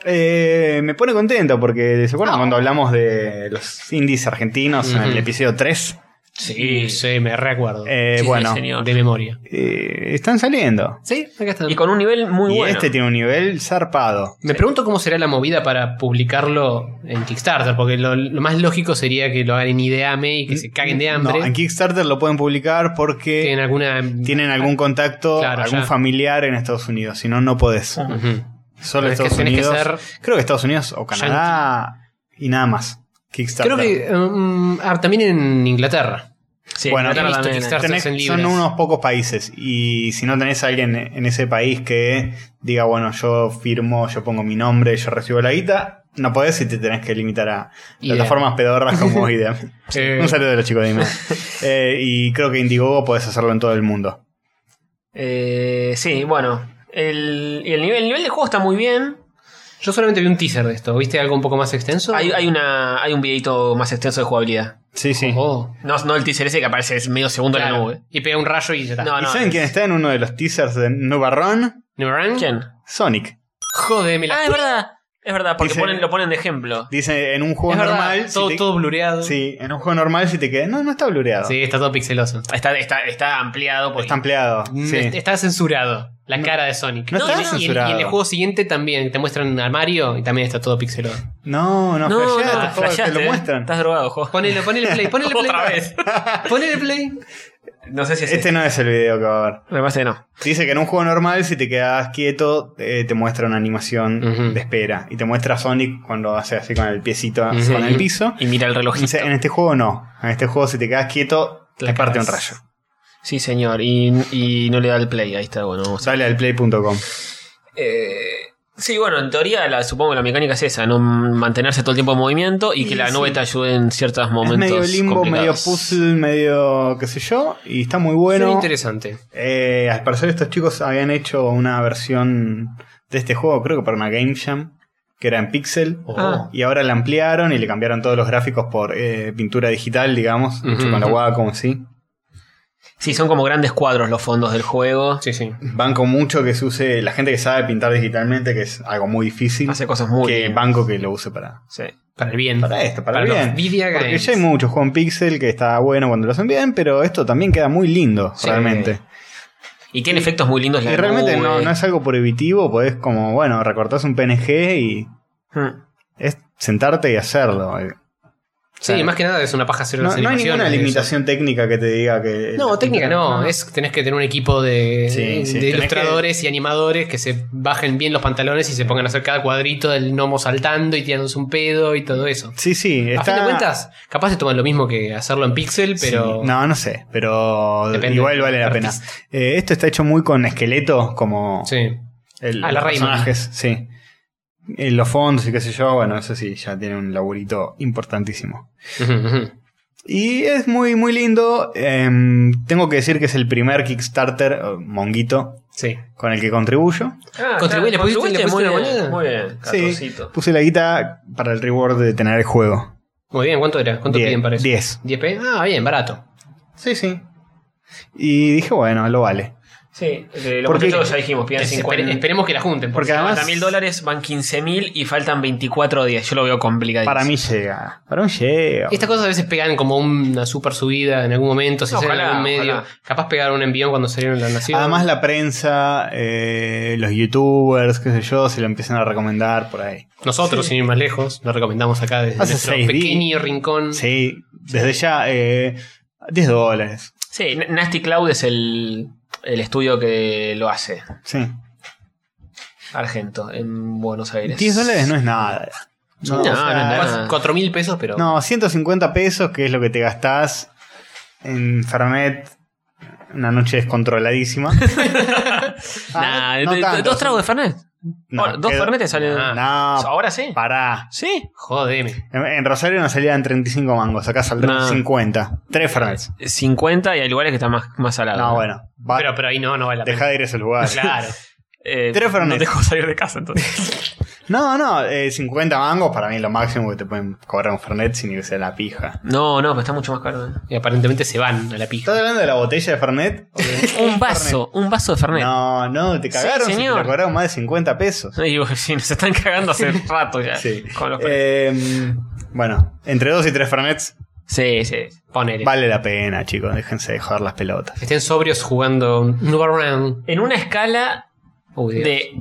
B: Eh, me pone contento porque se acuerdan cuando hablamos de los indies argentinos en
C: Ujú.
B: el episodio 3.
C: Sí, sí, me recuerdo.
B: Eh,
D: Sí,
B: bueno,
D: sí, señor.
C: de memoria.
B: eh, están saliendo.
C: Sí, acá está.
D: Y con un nivel muy
B: y
D: bueno.
B: este tiene un nivel zarpado.
C: Me pregunto cómo será la movida para publicarlo en Kickstarter, porque lo, lo más lógico sería que lo hagan en ideame y que se caguen de hambre.
B: No, en Kickstarter lo pueden publicar porque
C: Tienen alguna.
B: tienen algún contacto,
C: Claro,
B: algún
C: ya.
B: familiar en Estados Unidos. Si no, no podés.
C: Ujú.
B: Solo
C: Pero es que
B: Estados
C: tenés que
B: Unidos.
C: ser
B: Creo que Estados Unidos o Canadá y nada más. Kickstarter.
C: Creo que um, ah, también en Inglaterra.
D: Sí,
B: Bueno,
D: Inglaterra
C: he visto
D: también,
C: Kickstarter.
D: eh.
B: Tenés-
C: en libres.
B: son unos pocos países y si no tenés a alguien en ese país que diga, bueno, yo firmo, yo pongo mi nombre, yo recibo la guita, no podés y te tenés que limitar a
C: Ideam.
B: plataformas pedorras
C: <laughs>
B: como IDEM.
C: Eh,
B: Un saludo de los chicos de
C: <laughs>
B: IDEM. Eh, y creo que Indiegogo podés hacerlo en todo el mundo.
D: Eh, sí, bueno. El, y el nivel, el nivel de juego está muy bien.
C: Yo solamente vi un teaser de esto. ¿Viste algo un poco más extenso?
D: Hay, hay una, hay un videito más extenso de jugabilidad.
B: Sí, sí.
C: Oh,
D: No, no el teaser ese que aparece es medio segundo en
C: claro.
D: la nube.
C: Y pega un rayo y ya está.
D: eh. No,
B: ¿Y saben quién está en uno de los teasers de Nubarrón?
C: ¿Numerán?
D: ¿Quién?
B: Sonic.
C: Jodeme la-
D: Ah, es verdad. Es verdad, porque
B: Dice-
D: ponen, lo ponen de ejemplo.
B: Dice, en un juego
C: Es verdad,
B: normal... si
C: todo,
B: te-
C: todo blureado.
B: Sí, en un juego normal si te quedas... No, no está blureado.
C: Sí, está todo pixeloso.
D: Está, está, está ampliado. Porque...
B: Está ampliado.
C: Mm,
B: Sí.
C: est- Está censurado la cara de Sonic.
B: No
C: Y-
B: está
C: y, el-
B: censurado.
C: Y en el juego siguiente también te muestran a Mario y también está todo pixelado.
B: No, no,
D: No, no,
B: flasheaste,
D: te
B: joder,
D: flasheaste,
B: te
D: eh.
B: lo muestran.
D: Estás drogado, jo.
C: Ponele, ponele play,
D: <laughs>
C: ponele play.
D: Otra vez.
C: Ponele play.
D: No sé si es
B: Este no es el video que va a ver.
D: Me parece que no.
B: Dice que en un juego normal, si te quedas quieto, eh, te muestra una animación
C: Ujú.
B: de espera. Y te muestra Sonic cuando hace así con el piecito
C: Ujú.
B: con el piso.
D: Y mira el relojito.
B: Dice, en este juego no. En este juego, si te quedas quieto,
C: Te
B: te,
C: la
B: parte un
C: cagas.
B: rayo.
D: Sí, señor. Y, y no le da el play. Ahí está, bueno. vamos a-
B: Sale al play.com.
D: Eh, sí, bueno, en teoría la, supongo que la mecánica es esa, ¿no? Mantenerse todo el tiempo en movimiento y que
B: Y
D: la
B: sí.
D: nube te ayude en ciertos
B: Es
D: momentos.
B: medio limbo, medio
D: complicados.
B: puzzle, medio qué sé yo. Y está muy
C: Suena
B: bueno.
C: interesante.
B: Eh, al parecer estos chicos habían hecho una versión de este juego, creo que para una Game Jam, que era en pixel.
D: Ah.
B: Y ahora la ampliaron y le cambiaron todos los gráficos por eh, pintura digital, digamos, hecho
C: Ujú,
B: con la
C: ujú.
B: Wacom, sí.
D: Sí, son como grandes cuadros los fondos del juego.
C: Sí, sí.
B: Banco mucho que se use, la gente que sabe pintar digitalmente, que es algo muy difícil,
D: Hace cosas muy.
B: que
D: bien.
B: banco que lo use para,
D: Sí.
C: Para el bien.
B: para esto, para,
C: Para
B: el bien.
C: los video
B: Porque
C: games.
B: ya hay muchos juegos en pixel que está bueno cuando lo hacen bien, pero esto también queda muy lindo,
D: Sí.
B: realmente.
D: Y tiene efectos muy lindos. la
B: Y realmente
D: nube.
B: no, no es algo prohibitivo, podés como, bueno, recortás un PNG y
D: Hmm.
B: es sentarte y hacerlo.
C: Sí,
B: Claro.
C: más que nada es una paja hacer
B: No,
C: las
B: no hay
C: animaciones
B: ninguna
C: de eso.
B: limitación técnica que te diga que...
C: No, técnica no. Es tenés que tener un equipo de,
B: Sí,
C: de
B: sí, tenés
C: ilustradores y animadores que se bajen bien los pantalones y se pongan a hacer cada cuadrito del gnomo saltando y tirándose un pedo y todo eso.
B: Sí, sí,
C: A fin
B: está...
C: de cuentas, capaz se toman lo mismo que hacerlo en Pixel,
B: sí.
C: pero.
B: No, no sé, pero
C: Depende
B: igual vale la
C: del
B: pena.
C: artista.
B: Eh, esto está hecho muy con esqueletos como
C: Sí.
B: el-
C: Ah, la
B: los
C: Rayman.
B: personajes, sí. Eh, los fondos y qué sé yo, bueno, eso sí, ya tiene un laburito importantísimo.
C: Ujú, ujú.
B: Y es muy, muy lindo. Eh, tengo que decir que es el primer Kickstarter, eh, monguito,
C: Sí.
B: con el que contribuyo.
D: Ah,
C: Contribuye,
D: está-
C: le pusiste- le pusiste
D: contribuiste, muy
C: una
D: bien,
C: moneda.
D: Muy bien,
B: Sí,
D: cartoncito.
B: puse la guita para el reward de tener el juego.
C: Muy bien, ¿cuánto era? ¿Cuánto
B: Die-
C: piden para eso?
B: 10.
C: 10 P. Ah, bien, barato.
B: Sí, sí. Y dije, bueno, lo vale.
D: Sí, de los
B: Porque-
D: muchachos ya dijimos, piden
C: Es-
D: 50.
C: espere- esperemos que la junten.
B: Porque
C: favor.
B: además-
D: mil dólares van 15.000 y faltan 24 días. Yo lo veo complicado.
B: Para mí llega. Para mí llega.
C: Estas cosas a veces pegan como una super subida en algún momento, se hacen en
D: Ojalá,
C: algún medio.
D: ojalá.
C: Capaz pegaron un envión cuando salieron la nación.
B: Además la prensa, eh, los youtubers, qué sé yo, se lo empiezan a recomendar por ahí.
C: Nosotros, sin ir más lejos, lo recomendamos acá desde
B: Hace
C: nuestro
B: seis días.
C: pequeño rincón.
D: Mm.
B: Sí, desde ya eh, 10 dólares.
D: Sí, N- Nasty Cloud es el, el estudio que lo hace.
B: Sí.
D: Argento, en Buenos Aires.
B: 10 dólares no es nada.
D: No, no es nada.
C: Capaz 4 mil pesos, pero.
B: No, 150 pesos, que es lo que te gastás en Fernet una noche
D: <laughs>
B: descontroladísima.
D: Nah,
B: Ah, no
D: de- de-
B: tanto,
D: dos tragos de
B: sí.
D: Fernet.
B: No,
D: Ahora, dos
B: quedó-
D: Fernetes salen.
B: No,
D: Ahora sí.
B: pará.
D: Sí.
C: Jodeme.
B: En, en Rosario no salían 35 mangos, acá saldrán
D: No.
B: 50. Tres Fernets.
D: 50 y hay lugares que están más, más salados.
B: No, bueno. va-
C: Pero, pero ahí no, no vale la
B: Dejá
C: pena.
B: de ir a ese lugar.
C: Claro.
D: Eh,
B: Tres Fernet.
D: No te dejo salir de casa entonces.
B: <laughs> No, no, eh, 50 mangos para mí es lo máximo que te pueden cobrar un Fernet sin irse a la pija.
D: no, no, pero está mucho más caro. eh.
C: Y aparentemente se van a la pija.
B: ¿Estás hablando de la botella de Fernet? ¿O de
D: ¿eh?
B: <laughs>
D: Un vaso, un vaso de Fernet.
B: No, no, te cagaron. si
D: Sí,
B: te
D: señor.
B: lo cobraron más de 50
D: <laughs>
B: pesos.
D: Y digo, sí,
B: <laughs>
D: nos están cagando hace rato ya.
B: Sí.
D: Con los
B: Eh, bueno, entre dos y tres Fernets
D: Sí, sí.
C: Ponele.
B: Vale la pena, chicos, déjense de joder las pelotas.
C: Estén sobrios jugando un un Overground.
D: En una escala
C: Uy, Dios.
D: de.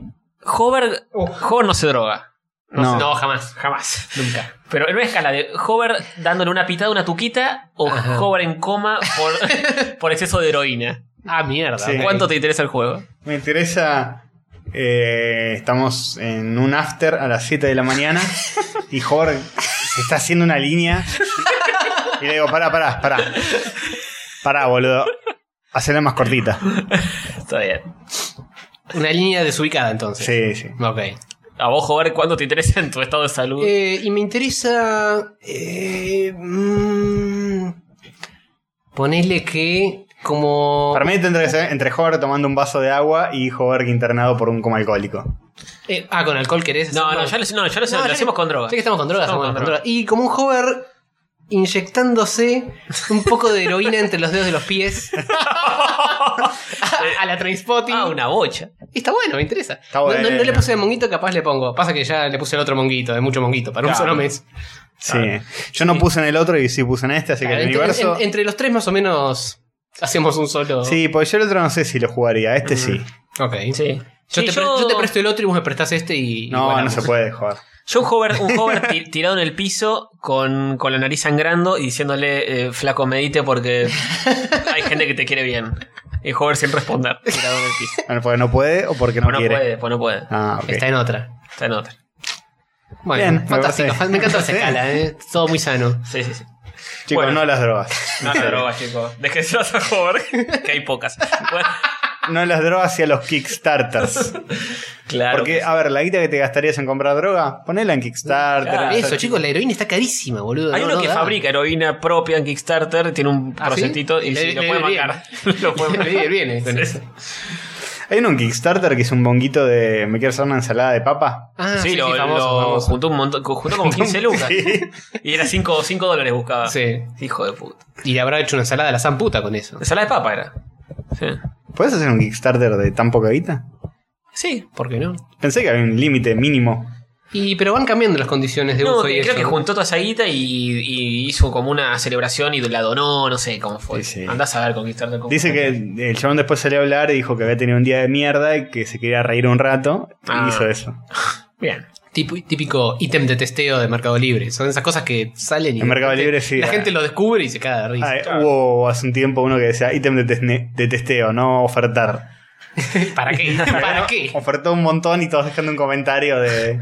D: Hover. Hover no se droga.
B: No,
D: No, jamás, jamás. Nunca. Pero en una escala de Hover dándole una pitada, una tuquita, o
C: Ajá.
D: Hover en coma
C: <laughs>
D: por, por exceso de heroína.
C: Ah, mierda.
B: Sí.
C: ok.
D: ¿Cuánto te interesa el juego?
B: Me interesa. eh, estamos en un after a las 7 de la mañana y Jorge se está haciendo una línea. Y le digo, pará, pará, pará. Pará, boludo. Hacela más cortita.
D: Está bien.
C: Una línea desubicada entonces.
B: Sí, sí.
C: Ok.
D: A vos, Hover, ¿cuánto te interesa en tu estado de salud?
C: Eh, y me interesa. eh, mm, ponele que. Como.
B: Para mí tendría que ser entre Jorge tomando un vaso de agua y Jorge internado por un coma alcohólico.
C: Eh, ah, con alcohol querés.
D: No,
C: hacerlo?
D: no, ya lo, no, ya lo-
C: No,
D: lo
C: ya-
D: hacemos con droga.
C: Ya que estamos con drogas,
D: Estamos
C: estamos
D: con
C: con drogas. Y como un hover inyectándose un poco de heroína entre los dedos de los <laughs> pies. a, a la Trainspotting.
D: Ah, una bocha.
C: Está bueno, me interesa.
B: Está
C: No- no- No, le
B: bueno.
C: puse el monguito, capaz le pongo. Pasa que ya le puse el otro monguito, de mucho monguito, para un
B: Claro.
C: solo mes.
B: Sí. Yo no puse en el otro y sí puse en este, así que
C: Claro,
B: el
C: entre,
B: universo.
C: en- entre los tres más o menos hacemos un solo.
B: Sí, porque yo el otro no sé si lo jugaría,
C: Mm.
B: este sí.
C: Ok.
D: Sí.
C: Yo,
D: Sí,
C: te pre-
D: yo-
C: yo te presto el otro y vos me prestás este y. y
B: No, no
C: bueno,
B: se puede
C: <laughs>
B: jugar.
D: Yo un hover, un hover ti- tirado en el piso con, con la nariz sangrando y diciéndole, eh, flaco, medite porque hay gente que te quiere bien. Y hover
C: <laughs>
D: sin responder, tirado en el piso.
B: Bueno, porque no puede o porque no,
D: Pues no
B: quiere.
D: puede, pues no puede.
B: Ah, ok.
C: Está en otra.
D: Está en otra.
C: Bueno,
B: Bien, me
C: fantástico.
B: parece.
C: Me encanta
B: <laughs>
C: esa
B: Sí.
C: escala, ¿eh? Todo muy sano.
D: Sí,
C: <laughs>
D: sí, sí.
B: Chicos,
D: Bueno.
B: no las drogas.
D: No las drogas, chicos. Déjenselas a hover, que hay pocas. Bueno,
B: <laughs> No las drogas y a los Kickstarters.
D: <laughs> claro.
B: Porque, a ver, la guita que te gastarías en comprar droga, ponela en Kickstarter.
D: Claro.
B: hacer-
C: Eso, chicos, la heroína está carísima, boludo.
D: Hay
C: No,
D: uno
C: no
D: que
C: da.
D: fabrica heroína propia en Kickstarter, tiene un
C: ¿Ah, sí?
D: procentito y
C: Le-
D: sí, lo
C: le
D: puede
C: viene bien.
D: marcar. <laughs> lo puede
C: Le viene bien, eh, con
D: Sí,
C: eso.
D: sí.
B: Hay un Kickstarter que es un bonguito de. Me quiero hacer una ensalada de papa.
C: Ah,
D: sí,
C: sí,
D: lo,
C: sí, famoso,
D: lo
C: famoso.
D: juntó un montón,
C: <laughs>
D: juntó como 15 lucas. Y era 5 dólares buscaba.
C: Sí.
D: Hijo de puta.
C: Y le habrá hecho una ensalada a la zamputa con eso.
D: Ensalada de papa era. Sí.
B: ¿Puedes hacer un Kickstarter de tan poca guita?
D: Sí.
C: ¿Por qué no?
B: Pensé que había un límite mínimo.
C: Y, pero van cambiando las condiciones de
D: No,
C: uso y
D: que- creo
C: eso.
D: que juntó toda esa guita y, y hizo como una celebración y la donó, no sé cómo fue.
B: Sí, sí.
D: Andás a ver conquistarte con
B: Dice que el chabón después salió a hablar y dijo que había tenido un día de mierda y que se quería reír un rato. Y
D: Ah.
B: hizo eso.
D: Bien.
C: Tipo- típico ítem de testeo de Mercado Libre. Son esas cosas que salen y.
B: En Mercado Libre sí.
C: La
B: ah.
C: gente lo descubre y se caga de risa.
B: Ah, Hubo hace un tiempo uno que decía ítem de, tesne- de testeo, no ofertar.
C: ¿Para qué? ¿Para qué?
B: Ofertó un montón y todos dejando un comentario de.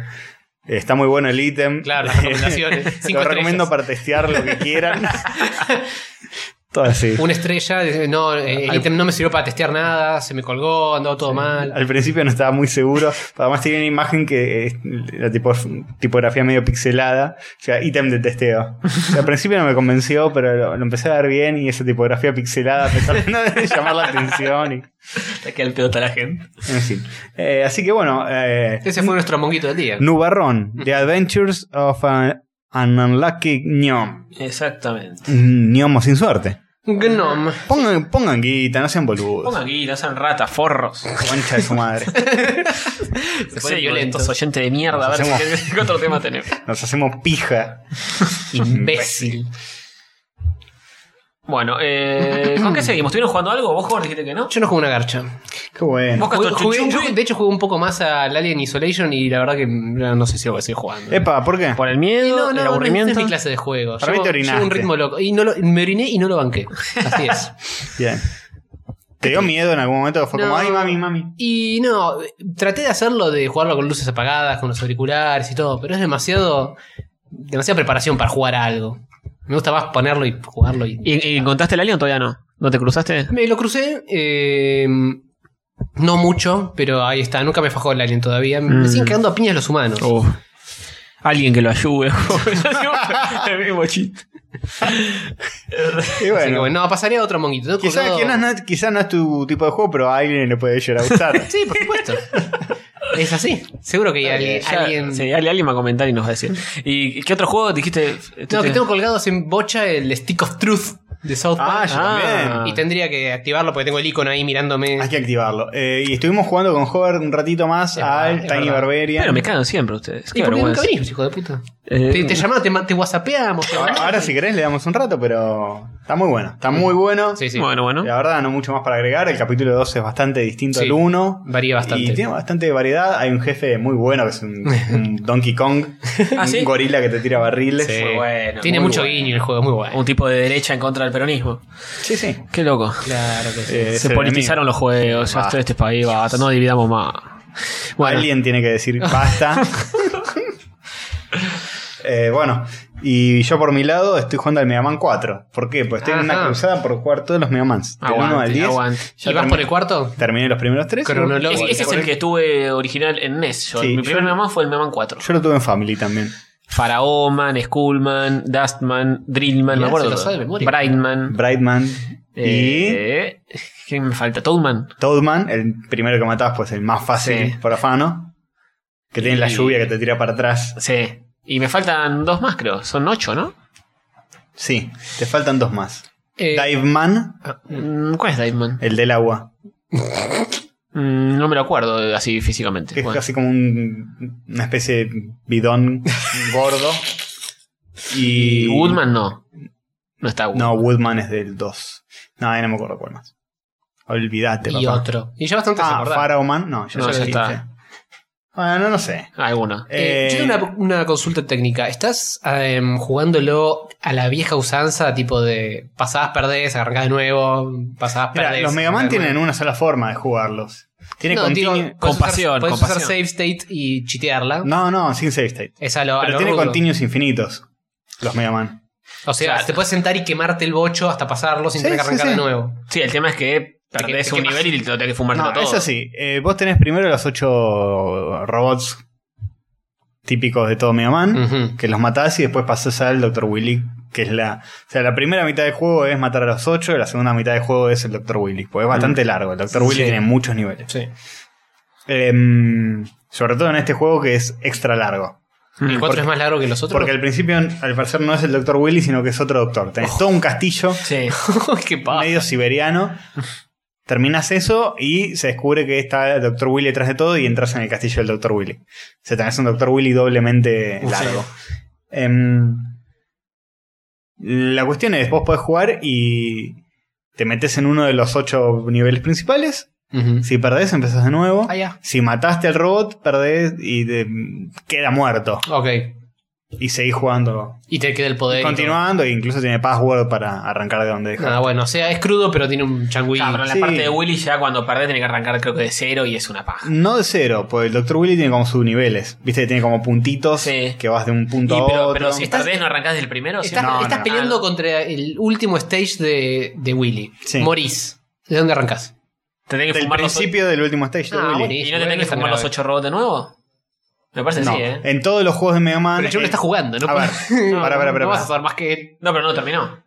B: Está muy bueno el ítem.
C: Claro,
B: <laughs>
C: las recomendaciones. Cinco
B: Lo recomiendo
C: estrellas.
B: para testear lo que
C: <laughs>
B: quieran. todo así.
C: Una estrella, dice, no, eh, el
B: Al-
C: ítem no me sirvió para testear nada, se me colgó, andaba todo mal.
B: Al principio no estaba muy seguro. Además tiene una imagen que es la tipo- tipografía medio pixelada. O sea, ítem de testeo. O sea, al principio no me convenció, pero lo, lo empecé a ver bien y esa tipografía pixelada me terminó de <laughs> llamar la atención. y-
D: Te queda el pelota a la gente.
B: en fin. Eh, así que bueno, eh,
C: Ese fue nuestro monguito del día.
B: Nubarrón. The Adventures of an, an Unlucky Gnome.
D: Exactamente.
B: Gnomo sin suerte.
C: Gnome.
B: Pongan, pongan guita, no sean boludos.
D: Pongan aquí, no sean ratas, forros.
B: Concha de su madre.
D: Se
C: ponen violentos.
D: violentos, oyente de mierda. A ver
B: Hacemos-
D: si- qué otro tema tenemos.
B: Nos hacemos pija.
C: <laughs> Imbécil.
D: Bueno, eh, ¿con qué seguimos? ¿Estuvieron jugando algo? ¿Vos, Jorge, dijiste que no?
C: Yo no jugué una garcha.
B: Qué bueno.
D: Vos, Castor,
C: Jugué-
D: chuchu,
C: yo, de hecho, jugué un poco más al Alien Isolation y la verdad que no no sé si lo voy a seguir jugando.
B: Epa, ¿por qué?
D: Por el miedo,
C: Y no, no,
D: el
C: no,
D: aburrimiento.
C: esa es mi clase de juego.
B: Para mí
C: Llevo-
B: te
C: llevo un
B: orinaste.
C: ritmo loco. Y no lo- me oriné y no lo banqué. Así es.
B: Bien. ¿Te dio miedo en algún momento? Fue como,
C: No.
B: ay, mami, mami.
C: Y no, traté de hacerlo, de jugarlo con luces apagadas, con los auriculares y todo, pero es demasiado. demasiada preparación para jugar a algo. Me gusta más ponerlo y jugarlo. Y...
D: ¿Y, y encontraste el alien o todavía no? ¿No te cruzaste?
C: Me lo crucé, eh, no mucho, pero ahí está, nunca me fajó el alien todavía. Me
D: Mm.
C: siguen quedando a piñas los humanos.
D: Alguien que lo ayude. <laughs> el mismo chiste.
B: Y
C: Así que
B: bueno,
C: bueno, no, pasaría a otro monguito. ¿no?
B: quizás
C: Colgado-
B: quizás no, quizás no es tu tipo de juego, pero a alguien le puede llegar a
C: <laughs>
B: gustar.
C: Sí, por supuesto. es así. Seguro que hay alguien.
D: Ya-
C: alguien-
D: sí, alguien, alguien va a
C: <laughs>
D: comentar y nos va a decir. ¿Y qué otro juego dijiste? Este,
C: No, que tengo colgado en bocha el Stick of Truth. de South
B: Ah,
C: Park.
B: yo también.
C: Y tendría que activarlo porque tengo el icono ahí mirándome.
B: Hay que activarlo. Eh, y estuvimos jugando con Hover un ratito más
C: Es verdad,
B: al
C: es
B: Tiny
C: verdad.
B: Barberia.
D: Pero me cagan siempre ustedes.
C: ¿Y
D: Qué
C: por qué nunca
D: vergüenza.
C: venimos, hijo de puta?
D: Eh,
C: te, te llamamos, te, ma- te whatsappeamos. te
B: Ahora,
C: mandamos.
B: ahora si querés le damos un rato, pero está muy bueno. Está muy bueno.
C: Sí, sí.
D: Bueno, bueno.
B: La verdad, no mucho más para agregar. El capítulo 2 es bastante distinto
C: Sí.
B: al 1.
C: Varía bastante.
B: Y tiene bastante variedad. Hay un jefe muy bueno que es un,
C: <laughs>
B: un Donkey Kong.
D: ¿Ah,
B: un
D: sí?
B: gorila que te tira barriles.
C: Sí.
B: Muy bueno.
C: Tiene
B: muy
C: mucho
B: bueno.
C: guiño el juego, es muy bueno.
D: Un tipo de derecha en contra del peronismo.
B: Sí, sí.
D: Qué loco.
C: Claro que sí.
B: Eh, es
D: Se
B: el
D: politizaron
B: enemigo.
D: los juegos. Ya
B: Basta.
D: estoy este país. Basta, no dividamos más. Bueno,
B: Alguien tiene que decir basta.
C: <laughs>
B: <laughs> Eh, bueno, y yo por mi lado estoy jugando al Mega Man 4. ¿Por qué? Pues estoy en una
C: Ajá.
B: cruzada por jugar todos los Mega Mans. Del 1 al
D: Aguante,
B: 10.
D: aguante.
B: Ya
C: ¿Y vas
B: terminé-
C: por el cuarto?
B: Terminé los primeros tres.
C: Cronológico.
D: ese, ese es el que tuve original en NES. Yo-
B: Sí,
D: mi primer
B: yo-
D: Mega Man fue el Mega Man 4.
B: Yo lo tuve en Family también.
D: Faraoman, Skullman, Dustman, Drillman,
C: Mirá,
D: me acuerdo.
C: se lo sabe de memoria.
D: Brightman.
B: Brightman
D: eh, ¿Quién me falta? Toadman.
B: y Toadman, el primero que matabas, pues el más fácil
D: Sí.
B: por afano. Que tiene la
D: Y-
B: lluvia que te tira para atrás.
D: Sí. Y me faltan dos más, creo. Son ocho, ¿no?
B: Sí, te faltan dos más.
C: Eh,
B: Diveman,
D: Mm, ¿Cuál es Diveman?
B: el del agua.
D: Mm, no me lo acuerdo eh, así físicamente.
B: Que es
D: Bueno.
B: casi como un- una especie de bidón gordo. Y.
D: Y Woodman no. No está Woodman.
B: No, Woodman es del 2. No, ahí no me acuerdo cuál más. Olvídate,
C: y
B: papá.
C: otro. Y ya bastante se
B: Ah,
C: acordaba.
B: Pharaohman, no, ya
D: No,
B: lo
D: ya
B: dijiste.
D: está.
B: Bueno, no sé.
D: Alguno.
C: Eh, yo
B: Eh,
C: tengo una, una consulta técnica. ¿Estás em, jugándolo a la vieja usanza, tipo de pasadas perdés, arrancás de nuevo, pasadas
D: Ah,
B: Mira,
C: perdés?
B: los Mega Man
C: arrancás de
B: tienen
C: nuevo?
B: una sola forma de jugarlos. Tiene
C: No,
B: continu-
C: digo, podés usar-
D: Compasión,
C: podés usar
D: compasión.
C: save state y chitearla.
B: No, no, sin save state.
C: Es a lo, a
B: Pero
C: Ah, lo
B: tiene
C: rudo.
B: continuos infinitos. Los Mega Man.
C: O sea,
D: Claro.
C: te puedes sentar y quemarte el bocho hasta pasarlo sin
B: Sí,
C: tener que
B: sí,
C: arrancar
B: sí.
C: de nuevo.
D: Sí, el tema es que perdés
C: es que
D: un
C: más-
D: nivel y te lo tenés que fumar
B: No,
D: todo.
B: eso sí. eh, vos tenés primero los ocho robots típicos de todo Mega Man,
C: Ujú.
B: que los matás y después pasás al Dr. Willy, que es la... O sea, la primera mitad del juego es matar a los ocho, y la segunda mitad del juego es el Dr. Willy. Pues es bastante largo. El Dr. Willy
C: Mm. Sí.
B: tiene muchos niveles.
C: Sí.
B: Em, sobre todo en este juego que es extra largo.
C: ¿El 4 es más largo que los otros?
B: Mm. Porque al principio, al parecer, no es el Dr. Willy, sino que es otro doctor. Tenés todo un castillo
D: Sí.
C: ¡Qué paja!
B: medio siberiano. Terminas eso y se descubre que está el Dr. Willy detrás de todo y entras en el castillo del Dr. Willy. O sea, tenés un Dr. Willy doblemente largo. Em, la cuestión es, vos podés jugar y te metes en uno de los ocho niveles principales.
C: Ujú.
B: Si perdés, empezás de nuevo.
C: Ah, ya.
B: Si mataste al robot, perdés y te- queda muerto.
C: Ok.
B: Y seguís jugando.
C: Y te queda el poder. y
B: Continuando, e incluso tiene password para arrancar de donde
C: todo.
B: dejaste.
C: Nada, bueno, o sea, es crudo, pero tiene un changüí.
D: Claro, pero en la
B: Sí.
D: parte de Willy ya cuando perdés tenés que arrancar creo que de cero y es una paja.
B: No de cero, pues el Dr. Willy tiene como subniveles. Viste que tiene como puntitos
D: Sí.
B: que vas de un punto
D: Y
B: a
D: pero,
B: Mm, otro.
D: pero si
C: Estás-
D: perdés no arrancás del primero. ¿sí?
C: Estás,
B: No,
C: estás
B: no.
C: peleando contra el último stage de, de Willy.
B: Sí.
C: Morís. ¿De dónde arrancás?
D: Tenés que
B: Del
D: fumar los
B: principio del último stage de
C: Ah,
B: Willy.
C: buenísimo.
D: ¿Y no te
C: Bueno,
D: tenés que
C: es tan
D: fumar los
C: grave.
D: ocho robots de nuevo? Me parece
B: No,
D: sí, ¿eh?
B: En todos los juegos de Mega Man.
C: Pero yo lo
B: eh,
C: estás jugando, ¿no?
B: A ver,
C: <laughs> No,
B: para, para, para,
C: no vas a
B: para.
C: hacer más que él.
D: No, pero no terminó.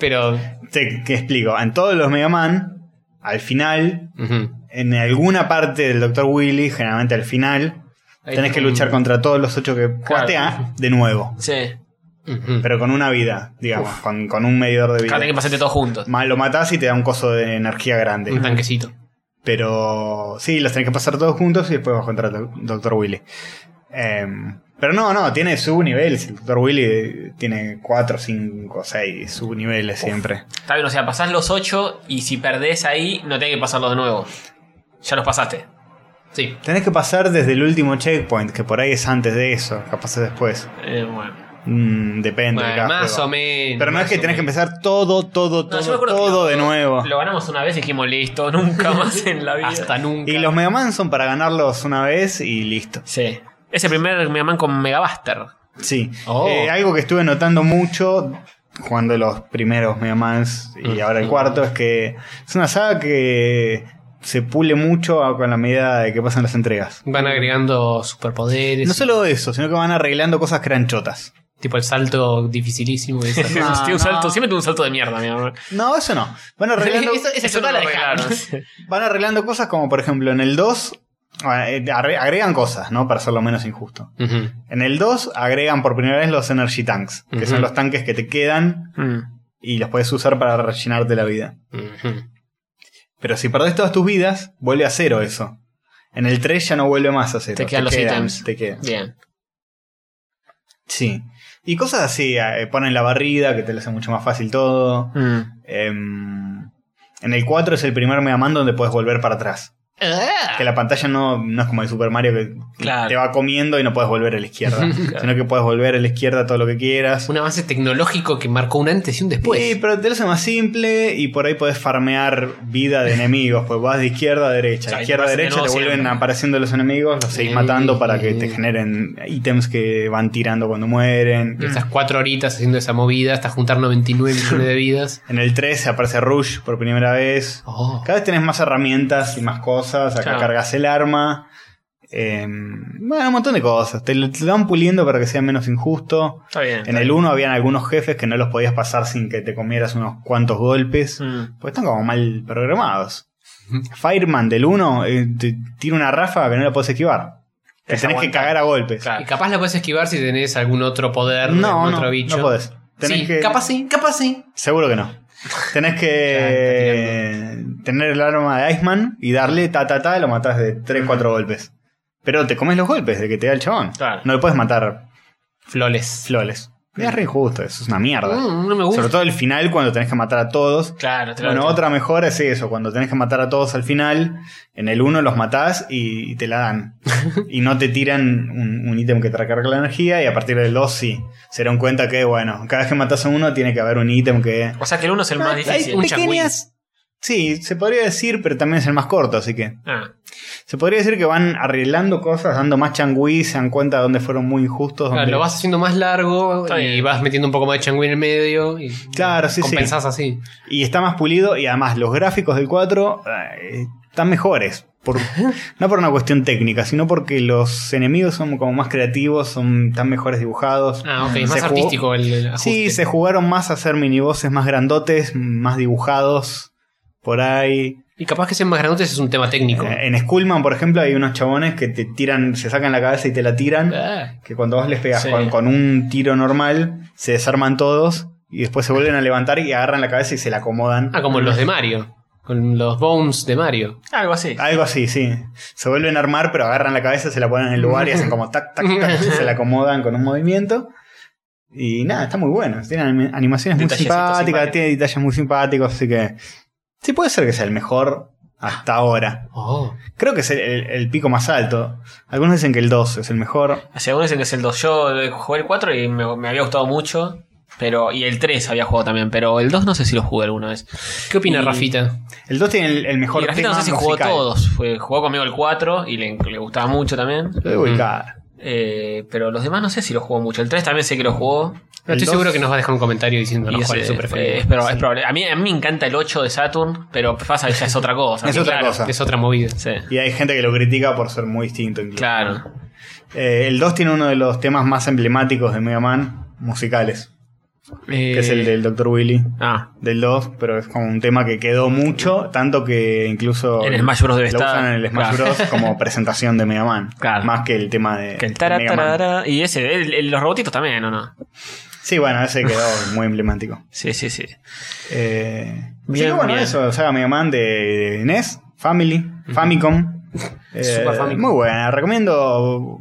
C: Pero.
B: Te, te explico. En todos los Mega Man, al final,
C: ujú.
B: en alguna parte del Dr. Willy, generalmente al final,
C: Ahí
B: tenés que
C: tengo un-
B: luchar contra todos los ocho que jugaste a, de nuevo.
D: Sí.
C: Ujú.
B: Pero con una vida, digamos, con, con un medidor de vida.
D: Ahora tenés que pasarte todos juntos.
B: Ma- Lo matás y te da un coso de energía grande.
C: Un tanquecito.
B: Pero sí, los tenés que pasar todos juntos y después vas contra el Dr. Willy. Em, pero no, no, tiene subniveles. El Dr. Willy eh, tiene 4, 5, 6 subniveles siempre.
D: Está bien, o sea, pasás los ocho y si perdés ahí no tenés que pasarlos de nuevo. Ya los pasaste.
C: Sí.
B: Tenés que pasar desde el último checkpoint, que por ahí es antes de eso, capaz es después.
D: Eh, bueno.
B: Mm, depende. de
C: Bueno,
B: cada
C: más
B: juego.
C: o menos.
B: Pero no es
C: más
B: que
C: o
B: tenés que
C: menos.
B: empezar todo, todo,
D: No, yo me
B: todo,
D: acuerdo que
B: todo
D: lo-
B: de nuevo.
D: Lo ganamos una vez y dijimos listo, <laughs> nunca más en la vida.
C: Hasta nunca.
B: Y los Mega Man son para ganarlos una vez y listo.
D: Sí. Es el primer Mega Man con Megabuster.
B: Sí.
C: Oh.
B: Eh, algo que estuve notando mucho jugando los primeros Mega Mans
C: Mm.
B: y ahora el cuarto es que es una saga que se pule mucho a- con la medida de que pasan las entregas.
C: Van agregando superpoderes.
B: No solo eso, sino que van arreglando cosas que eran chotas.
C: Tipo el salto dificilísimo. ese.
B: No,
D: Tiene un salto,
B: no.
D: siempre tuvo un salto de mierda, mi amor.
B: No, eso no. Van arreglando,
C: <laughs> Eso- eso
D: Eso
C: no
D: no
C: lo
D: lo
C: dejaron.
D: arreglaron.
B: van arreglando cosas como por ejemplo en el 2 eh, arre- agregan cosas, ¿no? Para hacerlo menos injusto.
C: Ujú.
B: En el 2 agregan por primera vez los energy tanks, que
C: Ujú.
B: son los tanques que te quedan
D: Mm.
B: y los puedes usar para rellenarte la vida.
C: Ujú.
B: Pero si perdés todas tus vidas, vuelve a cero eso. En el 3 ya no vuelve más a cero.
D: Te quedan los ítems.
B: Te quedan.
D: Bien.
B: Sí. Y cosas así, eh, ponen la barrida, que te lo hace mucho más fácil todo.
D: Mm.
B: Em, en el 4 es el primer Mega Man donde puedes volver para atrás.
D: Ah.
B: Que la pantalla no, no es como el Super Mario que
C: Claro.
B: te va comiendo y no puedes volver a la izquierda.
D: <laughs>
B: Sino que puedes volver a la izquierda todo lo que quieras.
C: Un avance tecnológico que marcó un antes y un después.
B: Sí, pero te lo hace más simple y por ahí podés farmear vida de enemigos. Pues vas de izquierda a derecha,
D: O sea,
B: de izquierda a
D: te aparecen
B: derecha,
D: de
B: te
D: nuevo
B: vuelven
D: siempre.
B: apareciendo los enemigos, los seguís
C: Sí.
B: matando para que te generen ítems que van tirando cuando mueren.
C: Esas cuatro horitas haciendo esa movida hasta juntar 99 millones
B: <laughs>
C: de vidas.
B: En el 3 aparece Rush por primera vez.
C: Oh.
B: Cada vez tenés más herramientas y más cosas. Acá
D: Claro.
B: cargas el arma. Eh, bueno, un montón de cosas. Te lo te lo van puliendo para que sea menos injusto.
D: Está bien.
B: En el 1 habían algunos jefes que no los podías pasar sin que te comieras unos cuantos golpes.
D: Mm.
B: Pues están como mal programados. Fireman del 1 eh, te tira una ráfaga que no la puedes esquivar. Te
D: Te
B: tenés que
D: aguanta.
B: cagar a golpes.
D: Claro.
C: Y capaz la puedes esquivar si tenés algún otro poder,
B: No,
C: algún
B: no,
C: otro bicho.
B: no podés. Tenés
C: Sí,
B: que-
C: capaz sí, capaz sí.
B: Seguro que no. Tenés
C: <laughs>
B: que tener el arma de Iceman y darle ta ta ta y lo matás de 3, 4 golpes. Pero te comes los golpes de que te da el chabón.
D: Claro.
B: No le puedes matar
C: Floles.
B: flores. Es re injusto, eso es una mierda.
C: Mm, no me gusta.
B: Sobre todo el final cuando tenés que matar a todos.
D: Claro, te lo
B: Bueno,
D: te-
B: otra mejora es eso, cuando tenés que matar a todos al final, en el 1 los matás y, y te la
C: <laughs>
B: dan. y no te tiran un un ítem que te recarga la energía y a partir del 2 sí. Se dieron cuenta que, bueno, cada vez que matás a uno tiene que haber un ítem que...
D: O sea que el uno es el
B: Ah,
D: más
B: hay
D: difícil.
C: un
B: pequeñas... Sí, se podría decir, pero también es el más corto, así que...
D: Ah,
B: Se podría decir que van arreglando cosas, dando más changüí, se dan cuenta de dónde fueron muy injustos.
C: Claro,
B: dónde-
C: lo vas haciendo más largo
D: Está
C: y
D: bien.
C: vas metiendo un poco más de changüí en el medio y
B: Claro, sí, sí.
C: compensás así.
B: Y está más pulido y además los gráficos del 4 eh, están mejores. Por, no por una cuestión técnica, sino porque los enemigos son como más creativos, son tan mejores dibujados.
C: Ah, ok,
B: Mm, Se
C: es más
B: jugó-
C: artístico el, el ajuste.
B: Sí, se jugaron más a hacer minibosses más grandotes, más dibujados por ahí.
C: Y capaz que sean más grandotes es un tema técnico.
B: Eh, en Skullman, por ejemplo, hay unos chabones que te tiran, se sacan la cabeza y te la tiran.
C: Ah,
B: Que cuando vos les pegas
D: Sí.
B: con, con un tiro normal, se desarman todos y después se vuelven a levantar y agarran la cabeza y se la acomodan.
C: ah, como los de Mario. Con los bones de Mario.
D: algo así.
B: Algo así, sí. Se vuelven a armar, pero agarran la cabeza, se la ponen en el lugar y hacen como tac, tac, tac. se la acomodan con un movimiento. Y nada, está muy bueno. Tienen anim- animaciones muy
D: Detallecitos
B: simpáticas,
D: simpáticos.
B: tiene detalles muy simpáticos, así que. Sí, puede ser que sea el mejor hasta ahora.
C: Oh.
B: Creo que es el, el- el pico más alto. Algunos dicen que el 2 es el mejor.
D: O sea, algunos dicen que es el 2. Yo eh, jugué el 4 y me, me había gustado mucho. Pero, y el 3 había jugado también, pero el 2 no sé si lo jugué alguna vez.
C: ¿Qué opina
D: Y-
C: Rafita?
B: El 2 tiene el, el
D: Y
B: mejor
D: Grafita
B: tema
D: no sé si jugó
B: musical.
D: todos. Fue- jugó conmigo el 4 y le, le gustaba mucho también.
B: Lo debo ubicar.
D: Eh, pero los demás no sé si lo jugó mucho. El 3 también sé que lo jugó.
C: No, estoy
B: dos-
C: seguro que nos va a dejar un comentario
D: Y
C: diciéndonos cuál es
D: ese,
C: su preferido.
D: eh, es, proba- es probable. A mí, a mí me encanta el 8 de Saturn, pero pasa que ya es otra cosa.
B: <laughs> Es
D: Sí,
B: otra
D: claro.
B: cosa.
C: Es otra movida.
D: Sí,
B: Y hay gente que lo critica por ser muy distinto. incluso.
D: claro.
B: Eh, el 2 tiene uno de los temas más emblemáticos de Mega Man, musicales, que
D: Eh,
B: es el del Dr. Willy.
D: Ah,
B: Del 2, pero es como un tema que quedó mucho, tanto que incluso
D: En Smash Bros. debe
B: lo
D: estar.
B: usan en el Smash
D: Claro.
B: Bros.
D: <laughs>
B: como presentación de Mega Man.
D: Claro.
B: Más que el tema de,
D: que el
B: de Mega Man.
D: taratarara. Y ese, el- el- los robotitos también, ¿o no?
B: Sí, bueno, ese quedó muy emblemático.
D: Sí, sí, sí.
B: Eh,
D: Bien,
B: sí, bueno,
D: bien.
B: eso, saga Mega Man de, de NES, Family, Famicom. Eh,
C: Super Famicom.
B: Muy buena, recomiendo.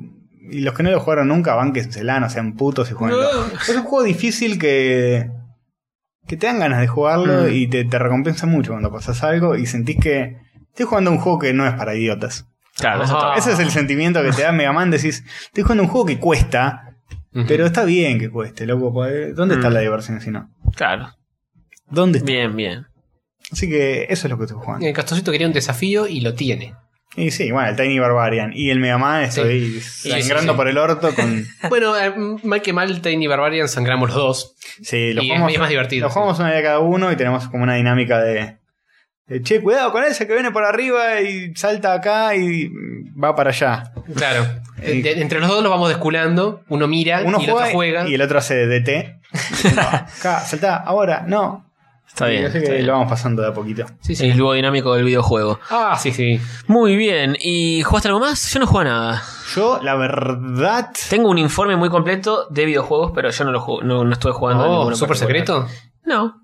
B: Y los que no lo jugaron nunca, van que se la no sean putos y jueguen. Es un juego difícil que. que te dan ganas de jugarlo
D: Mm.
B: y te, te recompensa mucho cuando pasas algo y sentís que. Estoy jugando un juego que no es para idiotas.
D: Claro, eso
C: Ah.
D: está-
B: Ese es el sentimiento que te da Mega Man. Decís, estoy jugando un juego que cuesta,
C: Eh, Ujú.
B: pero está bien que cueste, loco. porque ¿Dónde está
D: Mm.
B: la diversión si no?
D: Claro.
B: ¿Dónde está?
D: Bien, bien.
B: Así que eso es lo que estoy jugando.
C: El Eh, Castorcito quería un desafío y lo tiene.
B: Y sí, bueno, el Tiny Barbarian y el Mega Man estoy
C: Sí,
B: sangrando
C: sí.
B: por el orto con.
C: Bueno, eh, mal que mal, Tiny Barbarian sangramos los dos. <laughs>
B: Sí, lo
C: Y es
B: jugamos.
C: más divertido,
B: Lo
C: sí.
B: jugamos una vez cada uno y tenemos como una dinámica de. de, che, cuidado con ese que viene por arriba y salta acá y va para allá.
C: Claro. De- de- entre los dos los vamos desculando. Uno mira
B: Uno
C: y el
B: juega,
C: otro juega.
B: y el otro hace
C: <laughs>
B: DT. No, acá, saltá, ahora, no.
D: Está
B: Y
D: bien.
B: así
D: está
B: que
D: bien.
B: lo vamos pasando de a poquito.
C: Sí, sí.
D: El dúo dinámico del videojuego.
C: Ah, sí, sí.
D: Muy bien. ¿Y jugaste algo más? Yo no juego a nada.
B: Yo, la verdad.
D: Tengo un informe muy completo de videojuegos, pero yo no lo ju- no, no estuve jugando. a
C: Oh,
D: ninguno en
C: ¿Súper
D: particular.
C: secreto? Ah,
D: No.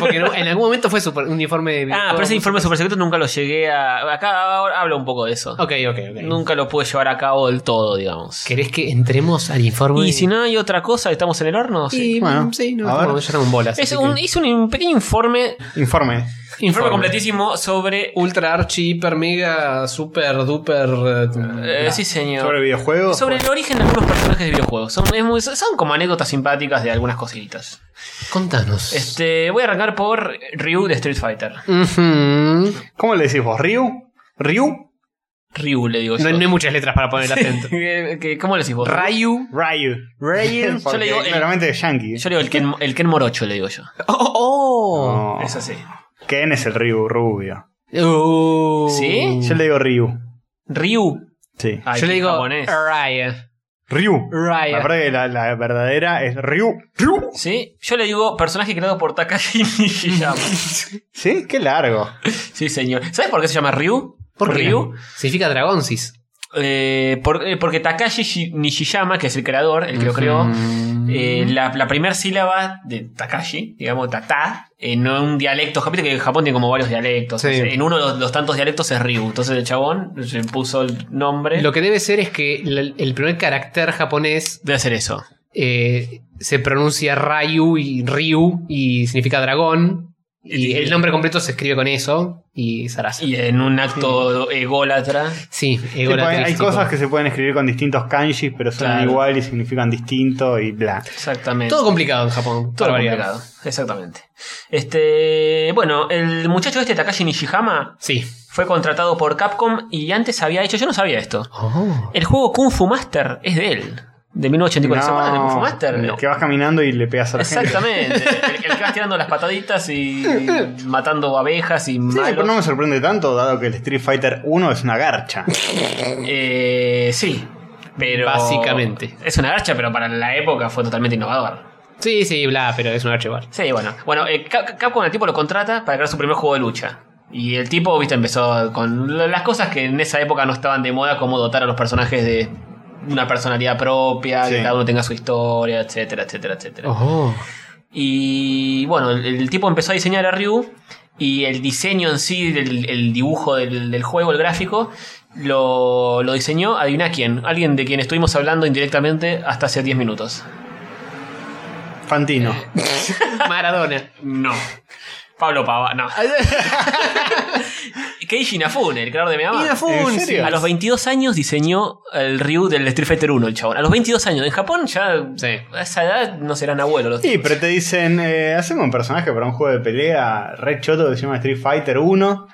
C: Porque no- en algún momento fue super- un uniforme.
D: Ah, pero ese informe
C: super
D: super secreto nunca lo llegué a. Acá ahora hablo un poco de eso.
C: Ok, ok, ok.
D: Nunca lo pude llevar a cabo del todo, digamos.
C: ¿Querés que entremos al informe?
D: Y si no hay otra cosa, estamos en el horno. Sí.
C: Y,
B: bueno,
C: sí, no,
B: a
C: estamos-
B: ver.
C: ya estamos en bolas.
D: Es
C: así
D: un,
C: que-
D: hice un pequeño informe,
B: Informe.
D: informe completísimo sobre.
C: Ultra archi, hiper mega, super duper. eh,
D: eh, sí, señor.
B: Sobre videojuegos.
D: Sobre el origen de algunos personajes de videojuegos. Son, es muy- son como anécdotas simpáticas de algunas cositas.
C: Contanos.
D: Este, voy a arrancar por Ryu de Street Fighter.
C: Ujú.
B: ¿Cómo le decís vos? ¿Ryu? ¿Ryu?
D: Ryu, le digo yo.
C: no, no hay muchas letras para poner el acento.
D: <laughs> Eh, que- ¿Cómo le decís vos?
C: Rayu.
B: Ryu. <laughs>
D: Ryu.
B: Porque
D: Yo le digo el-
B: Claramente es yankee.
D: Yo le digo el Ken, el Ken Morocho, le digo yo.
C: Oh,
B: No.
D: Es así.
B: Ken es el Ryu, rubio.
C: oh. Oh.
D: ¿Sí?
B: Yo le digo Ryu.
D: Ryu.
B: Sí.
D: Ay,
C: Yo le
D: qué
C: digo
D: japonés.
C: Raya.
B: Ryu. La
C: Raya.
B: verdad que la, la verdadera es Ryu. Ryu.
D: Sí, yo le digo personaje creado por Takashi <laughs> Nishiyama.
B: Sí, qué largo.
D: sí, señor. ¿Sabes por qué se llama Ryu?
C: ¿Por qué?
D: Ryu.
C: Significa dragoncis.
D: Eh, por- eh, porque Takashi Shi- Nishiyama, que es el creador, el que lo creó, eh,
C: Mm.
D: la, la primera sílaba de Takashi, digamos, tata, en un dialecto. Japón que Japón tiene como varios dialectos.
C: Sí.
D: En uno de los, los tantos dialectos es Ryu. Entonces el chabón se puso el nombre.
C: Lo que debe ser es que la- el primer carácter japonés
D: Debe hacer eso.
C: eh, se pronuncia Rayu y Ryu y significa dragón. Y el nombre completo se escribe con eso y Sarasa.
D: Y en un acto eh, ególatra.
C: Sí,
B: Tipo, hay, hay
C: egolatrístico.
B: cosas que se pueden escribir con distintos kanjis, pero suenan
D: Claro.
B: igual y significan distinto y bla.
D: Exactamente.
C: Todo complicado en Japón.
D: Todo
C: para variar.
D: complicado, exactamente. Este, bueno, el muchacho este Takashi Nishihama
C: Sí.
D: fue contratado por Capcom y antes había hecho, yo no sabía esto. El juego Kung Fu Master es de él, de 1984. ¿Se acuerdan de Kung Fu Master?
B: el
D: No.
B: Eh, que vas caminando y le pegas a la gente.
D: Exactamente, el, el que vas tirando las pataditas y matando abejas y
B: Sí, pero
D: malos.
B: no me sorprende tanto, dado que el Street Fighter 1 es una garcha.
D: Eh, sí, pero
C: Básicamente.
D: es una garcha, pero para la época fue totalmente innovador.
C: Sí, sí, bla, pero es un archival.
D: Sí, bueno. Bueno, eh, Cap- Capcom al tipo lo contrata para crear su primer juego de lucha. Y el tipo, viste, empezó con l- las cosas que en esa época no estaban de moda, como dotar a los personajes de una personalidad propia,
B: Sí.
D: que cada uno tenga su historia, etcétera, etcétera, etcétera. Y bueno, el, el tipo empezó a diseñar a Ryu y el diseño en sí, el, el dibujo del, del juego, el gráfico, lo, lo diseñó, adivina quién, alguien de quien estuvimos hablando indirectamente hasta hace 10 minutos. <laughs>
B: Fantino.
C: <laughs> Maradona.
D: No. Pablo Pava, <laughs> no. Keiji Inafune, el creador de Megaman.
B: ¿En
C: Inafune,
B: serio?
D: A los 22 años diseñó el Ryu del Street Fighter 1, el chabón. A los 22 años. En Japón ya
C: Sí.
D: a esa edad no serán abuelos los
B: Sí,
D: tipos.
B: pero te dicen, eh, hacemos un personaje para un juego de pelea re choto que se llama Street Fighter
D: <laughs>
B: 1.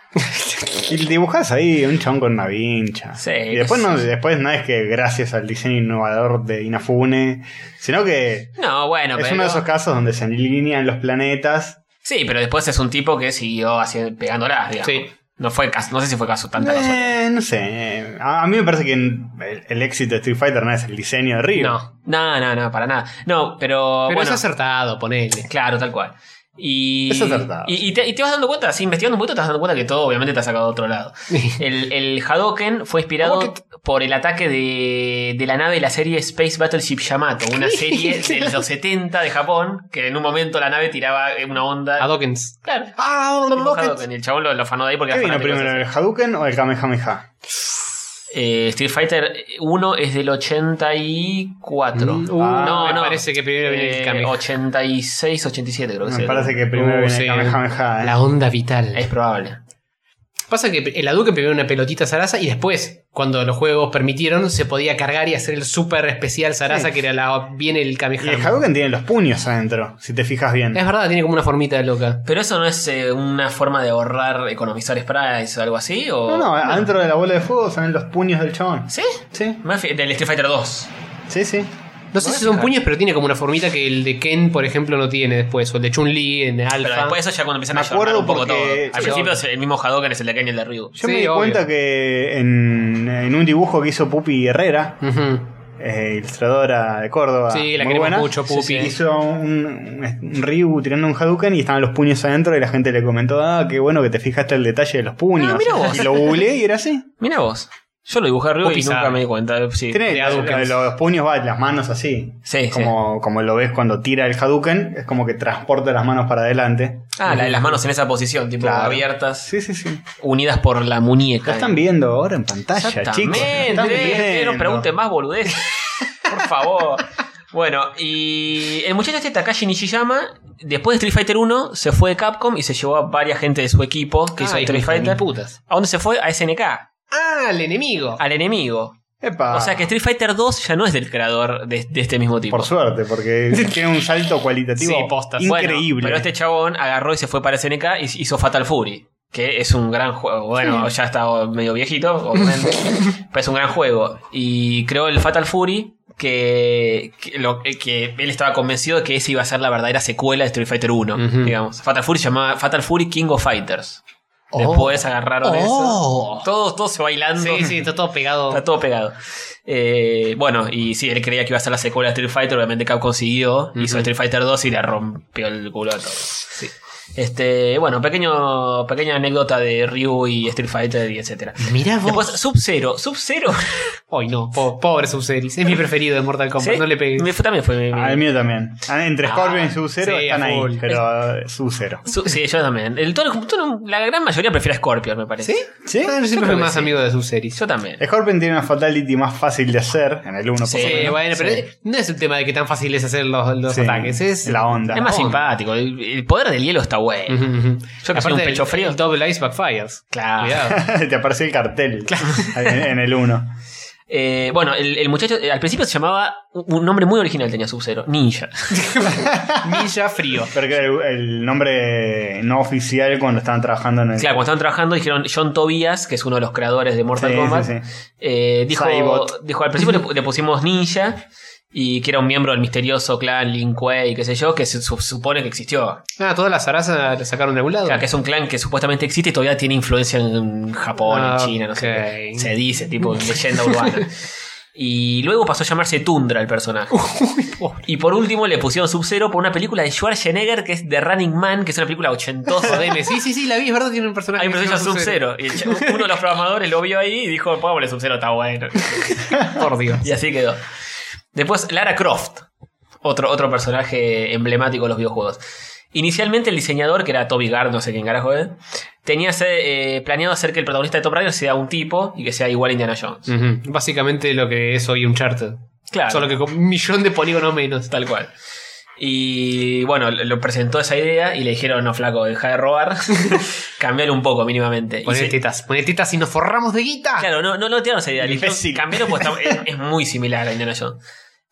B: y dibujas ahí un chabón con una vincha.
D: Sí,
B: y después
D: no
B: no,
D: sé.
B: después no es que gracias al diseño innovador de Inafune, sino que
D: No, bueno,
B: es
D: pero...
B: uno de esos casos donde se alinean los planetas.
D: Sí, pero después es un tipo que siguió haciendo, pegándolas, digamos.
C: Sí.
D: No fue caso, no sé si fue caso tanta casualidad.
B: Eh, no sé, a, a mí me parece que el, el éxito de Street Fighter no es el diseño de Ryu.
D: No, no, no, no, para nada. No, pero,
C: Pero
D: bueno,
C: es acertado,
D: <laughs>
C: ponele.
D: Claro, tal cual. Y,
B: Es acertado.
D: y, y te, y te vas dando cuenta, así investigando un poquito, te vas dando cuenta que todo obviamente te ha sacado de otro lado. El, el Hadoken fue inspirado por el ataque de, de la nave de la serie Space Battleship Yamato,
B: <laughs>
D: una serie de los 70 de Japón, que en un momento la nave tiraba una onda.
C: A Dawkins.
D: Claro.
B: Ah,
D: tipo Hadoken, y el chabón lo, lo afanó de ahí porque
B: ¿Qué
D: era
B: vino
D: fanático de
B: primero,
D: esa
B: el Hadouken o el Kamehameha?
D: serie. Eh, Street Fighter 1 es del 84.
C: Mm, uh,
D: Ah, no,
C: me
D: no.
C: parece que primero viene el
D: Eh,
C: Kamehameha.
D: 86, 87 creo que
B: Me
D: es.
B: parece que primero
C: Uh,
B: viene
C: sí.
B: el Kamehameha. ¿eh?
C: La onda vital.
D: Es probable.
C: Pasa que el Hadouken primero una pelotita Sarasa y después, cuando los juegos permitieron, se podía cargar y hacer el super especial Sarasa
B: Sí.
C: que era la, viene el
B: Y el
C: Kamehameha.
B: Hadouken tiene los puños adentro, si te fijas bien.
C: Es verdad, tiene como una formita de loca.
D: ¿Pero eso no es eh, una forma de ahorrar, economizar sprites o algo así? O...
B: No, eh. no, adentro de la bola de fuego salen los puños del chabón.
D: ¿Sí?
B: Sí,
D: Me fui- Del Street Fighter 2.
B: sí, sí.
C: No sé si son puños, pero tiene como una formita que el de Ken, por ejemplo, no tiene después. O el de Chun-Li en Alpha.
D: Pero después eso ya cuando empiezan
B: Me
D: a ayornar un
B: acuerdo
D: poco
B: porque-
D: todo. Al
B: sí,
D: principio es el mismo Hadouken es el de Ken y el de Ryu.
B: Yo
C: Sí,
B: me di
C: obvio.
B: cuenta que en, en un dibujo que hizo Pupi Herrera,
C: Ujú.
B: eh, ilustradora de Córdoba,
C: Sí, la
B: muy
C: queremos
B: buena,
C: mucho, Pupi.
B: hizo un, un Ryu tirando un Hadouken y estaban los puños adentro y la gente le comentó, ah, qué bueno que te fijaste el detalle de los puños.
D: Ah, mirá vos.
B: Y lo googleé y era así.
D: Mira vos. Yo lo dibujé arriba
C: O
D: y
C: pizarra.
D: nunca me di cuenta. <laughs> Sí,
B: Tiene lo-
D: de
B: lo de
D: Hadoukens.
B: los puños, va, las manos así.
D: Sí,
B: como, como lo ves cuando tira el Hadouken, es como que transporta las manos para adelante.
D: Ah, la de las manos en esa posición, tipo
B: Claro.
D: abiertas,
B: Sí, sí, sí.
D: unidas por la
B: Lo
D: muñeca.
B: están viendo ahora en pantalla, chicos. Lo
D: Exactamente,
B: están
D: eh,
B: viendo.
D: no pregunten más boludez. por favor. Bueno, y el muchacho este Takashi Nishiyama, después de Street Fighter 1, se fue de Capcom y se llevó a varias gente de su equipo que hizo
C: Ay,
D: Street
C: hijo de
D: Fighter.
C: mil putas.
D: ¿A dónde se fue? A SNK,
C: Ah, el enemigo.
D: al enemigo.
B: Epa.
D: O sea que Street Fighter 2 ya no es del creador de, de este mismo
B: Ah.
D: tipo.
B: Por suerte,
D: <laughs>
B: porque tiene un salto cualitativo
C: Sí, posta.
B: increíble.
D: Bueno, pero este chabón agarró y se fue para SNK y hizo Fatal Fury. Que es un gran juego. Bueno, ya está medio viejito,
C: <laughs>
D: obviamente. pero es un gran juego. Y creó el Fatal Fury. Que, que lo- eh, que él estaba convencido de que esa iba a ser la verdadera secuela de Street Fighter 1.
C: Ujú.
D: Digamos. Fatal Fury se llamaba Fatal Fury King of Fighters. Después agarraron
C: Oh.
D: eso. Todos, todos se bailando.
C: Sí, sí, está todo pegado.
D: Está todo pegado. Eh, bueno, y sí, él creía que iba a ser la secuela de Street Fighter, obviamente Capcom consiguió, hizo Street Fighter 2 y le rompió el culo a todos. Sí. Este, bueno, pequeño, pequeña anécdota de Ryu y Street Fighter y etcétera.
C: Mirá Ah, vos.
D: Después, Sub-Zero. Sub-Zero.
C: Ay, no. po- pobre Sub-Series. Es mi preferido de Mortal Kombat.
D: ¿Sí?
C: No le pegues.
D: Me fue- también fue mi- mi-
B: Ah, el mío también. Ah, Entre Scorpion y Sub-Zero
C: sí,
B: están
C: a
B: ahí,
C: full.
B: pero eh, Sub-Zero.
D: Su- sí, yo también. El, todo el- todo el- la gran mayoría prefiere a Scorpion, me parece.
C: ¿Sí?
B: ¿Sí?
C: Ah, Yo siempre
D: creo
C: fui
D: que
C: más
D: sí.
C: amigo de Sub-Series.
D: Yo también.
B: Scorpion tiene una fatality más fácil de hacer en el 1
D: Sí,
B: por lo
C: Sí,
B: menos.
C: bueno, pero
D: sí.
C: es- no es un tema de que tan fácil es hacer los, los
B: Sí,
C: ataques. Es <laughs>
B: la onda.
D: Es más
C: Oh.
D: simpático. El, el poder del hielo está bueno.
C: Ujú, ujú.
D: Yo que soy un
C: Aparte,
D: pecho
C: el-
D: frío. Ah.
C: el Double Ice Backfires.
D: Claro.
C: Cuidado.
B: <laughs>
D: <laughs>
B: Te aparece el cartel en, en el 1.
D: Eh, bueno, el, el muchacho eh, al principio se llamaba un un nombre muy original tenía Sub-Zero, Ninja.
C: Ninja frío.
B: Pero que el, el nombre no oficial cuando estaban trabajando en el.
D: <laughs> Claro, cuando estaban trabajando dijeron John Tobias, que es uno de los creadores de Mortal
B: Sí,
D: Kombat,
B: sí, sí.
D: eh, dijo,
B: Cybot.
D: dijo al principio le, le pusimos Ninja y que era un miembro del misterioso clan Lin Kuei, qué sé yo, que se su- supone que existió.
C: Ah, todas las zarazas la sacaron de algún lado.
D: O sea, que es un clan que supuestamente existe y todavía tiene influencia en Japón,
C: Ah,
D: en China, no sé.
C: ok.
D: qué. Se dice, tipo leyenda urbana. Y luego pasó a llamarse Tundra el personaje. Y por último le pusieron Sub-Zero por una película de Schwarzenegger que es The Running Man, que es una película ochentosa de
C: Jodeme. Sí, sí, sí, la vi, es verdad, tiene un personaje.
D: Hay un
C: que se
D: proceso
C: llama
D: Sub-Zero. Y el cha- uno de los programadores lo vio ahí y dijo, pongámosle Sub-Zero, está bueno.
C: Por Dios.
D: Y así quedó. Después, Lara Croft. Otro, otro personaje emblemático de los videojuegos. Inicialmente el diseñador, que era Toby Gard, no sé quién carajo es, tenía se- eh, planeado hacer que el protagonista de Top Raider sea un tipo y que sea igual a Indiana Jones.
C: Ujú. Básicamente lo que es hoy un charter.
D: Claro.
C: Solo que con un millón de polígonos menos.
D: Tal cual. Y bueno, lo lo presentó esa idea y le dijeron, no, flaco, deja de robar. <laughs> Cambialo un poco mínimamente. Y
C: Poné
D: se-
C: tetas. Poné tetas y nos forramos de guita.
D: Claro, no, no, no tiraron esa idea. Le dijeron,
B: Imbécil.
D: cambialo porque está- es, es muy similar a Indiana Jones.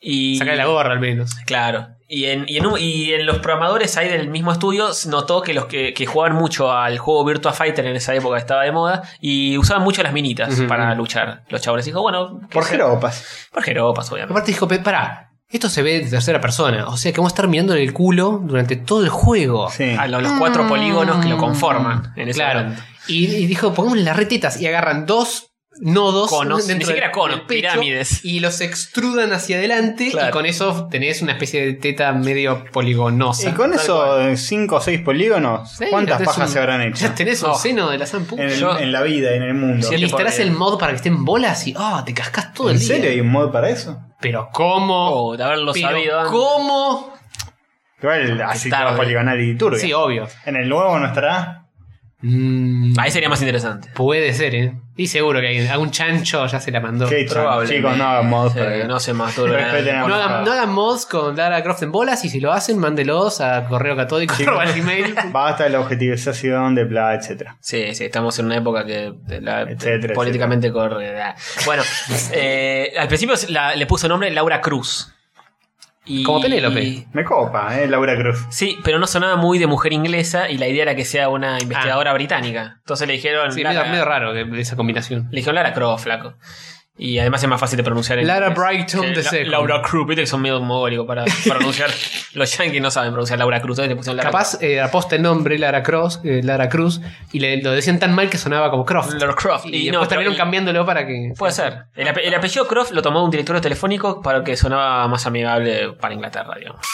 D: Y,
C: Sacale la gorra al menos.
D: Claro. Y en, y, en un- y en los programadores ahí del mismo estudio se notó que los que, que jugaban mucho al juego Virtua Fighter en esa época estaba de moda y usaban mucho las minitas
C: Ujú.
D: para luchar. Los chavales dijo, bueno, que
B: Por
D: sea-
B: jeropas.
D: Por jeropas, obviamente.
C: Aparte dijo, "Pe- pará, esto se ve en tercera persona. O sea que vamos a estar mirando el culo durante todo el juego.
B: Sí.
D: A lo- los
C: Mm.
D: cuatro polígonos que lo conforman en ese
C: Claro.
D: momento.
C: Y, y dijo, pongámosle las retetas y agarran dos nodos.
D: Conos,
C: dentro
D: ni siquiera
C: del-
D: conos,
C: del pecho
D: pirámides.
C: Y los extrudan hacia adelante
D: Claro.
C: y con eso tenés una especie de teta medio poligonosa.
B: Y con
C: Tal cual.
B: esos 5 o 6 polígonos,
C: Sí, ya
D: este
B: ¿cuántas
C: tenés
B: pajas
C: un-
B: se habrán hecho?
C: Ya tenés un
D: Oh.
C: seno de la zampu.
B: En, el-
D: yo-
B: en la vida, en el mundo.
D: Sí,
C: Y instalas
D: por-
C: el mod para que estén bolas y ah, te cascas todo el
B: ¿En
C: día.
B: serio hay un mod para eso?
C: Pero cómo.
D: Oh, de haberlo
C: pero
D: sabido antes.
C: ¿Cómo?
B: Igual así
D: tarde.
B: todo poligonal y turbio.
C: Sí, obvio.
B: en el nuevo no estará.
C: Mm,
D: Ahí sería más interesante.
C: Puede ser, ¿eh? Y seguro que hay algún chancho ya se la mandó.
B: Qué chan-
D: Probablemente.
B: Chicos, no hagan mods
D: Sí,
B: para que-
D: no se más
B: Respeten a-
C: No hagan,
B: Claro.
C: no hagan mods con Lara Croft en bolas y si lo hacen, mándelos a correo catódico
B: Sí.
C: arroba gmail.
B: Basta de la objetivización de bla, etcétera.
D: Sí, sí, estamos en una época que la-
B: Etcétera,
D: políticamente corre. ah.
B: <laughs>
D: Bueno, eh, al principio la- le puso nombre Laura Cruz. Y-
C: Como Penélope.
D: y-
B: Me copa, eh, Laura Cruz.
D: Sí, pero no sonaba muy de mujer inglesa y la idea era que sea una investigadora británica. Entonces le dijeron.
C: Ah. Sí,
D: Lara,
C: medio, medio raro que- esa combinación.
D: Le dijeron Lara Croft, flaco. Y además es más fácil de pronunciar en
C: Lara
D: inglés.
C: Brighton
D: Que
C: the
D: La-
C: second.
D: Laura Cruz, viste que son medio
C: <laughs>
D: mogólicos para pronunciar. Los yankees no saben pronunciar Laura Cruz, entonces le pusieron Lara
C: Capaz eh, aposta el nombre Lara Cross, eh, Lara Cruz, y le, lo decían tan mal que sonaba como Croft.
D: Croft. Lara Croft.
C: Y,
D: no,
C: después
D: pero-
C: terminaron cambiándolo para que.
D: Puede ser. El, ape- el apellido Croft lo tomó de un directorio telefónico para que sonaba más amigable para Inglaterra, digamos.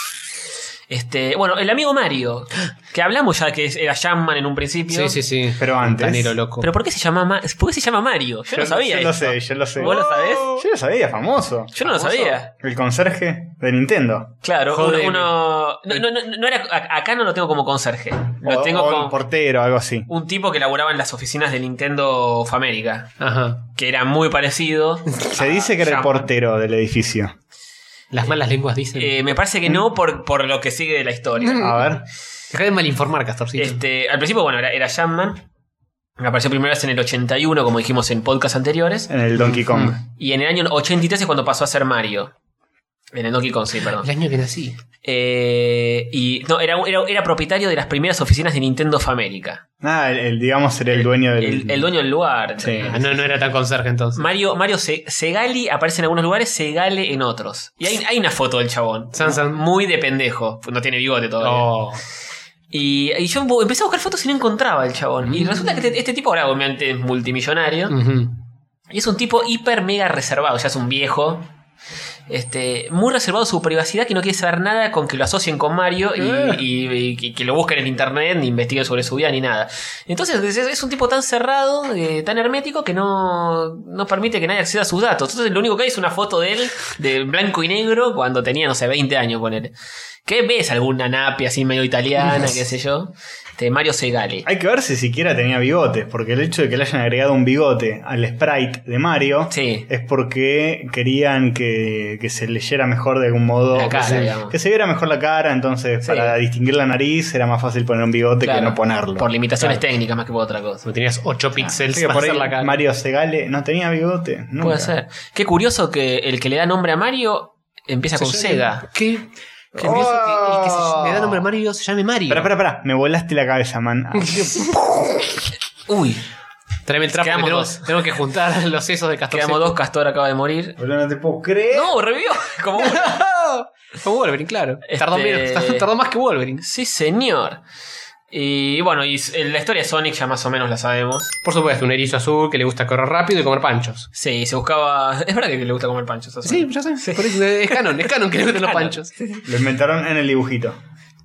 D: Este, bueno, el amigo Mario, que hablamos ya que es- era Shaman en un principio.
C: Sí, sí, sí.
B: Pero antes.
C: Tanero loco.
D: Pero ¿por qué se llama, Ma- ¿por qué se llama Mario? Yo, no sabía.
B: Yo lo
D: esto.
B: sé, Oh. yo lo sé.
D: ¿Vos lo sabés?
B: Yo lo sabía, famoso.
D: Yo no lo sabía.
B: El conserje de Nintendo.
D: Claro, uno.
C: Joder.
D: uno- no, no, no- no era, a- acá no lo tengo como conserje. Lo
B: o,
D: tengo
B: o el
D: como
B: portero, algo así.
D: un tipo que laburaba en las oficinas de Nintendo of America.
C: Ajá.
D: Que era muy parecido.
B: Se dice que era el
D: Shaman.
B: portero del edificio.
C: Las malas lenguas dicen.
D: Eh, me parece que no por, por lo que sigue de la historia.
B: A ver.
C: Deja de malinformar, Castorcito.
D: Este, al principio, bueno, era, era Shaman. Apareció primera vez en el 81, como dijimos en podcasts anteriores.
B: En el Donkey Kong.
D: Y en el año 83 es cuando pasó a ser Mario. En el Donkey Kong, sí,
C: El
D: perdón.
C: año que nací.
D: Eh, y no, era, era, era propietario de las primeras oficinas de Nintendo of America.
B: Ah, el, el, digamos, era el dueño del.
D: El, el dueño del lugar.
B: Sí.
C: Ah, no, no era tan conserje entonces.
D: Mario, Mario Se- Segali aparece en algunos lugares, Segale en otros. Y hay, hay una foto del chabón.
C: Sansan.
D: Muy de pendejo. No tiene bigote todavía.
C: Oh.
D: Y, y yo bu- empecé a buscar fotos y no encontraba el chabón. Y resulta que este, este tipo ahora obviamente es multimillonario.
C: Ujú.
D: Y es un tipo hiper mega reservado, ya es un viejo. Este, muy reservado su privacidad que no quiere saber nada con que lo asocien con Mario y,
B: Eh.
D: y- y que- que lo busquen en internet ni investiguen sobre su vida ni nada. Entonces es, es un tipo tan cerrado, eh, tan hermético que no, no permite que nadie acceda a sus datos. Entonces lo único que hay es una foto de él de blanco y negro cuando tenía, no sé, 20 años con él. ¿Qué ves? ¿Alguna napi así medio italiana, qué sé yo? Este, Mario Segale.
B: Hay que ver si siquiera tenía bigotes, porque el hecho de que le hayan agregado un bigote al sprite de Mario
D: Sí.
B: es porque querían que, que se leyera mejor de algún modo,
D: La cara,
B: que, se,
D: digamos.
B: que se viera mejor la cara, entonces
D: Sí.
B: para distinguir la nariz era más fácil poner un bigote que
D: Claro,
B: no ponerlo.
D: Por limitaciones
C: Claro.
D: técnicas más que por otra cosa.
C: Como tenías 8 píxeles
B: Así que
C: para
B: por ahí
C: hacer la cara.
B: Mario Segale no tenía bigote. nunca.
D: Puede ser. Qué curioso que el que le da nombre a Mario empieza con
C: Se
D: Sega.
C: llama- Qué qué curioso que el que
B: Oh.
C: se le da nombre a Mario se llame Mario.
B: Espera, espera, espera, me volaste la cabeza, man.
C: <laughs>
B: Ah,
D: Uy,
C: Tráeme el trapo que
D: Quedamos
C: tenemos,
D: dos.
C: tenemos que juntar <laughs> los sesos de Castorcito.
D: quedamos dos, Castor acaba de morir.
B: boludo, no te puedo
C: Eh.
B: creer.
D: No, revivió. <laughs>
C: <laughs>
D: Como uno.
C: Fue Wolverine, claro.
D: Este-
C: Tardó, menos- <laughs> tardó más que Wolverine.
D: Sí, señor. Y bueno, y s- la historia de Sonic ya más o menos la sabemos.
C: Por supuesto, un erizo azul que le gusta correr rápido y comer panchos.
D: Sí, se buscaba. <laughs> Es verdad que le gusta comer panchos. a Sonic.
C: Sí, ya sabes. por eso <laughs> Es canon, es canon que le gustan los panchos.
B: Lo inventaron en el dibujito.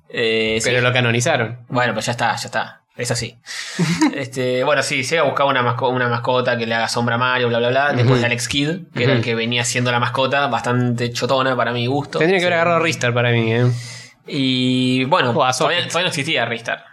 D: Eh, sí.
C: Pero lo canonizaron.
D: Bueno, pero ya está, ya está. Es así. <laughs> este, bueno, sí, Sega buscaba una, masco- una mascota que le haga sombra a Mario, bla, bla, bla. Después de Alex Kidd, que era el que venía siendo la mascota, bastante chotona para mi gusto.
C: Tendría que haber agarrado a Ristar para mí, eh.
D: Y bueno,
C: O a Socket.
D: todavía, todavía no existía Ristar.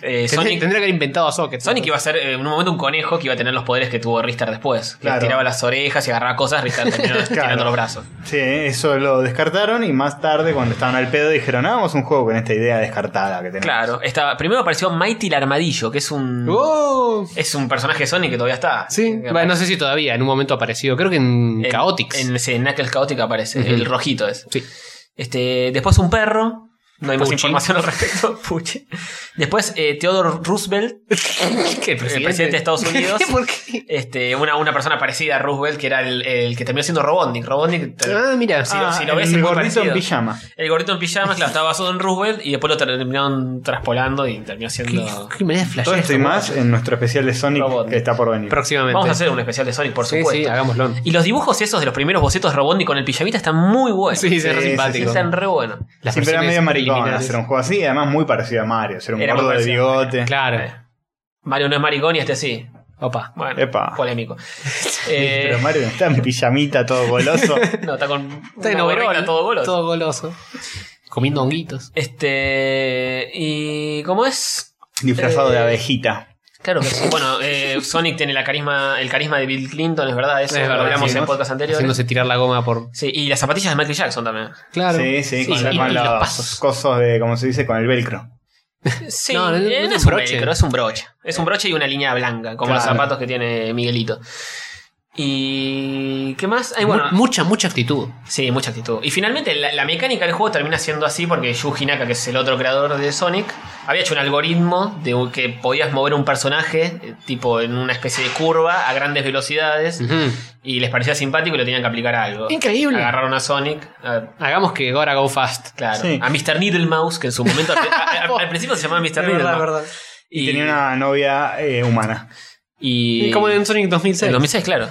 D: Eh,
C: Tendría,
D: Sonic,
C: tendría que haber inventado a Socket.
D: Sonic iba a ser eh, en un momento un conejo que iba a tener los poderes que tuvo Ristar después. Que
B: Claro.
D: tiraba las orejas y agarraba
C: <laughs>
D: cosas, Ristar terminó tirando los brazos.
B: Sí, eso lo descartaron y más tarde cuando estaban al pedo dijeron, ah, vamos a un juego con esta idea descartada que tenemos.
D: Claro, estaba, primero apareció Mighty el Armadillo, que es un.
C: ¡Oh!
D: Es un personaje de Sonic que todavía está.
C: Sí,
D: Que
C: bueno, no sé si todavía, en un momento apareció, creo que en,
D: En-
C: Chaotix. <laughs>
D: En, sí, en Knuckles Chaotix aparece, el rojito es.
C: Sí.
D: Este, después un perro. No hay más
C: Puchi.
D: información al respecto. <laughs> Puchi. Después eh, Theodore Roosevelt,
C: ¿Qué,
D: el Eh, presidente
C: <laughs>
D: de Estados Unidos.
C: ¿Por qué?
D: Este, una, una persona parecida a Roosevelt, que era el, el que terminó siendo Robotnik. Robotnik te-
C: Ah, mira,
D: si,
C: sí.
D: lo-
B: Ah,
D: si lo
B: el
D: ves, es muy
B: gordito
D: parecido.
B: en pijama.
D: El gordito en pijama, claro, estaba basado en Roosevelt y después lo terminaron traspolando y terminó
C: qué,
D: siendo.
C: qué manera de flashear
B: Todo esto y
C: esta
B: más en nuestro especial de Sonic
D: Robotnik.
B: que está por venir.
C: Próximamente.
D: Vamos a hacer un especial de Sonic, por
C: Sí,
D: supuesto.
C: sí, hagámoslo.
D: Y los dibujos esos de los primeros bocetos de Robotnik con el pijamita están muy buenos.
C: Sí, sí, es re
B: Sí, sí,
C: simpático.
B: sí.
D: Están re buenos.
C: Las
B: Siempre era
C: versiones
B: medio maricón
C: preliminares.
B: hacer un juego así, además muy parecido a Mario, ser un
D: Era muy
B: gordo de
D: parecido a
B: bigote.
C: Claro.
D: Mario no es maricón y este sí.
C: Opa.
D: Bueno,
B: Epa.
C: <laughs>
D: polémico. Eh,
B: Pero Mario no está en pijamita todo goloso.
D: no, está con.
C: Está en
D: una
C: overol,
D: gorrita, todo goloso.
C: Todo goloso. Comiendo honguitos.
D: Este. ¿Y cómo es?
B: disfrazado de
D: Eh,
B: abejita.
D: Claro que sí. <laughs> Bueno, eh, Sonic tiene la carisma, el carisma de Bill Clinton, es verdad, eso
C: Es
D: lo
C: verdad,
D: hablamos
C: sí,
D: en
B: ¿no?
D: podcast anteriores.
C: Haciéndose tirar la goma por.
D: Sí, y las zapatillas de Michael Jackson también.
C: Claro.
B: Sí, sí, con,
C: y-
B: la-
C: y-
B: con
C: y
B: los,
C: los pasos.
B: cosos de, como se dice, con el velcro.
D: Sí,
C: No, no, no
D: eh,
C: es
D: no
C: un
D: es un
C: broche.
D: velcro, es un broche. Es un broche y una línea blanca, como los
B: Claro.
D: zapatos que tiene Miguelito. ¿Y qué más? Ay, bueno,
C: Mu- Mucha, mucha actitud.
D: sí, mucha actitud. Y finalmente la, la mecánica del juego termina siendo así porque Yuji Naka, que es el otro creador de Sonic, había hecho un algoritmo de un- que podías mover un personaje, eh, tipo en una especie de curva, a grandes velocidades.
C: Ujú.
D: Y les parecía simpático y lo tenían que aplicar a algo.
C: Increíble.
D: Agarraron a Sonic. a-
C: Hagamos que Gora go fast.
D: claro.
B: Sí.
D: A Mr. Needle Mouse, que en su momento. al, al- al- al principio se llamaba Mr. Needle Mouse.
B: Y tenía una novia eh, humana.
D: Y.
C: Como en Sonic
D: En
C: 2006.
D: 2006, claro.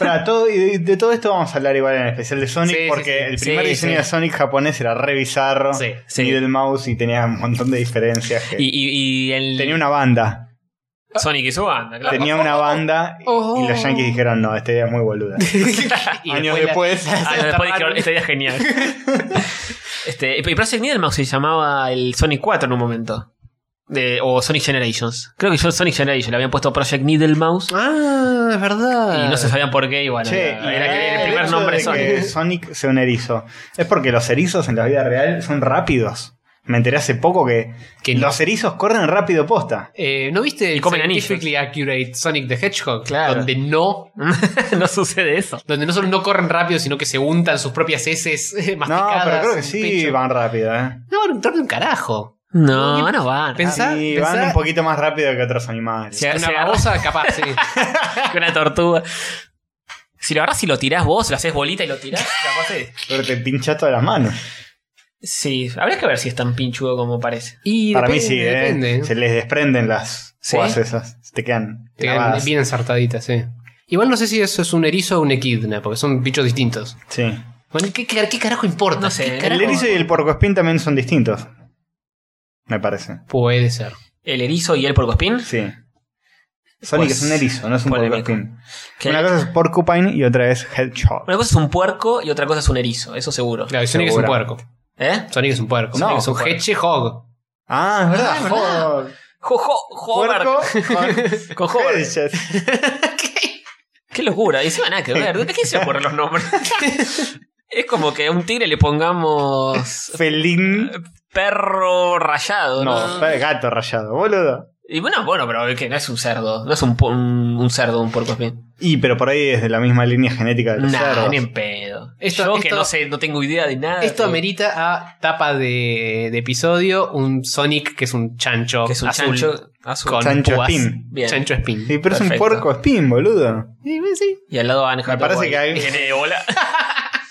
B: Para todo, y de, de todo esto vamos a hablar igual en el especial de Sonic,
C: Sí, sí,
B: porque
C: sí.
B: el primer
D: Sí,
B: diseño
D: sí.
B: de Sonic japonés era re bizarro.
C: Sí,
D: sí.
B: Y del mouse y tenía un montón de diferencias. que-
D: Y, y, y el.
B: Tenía una banda.
D: Sonic y su banda,
B: <laughs>
D: claro.
B: Tenía una banda y- y los yankees dijeron, no, esta idea es muy boluda.
D: Y
B: Años
D: la-
B: después,
D: Años después dijeron, esta idea es genial. este, y Project Needlemouse se llamaba el Sonic 4 en un momento. De- o Sonic Generations. Creo que yo Sonic Generations le habían puesto Project Needlemouse.
C: Ah, es verdad.
D: Y no se sabían por qué, igual.
B: <laughs> Che,
D: era,
B: y
D: era que el
B: eh, hecho
D: primer nombre
B: de que <laughs>
D: Sonic. <laughs>
B: Sonic sea un erizo. Es porque los erizos en la vida real son rápidos. Me enteré hace poco que,
C: Que no.
B: los erizos corren rápido posta.
C: Eh, ¿No viste el
D: comen
C: Scientifically Accurate Sonic the Hedgehog?
D: Claro.
C: Donde no. <laughs>
D: no sucede eso.
C: Donde no solo no corren rápido, sino que se untan sus propias heces <laughs> eh,
B: No,
C: masticadas.
B: pero creo que
C: en
B: sí
C: pecho.
B: van rápido, ¿eh?
C: No, no tarda un carajo.
D: No, no van.
C: Pensá,
B: Sí,
C: pensá
B: van un poquito más rápido que otros animales.
D: Sí. Se- se
C: una
D: agarra-
C: babosa capaz,
B: <laughs>
C: sí.
D: <laughs> Una tortuga. Si lo agarras y lo tirás vos, lo haces bolita y lo tirás, capaz es-
B: Pero te pinchas todas las manos.
D: Sí, habría que ver si es tan pinchudo como parece.
C: Y
B: Para mí
C: depende,
B: sí, ¿eh?
C: depende.
B: Se les desprenden las
D: ¿Sí?
B: púas esas. Te quedan.
C: Te quedan
B: grabadas.
C: bien ensartaditas, sí. Igual no sé si eso es un erizo o un equidna, porque son bichos distintos.
B: Sí.
C: Bueno, ¿qué, qué- qué carajo importa?
D: No sé, ¿eh?
C: ¿Qué
D: el
B: El
C: carajo?
B: erizo y el porcoespín también son distintos. Me parece.
C: Puede ser.
D: El erizo y el porcospín.
B: Sí. Sonic
D: Pues,
B: es un erizo, no es un
D: polémico.
B: porcoespín.
D: que-
B: Una cosa es porcupine y otra es hedgehog.
D: Una cosa es un puerco y otra cosa es un erizo, eso seguro.
C: Claro, y Sonic es un
B: Segura.
C: puerco.
D: ¿Eh?
C: Sonic es un puerco.
B: No,
C: Sonic es un
D: puerco.
C: hedgehog.
B: Ah, es verdad. Hog.
D: Jo, jo- Hover.
B: Puerco
D: Con
B: con
D: Hover.
B: hedgehog.
D: Qué locura, y encima nada que ver. ¿De qué se ocurren
B: <laughs>
D: los nombres? es como que a un tigre le pongamos
B: Felín.
D: perro rayado, ¿no?
B: No, fue gato rayado, boludo.
D: Y bueno, bueno, pero es que no es un cerdo, no es un, pu- un, un cerdo, un puercospín.
B: Y pero por ahí es de la misma línea genética de los
D: Nah,
B: cerdos.
D: ni en pedo.
C: Esto-
D: Yo que
C: esto-
D: no sé, no tengo idea de nada.
C: Esto
D: pero-
C: amerita a tapa de, de episodio un Sonic que es un chancho
D: que es un
C: azul.
D: chancho azul.
C: Con
B: Chancho
C: púas.
B: Spin.
D: Bien.
C: Chancho Spin.
B: Sí, pero es un
D: Perfecto.
B: porcoespín, boludo.
C: Sí, sí.
D: Y al lado Anne Hathaway.
B: parece que hay-
D: Tiene bola.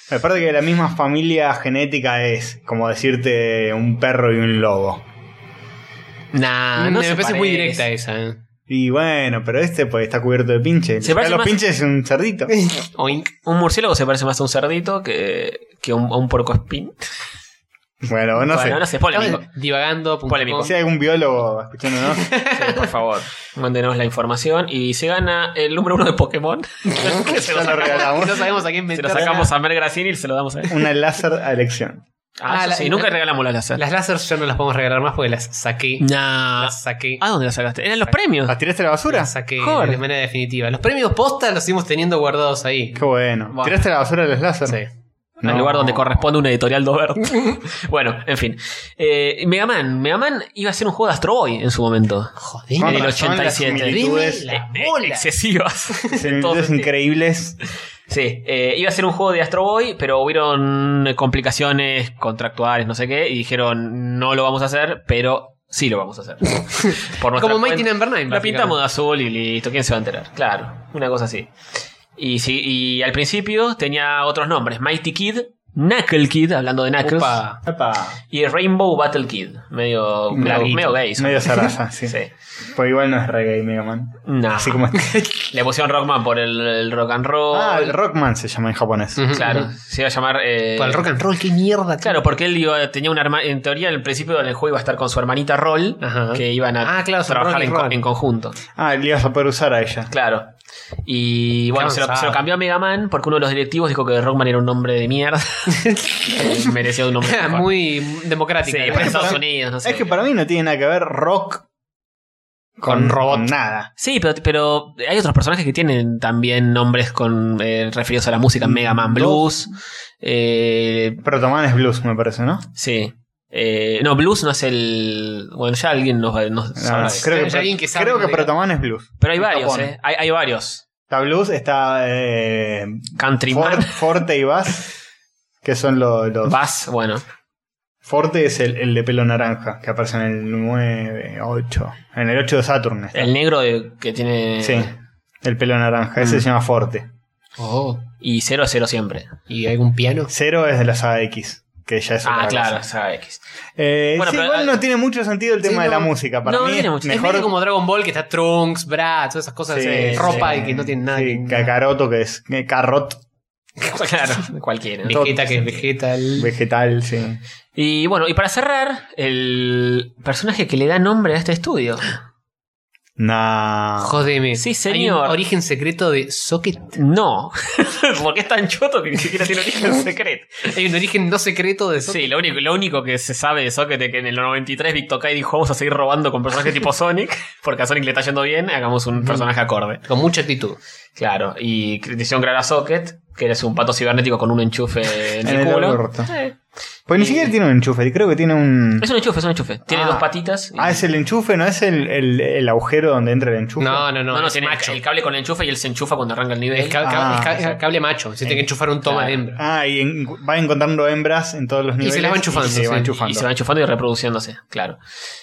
B: Me parece que la misma familia genética es como decirte un perro y un lobo.
D: nah, no
C: Ah, me
D: se
C: parece muy
D: parece.
C: directa esa. ¿eh?
B: Y bueno, pero este pues está cubierto de pinches.
D: Se
B: Se
D: parece
B: los
D: más-
B: pinches es un cerdito.
C: Oink.
D: Un murciélago se parece más a un cerdito que, que un, a un puercoespín.
B: Bueno, no
D: bueno,
B: sé.
D: no sé, polémico.
C: Divagando. punto
D: Polémico.
C: com.
B: Si hay algún biólogo
D: <laughs>
B: escuchándonos.
D: Sí, por favor, mándenos la información. Y se gana el número uno de Pokémon. que se
B: Ya
D: lo,
B: lo
D: sacamos,
B: regalamos.
C: No sabemos a quién
D: se lo
C: inventar.
D: sacamos a Mel Gracini y se lo damos a él.
B: Una láser a elección.
D: Ah,
C: Ah,
D: eso
C: la-
D: sí, nunca regalamos la láser.
C: Las lásers ya no las podemos regalar más porque las saqué.
D: Nah.
C: Las saqué.
D: ¿A dónde la sacaste? Eran los premios.
B: ¿Las tiraste a la basura?
C: Las saqué
D: Joder.
C: de manera definitiva. Los premios posta los seguimos teniendo guardados ahí.
B: Qué bueno.
D: Bueno.
B: ¿Tiraste a la basura los láser?
C: Sí.
D: Al
B: No.
D: lugar donde corresponde una editorial Dover. <laughs> bueno, en fin. Eh, Mega Man. Mega Man iba a ser un juego de Astro Boy en su momento.
C: Joder.
B: Con
D: En el
B: razón,
D: 87.
B: Las similitudes,
C: Dime <laughs>
D: Eh, Excesivas.
B: las
D: En todo
B: similitudes
D: sentido.
B: increíbles.
D: Sí, eh, iba a ser un juego de Astro Boy, pero hubieron eh, complicaciones contractuales, no sé qué, y dijeron, no lo vamos a hacer, pero sí lo vamos
C: <laughs>
D: a hacer. Por nuestra
C: Como Mighty
D: cuenta.
C: Number 9.
D: La pintamos de azul y listo, ¿quién se va a enterar? Claro, una cosa así. Y, sí, y al principio tenía otros nombres, Mighty Kid, Knuckle Kid, hablando de Knuckles,
C: Upa.
D: y Rainbow Battle Kid, medio,
C: Blaguito.
D: medio gay. supongo.
B: Medio zaraza,
D: <laughs>
B: sí.
D: Sí.
B: Pues igual no es reggae, Mega Man.
D: Nah.
B: Así como
D: <laughs> Le pusieron Rockman por el, el rock and roll.
B: Ah, el Rockman se llama en japonés.
C: Ujú.
D: Claro, se iba a llamar... eh,
C: Para el rock
D: <laughs>
C: and roll, qué mierda. qué-
D: Claro, porque él iba- tenía una herma- en teoría al principio del juego iba a estar con su hermanita Roll,
C: Ajá.
D: que iban a
C: Ah, claro, son
D: trabajar
C: Roll y
D: en, co-
C: Roll.
D: en conjunto.
B: Ah, le ibas a poder usar a ella.
D: Claro. Y bueno, se lo,
C: avanzado.
D: se lo cambió a Mega Man porque uno de los directivos dijo que Rockman era un nombre de mierda.
C: <laughs>
D: <laughs> Eh, Merecía un nombre mejor.
C: Muy
D: Sí,
C: democrática. <laughs>
D: por <laughs> Estados Unidos, no sé.
B: Es que para mí no tiene nada que ver rock
C: Con robot.
B: con nada.
D: Sí, pero, pero hay otros personajes que tienen también nombres con eh, referidos a la música. Mega Man Blues. Eh,
B: Protoman es blues, me parece, ¿no?
D: sí. Eh, no, Blues no es el... Bueno, ya alguien nos, va- nos sabrá
B: No,
D: eso.
B: creo
C: Pero
B: que,
C: hay alguien que sabe,
B: creo que
C: ¿no?
B: Protoman es blues.
D: Pero hay
B: En
D: varios,
B: Japón.
D: ¿eh? Hay, hay varios.
B: Está blues, está eh,
D: Countryman.
B: For- Forte y Bass, que son lo- los...
D: Bass, bueno.
B: Forte es el, el de pelo naranja, que aparece en el 9, 8. En el 8 de Saturn está.
D: El negro de- que tiene...
B: Sí, el pelo naranja.
D: Mm.
B: Ese se llama Forte.
C: Oh,
D: Y 0 0 siempre.
C: ¿y algún piano?
B: Cero es de la saga X. Que ya es
D: Ah,
B: otra
D: claro,
B: cosa.
D: sabe X. <laughs>
B: Eh,
D: Bueno,
B: sí,
D: pero-
B: igual no tiene mucho sentido el
D: Sí,
B: tema de
D: no.
B: la música. Para
D: No,
B: mejor
D: no
B: mí
D: tiene
B: es
D: mucho.
C: Es
B: mejor
C: medio como Dragon Ball que está Trunks, Bra, todas esas cosas
B: Sí,
C: de
B: sí.
C: ropa y que no tienen nada.
B: Sí,
C: que-
B: Kakaroto, que es eh, carrot
D: claro, cualquiera.
C: Vegeta que es Vegeta. el-
B: vegetal, sí.
D: Y bueno, y para cerrar, el personaje que le da nombre a este estudio.
B: Nah.
C: Jodeme.
D: Sí,
C: Hay un
D: señor.
C: origen secreto de Socket. <laughs>
D: <laughs> No, porque es tan choto que ni siquiera tiene origen secreto.
C: Hay un origen no secreto de Socket.
D: Sí, lo único, lo único que se sabe de Socket es que en el 93 Victor Kai dijo vamos a seguir robando con personajes tipo Sonic, <laughs> porque a Sonic le está yendo bien, hagamos un personaje acorde.
C: Con mucha actitud.
D: Claro, y decidieron crear a Socket, que eres un pato cibernético con un enchufe
B: <laughs>
D: en,
B: En
D: el
B: el
D: culo.
B: orto.
D: Eh,
B: Pues ni siquiera tiene un enchufe, creo que tiene un.
D: Es un enchufe, es un enchufe. Tiene
B: Ah.
D: dos patitas. y-
B: Ah, es el enchufe, no es el, el- el agujero donde entra el enchufe.
C: No, no, no.
D: No, no,
C: es
D: tiene
C: macho.
D: el cable con el enchufe y él se enchufa cuando arranca el nivel.
C: Es ca- ca-
B: Ah.
C: es ca- es cable macho. Se tiene que enchufar un toma
D: Claro.
C: hembra.
B: Ah, y en- va encontrando hembras en todos los
C: Y
B: niveles.
C: se las va enchufando,
B: Y se va
C: sí.
B: enchufando.
D: Y se va enchufando y reproduciéndose, claro.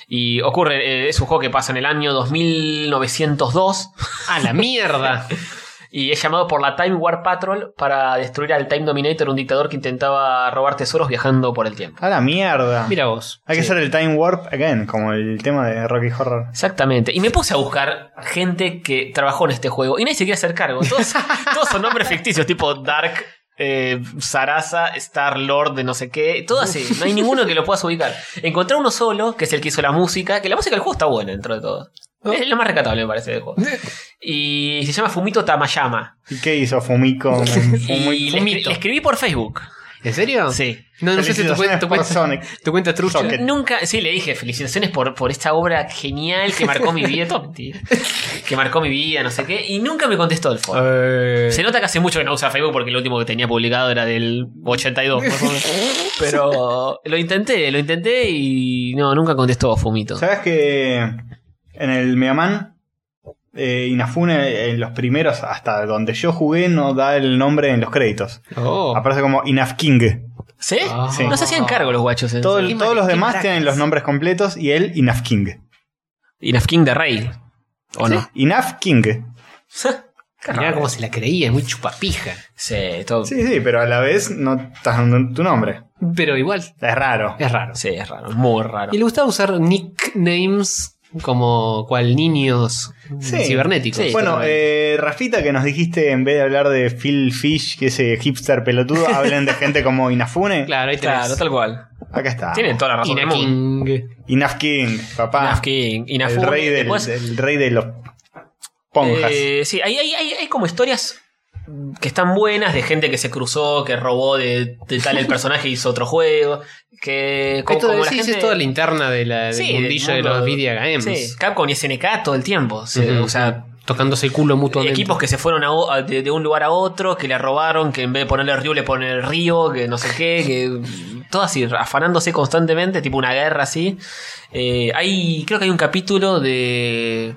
D: Y ocurre, eh, es un juego que pasa en el año 2902
C: ¡A la mierda!
D: y es llamado por la Time War Patrol para destruir al Time Dominator, un dictador que intentaba robar tesoros viajando por el tiempo.
B: A la mierda.
C: Mira
D: <laughs>
C: vos.
B: Hay que hacer el time warp again, como el tema de Rocky Horror.
D: Exactamente. Y me puse a buscar gente que trabajó en este juego y nadie se quiere hacer cargo. Todos, todos son nombres ficticios, tipo Dark. eh, Sarasa, Star Lord, de no sé qué, todo así, no hay ninguno que lo puedas ubicar. Encontré uno solo, que es el que hizo la música, que la música del juego está buena dentro de todo. Es lo más recatable, me parece, del juego. Y se llama Fumito Tamayama.
B: ¿Y qué hizo Fumiko?
C: <laughs>
D: Y le, escri-
C: Fumito. Ah.
D: le escribí por Facebook.
C: ¿En serio?
D: Sí.
C: No, no sé si tu cuenta,
B: Felicitaciones
C: tu
B: por
C: cuenta,
B: Sonic.
C: tu cuenta trucha.
B: Socket.
D: Nunca, sí, le dije felicitaciones por, por esta obra genial que marcó
B: <laughs>
D: mi vida. Todo mentira. que marcó mi vida, no sé qué. Y nunca me contestó el foro.
C: Eh,
D: Se nota que hace mucho que no usa Facebook porque lo último que tenía publicado era del 82, más o
B: <laughs>
D: menos. Pero lo intenté, lo intenté y no, nunca contestó Fumito.
B: ¿Sabes que en el Mega Man, eh, Inafune, en los primeros, hasta donde yo jugué, no da el nombre en los créditos?
C: oh.
D: Ah,
B: Aparece como Inaf King.
D: ¿Sí?
C: Ah.
D: No se hacían cargo los guachos. ¿eh? en
B: Todo-
D: serio.
B: todos los
C: qué
B: demás
C: maracas.
B: tienen los nombres completos y él Inaf King.
D: Y Nafking de Rey. ¿O
B: ¿Sí?
D: no?
B: Inaf King.
C: Mirá cómo se la creía, es muy chupapija.
D: Sí, todo.
B: Sí, sí, pero a la vez no estás dando tu nombre.
C: Pero igual
B: Es raro.
C: es raro.
D: Sí, es raro, muy raro.
C: Y le gustaba usar nicknames como cual niños
B: Sí.
C: cibernéticos.
D: Sí.
B: Bueno, eh, Rafita, que nos dijiste en vez de hablar de Phil Fish, que ese hipster pelotudo, hablen de gente como Inafune.
C: <laughs> claro, ahí tenés.
D: eh, Claro, tal cual.
B: Acá está.
D: Tienen toda la razón. del mundo.
C: Inaking.
B: Inaf King, papá.
D: Nafking, Inafune,
B: ah. el rey del,
D: después,
B: del rey de los ponjas.
D: eh, sí, hay, hay- hay- hay como historias que están buenas de gente que se cruzó, que robó de, de tal
C: <laughs>
D: el personaje y hizo otro juego. Que como,
C: Esto de-
D: como
C: sí, sí, es toda la interna de la, del
D: eh, Sí, del
C: mundillo de
D: mundo-
C: los video games.
D: Sí, Capcom y SNK todo el tiempo. sí,
C: Ujú.
D: O sea,
C: Tocándose el culo mutuamente.
D: equipos que se fueron a o- a- de, de un lugar a otro, que le robaron, que en vez de ponerle Ryu le ponen el río, que no sé qué, que todo así, afanándose constantemente, tipo una guerra así. Eh, hay, creo que hay un capítulo de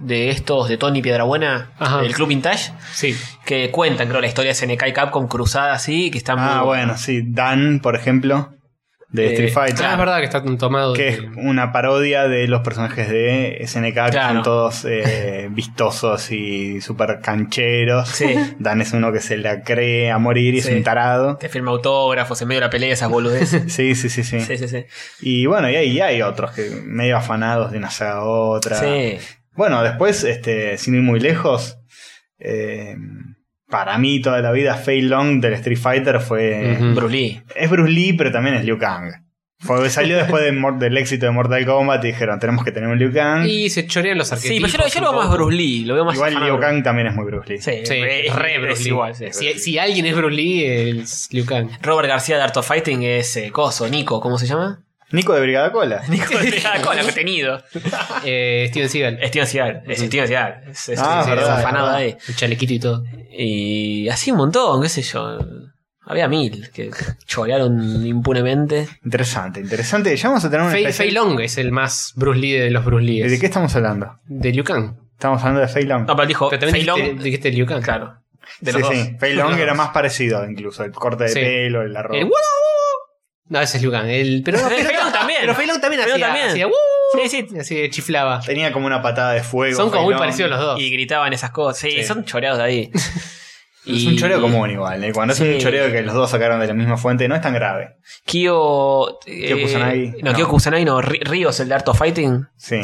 D: de estos, de Tony Piedrabuena,
C: Ajá.
D: del Club Vintage,
C: Sí.
D: que cuentan, creo, la historia de SNK y Capcom cruzada así, que está
B: ah,
D: muy
B: bueno, sí. Dan, por ejemplo, de
D: Eh,
B: Street Fighter.
C: Ah, es verdad que está tomado.
B: Que
C: de-
B: es una parodia de los personajes de SNK, que
D: Claro.
B: son todos
D: <laughs>
B: eh, vistosos y super cancheros.
D: Sí.
B: Dan es uno que se la cree a morir y
D: Sí.
B: es un tarado.
D: Te firma autógrafos en medio de la pelea, esas <laughs> boludeces.
B: Sí, sí, sí, sí.
D: sí, sí, sí.
B: Y bueno, y hay, y hay otros que medio afanados de una saga a otra.
D: Sí.
B: Bueno, después, este, sin ir muy lejos, eh, para mí toda la vida, Fei Long del Street Fighter fue.
C: Ujú.
D: Bruce Lee.
B: Es Bruce Lee, pero también es Liu Kang. Fue, salió después de Mor- del éxito de Mortal Kombat y dijeron: Tenemos que tener un Liu Kang.
C: Y se chorean los
D: Sí,
C: arquetipos.
D: pero yo, lo- yo lo veo más Bruce Lee, lo veo más
B: Igual Liu
D: afanado.
B: Kang también es muy Bruce Lee.
D: Sí,
C: Sí,
D: es re Bruce Lee.
C: igual.
D: Sí, es
C: si,
D: Bruce
C: si alguien es Bruce Lee, es Liu
D: <laughs>
C: Kang.
D: Robert García de Art of Fighting es eh, Coso, Nico, ¿cómo se llama? <laughs>
B: Nico de Brigada Cola.
D: Nico de con lo que he tenido.
C: Eh, Steven Seagal.
D: Steven Seagal, es Steven Seagal. Es, es-
B: Ah,
D: es
B: verdad,
D: afanado
B: verdad.
D: ahí.
C: El chalequito y todo.
D: Y así un montón, qué sé yo. Había mil que chorearon impunemente.
B: Interesante, interesante. Ya vamos a tener un
C: Fei,
B: especial-
C: Fei Long es el más Bruce Lee de los Bruce Lee.
B: ¿De qué estamos hablando?
C: De Liu Kang.
B: Estamos hablando de Fei Long.
D: No, pero dijo
C: Pero también
D: Oh, Fei Long.
C: dijiste, dijiste Liu Kang.
D: Claro. De
B: sí,
D: los dos.
B: sí. Fei Long era más parecido, incluso. El corte de
C: Sí.
B: pelo, el arroz.
C: El ¡Wow! No, ese es Liu Kang. El,
D: <laughs>
C: pero,
D: Pero
C: pero-
D: Fei Long también.
C: Pero Fei Long también
D: Fei Long
C: hacía,
D: también.
C: hacía ¡Woo!
D: Sí, sí.
C: Así chiflaba.
B: Tenía como una patada de fuego.
C: Son como
B: Fei
C: muy
B: Long.
C: parecidos los dos.
D: Y gritaban esas cosas. Sí,
C: Sí.
D: son choreados de ahí.
B: <laughs> Es
D: Y-
B: un choreo común igual. ¿eh? Cuando es
D: Sí.
B: un choreo que los dos sacaron de la misma fuente, no es tan grave.
D: Kyo. eh,
B: Kyo Kusanagi.
D: No,
B: No.
D: Kyo Kusanagi, no. Ri- Ríos, el de Art of Fighting.
B: Sí.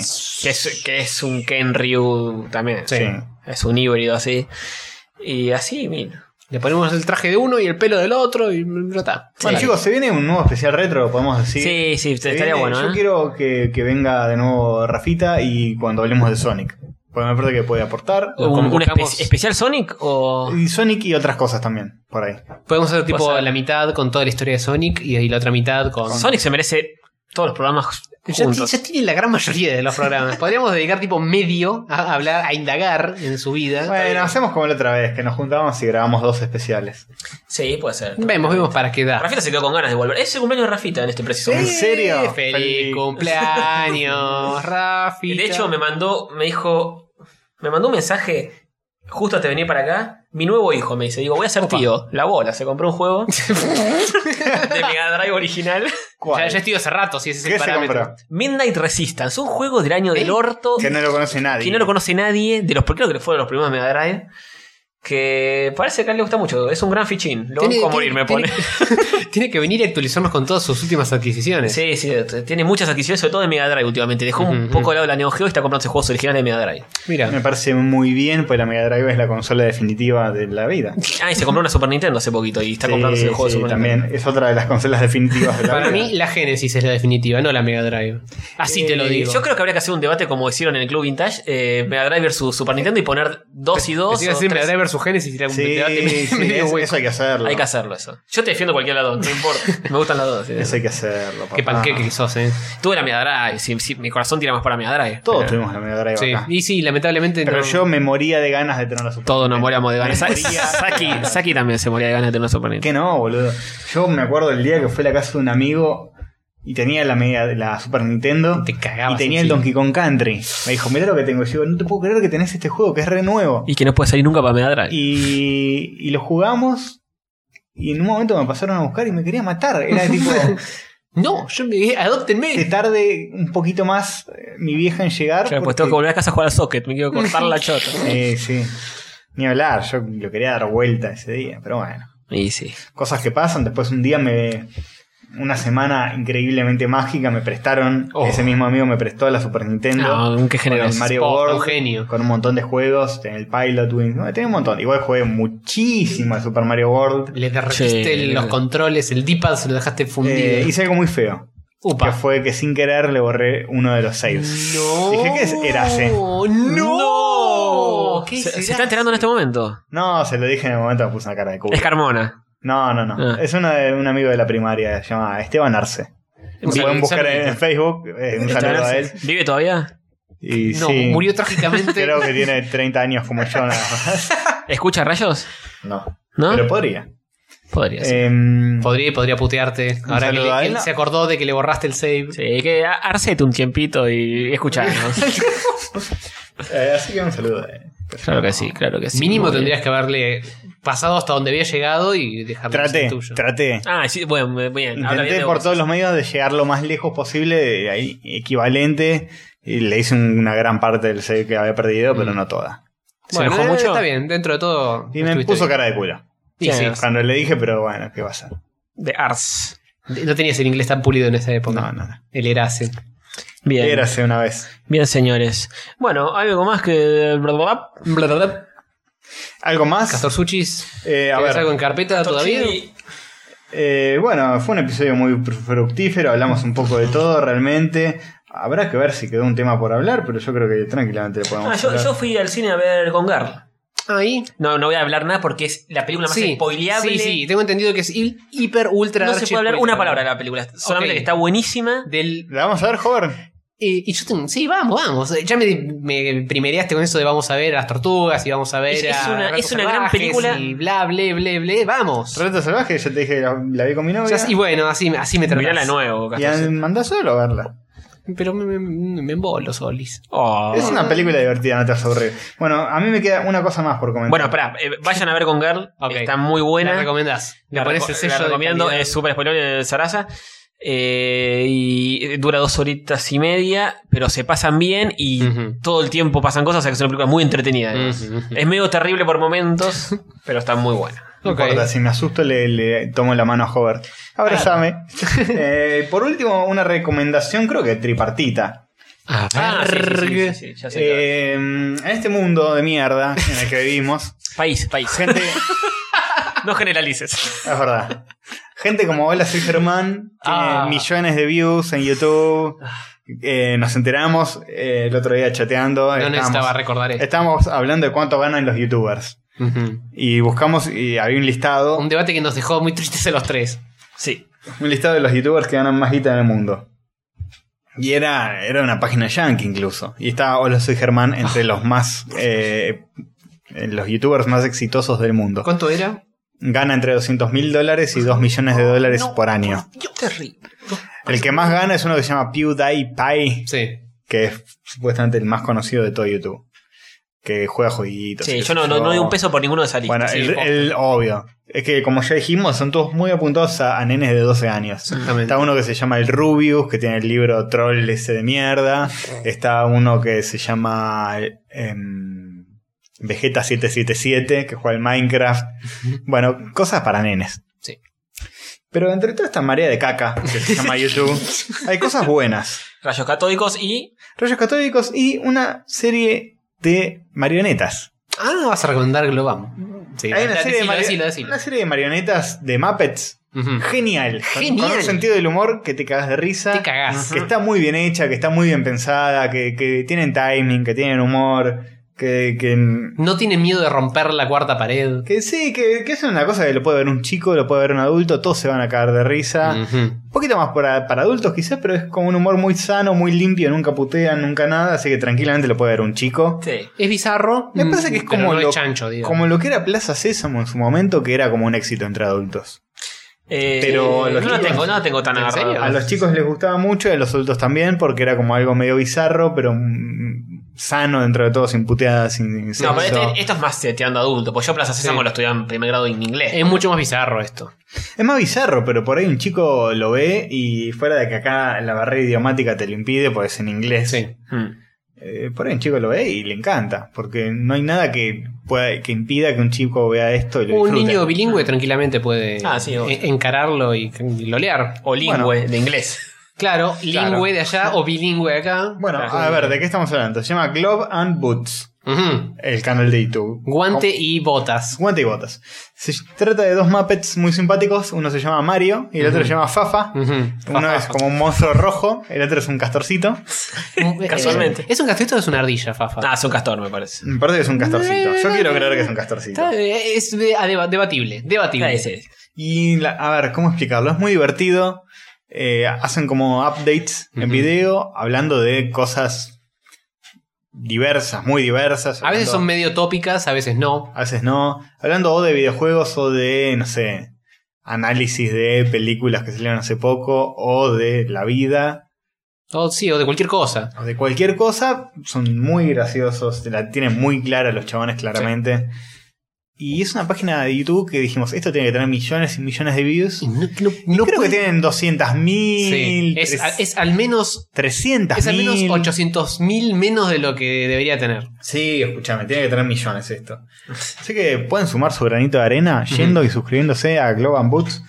D: Que es, que es un Ken Ryu también.
B: Sí.
D: Es un híbrido así. Y así, mira.
C: Le ponemos el traje de uno y el pelo del otro y ya está.
B: Bueno,
D: Sí.
B: chicos, se viene un nuevo especial retro, podemos decir.
D: Sí, sí,
B: Se
D: estaría
B: viene-
D: bueno.
B: Yo
D: ¿eh?
B: quiero que, que venga de nuevo Rafita y cuando hablemos de Sonic. Porque me parece que puede aportar.
C: O
D: ¿Un, un espe-
C: convocamos-
D: especial Sonic o.?
B: Y Sonic y otras cosas también, por ahí.
C: Podemos hacer tipo
D: Puede ser.
C: la mitad con toda la historia de Sonic y ahí la otra mitad con.
D: Sonic se merece todos los programas
C: Ya, ti-
D: juntos.
C: ya tiene la gran mayoría de los programas. Podríamos dedicar tipo medio a hablar, a indagar en su vida.
B: Bueno, hacemos como la otra vez, que nos juntamos y grabamos dos especiales.
D: Sí, puede ser.
C: Vemos, vemos para qué da.
D: Rafita se quedó con ganas de volver. Es el cumpleaños de Rafita en este preciso
B: ¿En
D: momento.
B: serio?
C: Feliz, cumpleaños, Rafi.
D: De hecho, me mandó, me dijo, me mandó un mensaje justo antes de venir para acá. Mi nuevo hijo me dice, digo, voy a ser
C: Opa.
D: tío. La bola, se compró un
C: <laughs>
D: juego de Mega Drive original.
B: ¿Cuál?
C: Ya, ya estoy hace rato, si ese es el
B: ¿Qué se
C: parámetro.
B: compró?
D: Midnight Resistance, un juego del año del orto.
B: Que no lo conoce nadie.
D: que no lo conoce nadie, de los creo que fueron los primeros de Mega Drive. Que parece que a él le gusta mucho, es un gran fichín. Lo banco a morir, me pone.
C: Tiene, tiene que venir a actualizarnos con todas sus últimas adquisiciones.
D: <laughs> Sí, sí, t- tiene muchas adquisiciones, sobre todo de Mega Drive últimamente. Dejó un
C: Ujú,
D: poco de lado la Neo Geo y está comprando juegos originales de Mega Drive.
B: Me
C: Mira,
B: parece muy bien, pues la Mega Drive es la consola definitiva de la vida.
D: Ah, y se compró una Super Nintendo hace poquito y está
B: Sí,
D: comprando ese juego de
B: sí,
D: Super
B: también.
D: Nintendo.
B: Es otra de las consolas definitivas de la
C: para
B: vida.
C: mí la Genesis es la definitiva, no la Mega Drive. Así te lo
D: Eh,
C: digo.
D: Yo creo que habría que hacer un debate como hicieron en el Club Vintage, eh, Mega Drive versus Super Nintendo y poner dos y dos.
C: Decía
D: o
C: decir Mega
D: tres.
C: Drive versus Genesis y era un
B: Sí,
C: debate medio-
B: sí,
C: <laughs> medio
B: es-
C: hueco.
B: eso hay que hacerlo.
D: Hay que hacerlo eso. Yo te defiendo cualquier lado,
C: <laughs>
D: no importa. Me gustan las dos. sí.
B: Eso hay que hacerlo. papá.
C: Qué panqueque que sos, eh.
D: Tuve la Mega Drive, sí, sí, mi corazón tira más para Mega Drive.
B: Todos
D: pero-
B: tuvimos la Mega Drive
C: Sí.
B: acá.
C: Y sí, lamentablemente
B: Pero
C: no.
B: yo me moría de ganas de tener la Super
D: Todos nos
B: Nintendo.
D: moríamos de ganas.
B: Me
D: Sa-
B: moría de
D: Saki,
B: ganas.
D: Saki también se moría de ganas de tener una Super Nintendo.
B: Que no, boludo. Yo me acuerdo el día que fui a la casa de un amigo y tenía la, Mega- la Super Nintendo.
C: Te cagabas
B: Y tenía el
C: encima.
B: Donkey Kong Country. Me dijo, mirá lo que tengo. Y yo, no te puedo creer que tenés este juego que es re nuevo.
D: Y que no puede salir nunca para Mega Drive.
B: Y, y lo jugamos. Y en un momento me pasaron a buscar y me quería matar. Era tipo,
C: No, yo me... adoptenme.
B: que tarde un poquito más eh, mi vieja en llegar.
D: Claro, pues
B: porque-
D: tengo que volver a casa a jugar al socket, me quiero
B: <laughs>
D: cortar la chota.
B: Eh, sí. Ni hablar, yo lo quería dar vuelta ese día, pero bueno.
D: Y sí.
B: Cosas que pasan, después un día me... Una semana increíblemente mágica me prestaron,
C: Oh. Ah,
B: ese mismo amigo me prestó la Super Nintendo.
D: No, qué
B: con
D: generoso.
B: el Mario
C: posta,
B: World,
C: un genio.
B: con un montón de juegos, en el Pilot Wings, no, tenía un montón. Igual jugué muchísimo al Super Mario World.
C: Le derretiste
D: Sí.
C: los controles, el D-pad se lo dejaste fundido.
B: Eh, hice algo muy feo, que
C: Upa.
B: fue que sin querer le borré uno de los saves.
C: No.
B: Dije que era C.
C: No. ¿Qué
D: se, se
C: será?
D: está enterando en este momento.
B: No, se lo dije en el momento, me puse una cara de culo.
D: Es Carmona.
B: No, no, no.
D: Ah.
B: Es uno de, un amigo de la primaria, se llama Esteban Arce. Lo
C: Bien,
B: pueden buscar en,
C: saludito.
B: en Facebook, eh, un
D: Esteban
B: saludo a él.
D: Arce. ¿Vive todavía?
B: Y
C: No,
B: sí,
C: murió trágicamente.
B: <laughs> Creo que tiene 30 años como yo, nada
C: <laughs>
B: más.
D: ¿Escucha rayos?
B: No,
D: ¿No?
B: pero podría.
D: Podría ser.
B: Em,
C: Podría, podría putearte.
B: Un
C: Ahora que,
B: saludo
C: le-
B: a
C: que
B: él.
C: él se acordó de que le borraste el save.
D: Sí, que a- arcete un tiempito
B: <laughs>
D: y escucharnos.
B: eh, así que un saludo a él.
D: claro que sí, claro que sí.
C: Mínimo
D: Muy bien.
C: tendrías que haberle pasado hasta donde había llegado y dejarlo
B: Traté,
C: el tuyo.
B: traté.
D: Ah, sí, bueno, muy bien. Habla bien
B: Intenté
D: de
B: por
D: vos.
B: todos los medios de llegar lo más lejos posible, de ahí, equivalente. Y le hice una gran parte del save que había perdido, pero no toda.
D: ¿Se
C: bueno,
D: enojó
C: eh,
D: mucho?
C: está bien, dentro de todo.
B: Y me
C: estuviste
B: puso
C: bien.
B: cara de culo.
C: Y sí,
D: Claro.
B: Cuando le dije, pero bueno, ¿qué va a ser?
D: De Ars.
C: No tenías el inglés tan pulido en esa época.
B: No, no, no.
C: El Erase.
D: Bien.
B: Era hace una vez.
D: Bien, señores. Bueno, ¿hay algo más que.
B: ¿Algo más?
C: Castor Suchis.
B: Eh, a
C: ¿Tienes
B: ver,
C: algo en carpeta todavía?
D: Ah,
B: eh, bueno, fue un episodio muy fructífero, hablamos un poco de todo realmente. Habrá que ver si quedó un tema por hablar, pero yo creo que tranquilamente lo podemos
D: Ah, yo,
B: hablar.
D: yo fui al cine a ver Con Girl.
C: Ahí.
D: No, no voy a hablar nada porque es la película más spoileable.
C: sí, sí, tengo entendido que es hi- hiper ultra
D: No se
C: archi
D: puede hablar
C: spoiler.
D: una palabra de la película. Solamente
C: Ok.
D: que está buenísima.
C: del
B: ¿La vamos a ver, joven?
C: eh, y yo tengo, sí, vamos, vamos. Eh, Ya me, me primereaste con eso de vamos a ver a las tortugas y vamos a ver
D: Es- es
C: a
D: una-
C: Ratos
D: es una gran
C: Salvajes
D: película.
C: y bla ble ble ble, vamos.
B: Reto salvaje, ya te dije que la, la vi con mi novia.
C: Ya- y bueno, así, así me tratás.
D: Mirá la nuevo,
B: y al- mandá solo a verla.
C: Pero me, me, me embolo, Solis.
D: Oh.
B: Es una película divertida, no te vas a aburrir. Bueno, a mí me queda una cosa más por comentar.
D: Bueno, espera, vayan a ver Con Girl.
C: Ok.
D: Está muy
C: Buena.
D: buena.
C: La recomendás. Le
D: La
C: pones
D: reco-
C: el
D: la
C: sello de
D: recomiendo,
C: calidad.
D: es súper spoiler de Sarasa. eh, y dura dos horitas y media, pero se pasan bien y
C: Ujú.
D: todo el tiempo pasan cosas, o sea que es una película muy entretenida. además.
C: Ujú, ujú.
D: Es medio terrible por momentos, pero está muy buena.
B: No
C: Ok.
B: importa, si me asusto le, le tomo la mano a Hobart.
D: Ah.
B: Abrazame. <laughs> Eh, por último, una recomendación, creo que tripartita.
C: A
D: Ah, sí, sí, sí,
C: ver.
D: sí, sí, ya sé qué va.
B: Eh, en este mundo de mierda en el que vivimos,
D: País, país.
B: gente.
D: <laughs> No generalices.
B: Es verdad. Gente como Hola Soy Germán, tiene
D: Ah.
B: millones de views en YouTube. Eh, nos enteramos eh, el otro día chateando.
C: No
B: estábamos-
C: necesitaba
B: Eh,
C: recordar esto.
B: estábamos hablando de cuánto ganan los youtubers.
C: Ujú.
B: Y buscamos y había un listado.
C: Un debate que nos dejó muy tristes a los tres.
D: Sí.
B: un listado de los youtubers que ganan más guita en el mundo. Y era, era una página yankee incluso. Y estaba Hola Soy Germán entre los más... eh, los youtubers más exitosos del mundo.
C: ¿Cuánto era?
B: Gana entre 200 mil dólares y 2 millones de dólares por año. El que más gana es uno que se llama PewDiePie,
C: Sí.
B: que es supuestamente el más conocido de todo YouTube. Que juega jueguitos.
D: Sí,
B: qué
D: yo
B: sé
D: no, no, no doy un peso por ninguno de esas listas.
B: Bueno,
D: Sí,
B: el,
D: posta.
B: el- obvio. Es que como ya dijimos, son todos muy apuntados a, a nenes de 12 años.
C: Exactamente.
B: Está uno que se llama el Rubius, que tiene el libro Troll ese de mierda. Está uno que se llama em, Vegeta777, que juega al Minecraft. Bueno, cosas para nenes.
C: Sí.
B: Pero entre toda esta marea de caca que se
C: <laughs>
B: llama YouTube, hay cosas buenas.
D: Rayos catódicos y.
B: Rayos católicos y una serie de marionetas.
C: Ah, vas a recomendar Globam. Sí,
B: Hay una,
C: la-
B: serie de
C: decilo,
B: mari-
C: decilo, decilo.
B: una serie de marionetas de Muppets.
C: Ujú.
B: Genial. Con-
C: Genial.
B: Con un sentido del humor que te cagas de risa.
C: Te cagás.
B: Que está muy bien hecha, que está muy bien pensada, que, que tienen timing, que tienen humor, que, que,
C: No tiene miedo de romper la cuarta pared.
B: que sí, que, que es una cosa que lo puede ver un chico, lo puede ver un adulto, todos se van a cagar de risa.
C: Ujú.
B: Un poquito más para, para adultos quizás, pero es como un humor muy sano, muy limpio, nunca putean, nunca nada, así que tranquilamente lo puede ver un chico.
D: Sí.
C: Es bizarro. mm,
B: Me parece que es
C: pero
B: como
C: no
B: lo-
C: es chancho, digo.
B: Como lo que era Plaza Sésamo en su momento, que era como un éxito entre adultos.
D: Eh,
B: Pero los
D: no la
B: libros-
D: tengo, no la tengo tan
C: ¿En
D: agarrada.
C: serio?
B: A los chicos les gustaba mucho y a los adultos también, porque era como algo medio bizarro, pero mm, sano dentro de todo, sin puteadas, sin, sin
D: No, pero
B: sexo.
D: este- esto es más seteando adulto. Pues yo Plaza Sésamo
C: Sí. Eh,
D: lo estudiaba en primer grado en inglés.
C: Es mucho más bizarro esto.
B: Es más bizarro, pero por ahí un chico lo ve y fuera de que acá la barrera idiomática te lo impide, porque es en inglés.
C: Sí.
D: Mm.
B: eh, por ahí un chico lo ve y le encanta, porque no hay nada que pueda, que impida que un chico vea esto y lo
C: Un
B: disfrute.
C: niño bilingüe tranquilamente puede
D: Ah, sí, obvio.
C: e- encararlo y y lolear.
D: O lingüe de inglés.
C: Claro, lingüe
B: Claro.
C: de allá o bilingüe de acá.
B: Bueno, a ver, ¿de qué estamos hablando? Se llama Glove and Boots,
C: Ujú.
B: el canal de YouTube.
C: Guante y botas.
B: Guante y botas. Se trata de dos Muppets muy simpáticos. Uno se llama Mario y el otro se llama Fafa.
D: <laughs>
C: Ujú.
B: Uno es como un monstruo rojo, el otro es un castorcito.
D: Casualmente.
C: Eh, ¿Es un castorcito o es una ardilla, Fafa?
D: Ah, es un castor, me parece.
B: Me parece que es un castorcito. Yo quiero creer que es un castorcito.
C: Está- eh, es de- ah, deba- debatible. Debatible.
D: Ah, ese es.
B: Y la- a ver, ¿cómo explicarlo? Es muy divertido. Eh, hacen como updates en video hablando de cosas diversas, muy diversas.
C: A veces son
B: hablando-
C: medio tópicas, a veces no.
B: A veces no. Hablando o de videojuegos o de, no sé, análisis de películas que salieron hace poco o de la vida.
C: O sí, o de cualquier cosa.
B: o de cualquier cosa, son muy graciosos, te la tienen muy clara los chabones claramente. Y es una página de YouTube que dijimos, esto tiene que tener millones y millones de views.
C: Y No, no-
B: Y
C: no
B: creo
C: puede-
B: que tienen 200
C: Sí,
B: mil,
C: es, a- es al menos.
B: 300
C: Es al menos 800.000 menos de lo que debería tener.
B: Sí, escúchame, tiene que tener millones esto. Así que pueden sumar su granito de arena yendo y suscribiéndose a Globan Boots.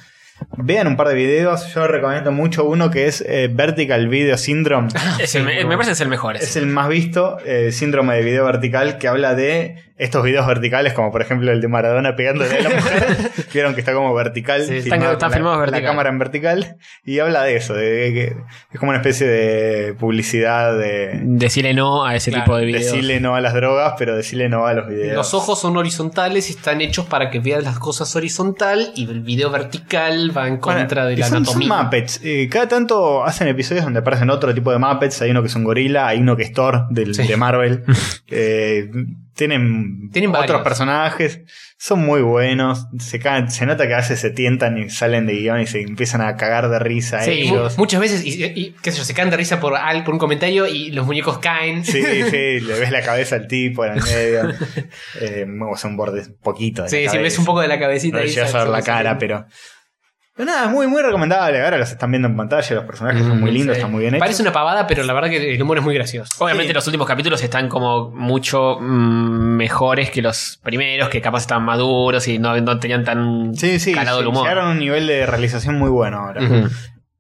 B: Vean un par de videos, yo recomiendo mucho uno que es eh, Vertical Video
C: <laughs>
B: Syndrome.
D: Es el- me, me parece que es el mejor. ese.
B: Es el más visto, eh, síndrome de video vertical, que habla de estos videos verticales, como por ejemplo el de Maradona pegándole a la
D: <laughs>
B: mujer. Vieron que está como vertical.
D: Sí, están-
B: filmado
D: están
B: con la-
D: filmados vertical.
B: La cámara en vertical. Y habla de eso, de que es como una especie de publicidad de
D: Decirle no a ese
C: Claro,
D: tipo de videos.
B: decirle no a las drogas, pero decirle no a los videos.
C: Los ojos son horizontales y están hechos para que veas las cosas horizontal y el video vertical va en
B: Bueno,
C: contra de
B: y
C: la
B: son, son
C: anatomía.
B: Muppets. Eh, cada tanto hacen episodios donde aparecen otro tipo de Muppets. Hay uno que es un gorila, hay uno que es Thor del-
C: Sí.
B: de
C: <laughs>
B: Marvel. Eh, tienen
C: Tienen
B: otros
C: varios.
B: personajes. Son muy buenos. Se, caen- se nota que a veces se tientan y salen de guión y se empiezan a cagar de risa
C: Sí, mu- <laughs>
B: ellos.
C: muchas veces, y, y, qué sé yo, se caen de risa por, al- por un comentario y los muñecos caen.
B: Sí, sí, le ves la cabeza al tipo en el medio.
C: <laughs>
B: Eh, bueno, son bordes un poquito. de la
C: Sí, sí, ves
B: cabeza.
C: un poco de la cabecita.
B: No le
C: ahí,
B: llegas a ver
C: sale-
B: la
C: sale-
B: cara, pero. Pero nada, es muy, muy recomendable. Ahora los están viendo en pantalla, los personajes son muy lindos,
C: Sí.
B: están muy bien hechos.
C: Parece una pavada, pero la verdad que el humor es muy gracioso.
D: Obviamente los últimos capítulos están como mucho mm, mejores que los primeros, que capaz estaban maduros y no, no tenían tan
B: Sí, sí,
D: calado
B: sí,
D: el humor.
B: llegaron a un nivel de realización muy bueno ahora.
D: Ujú.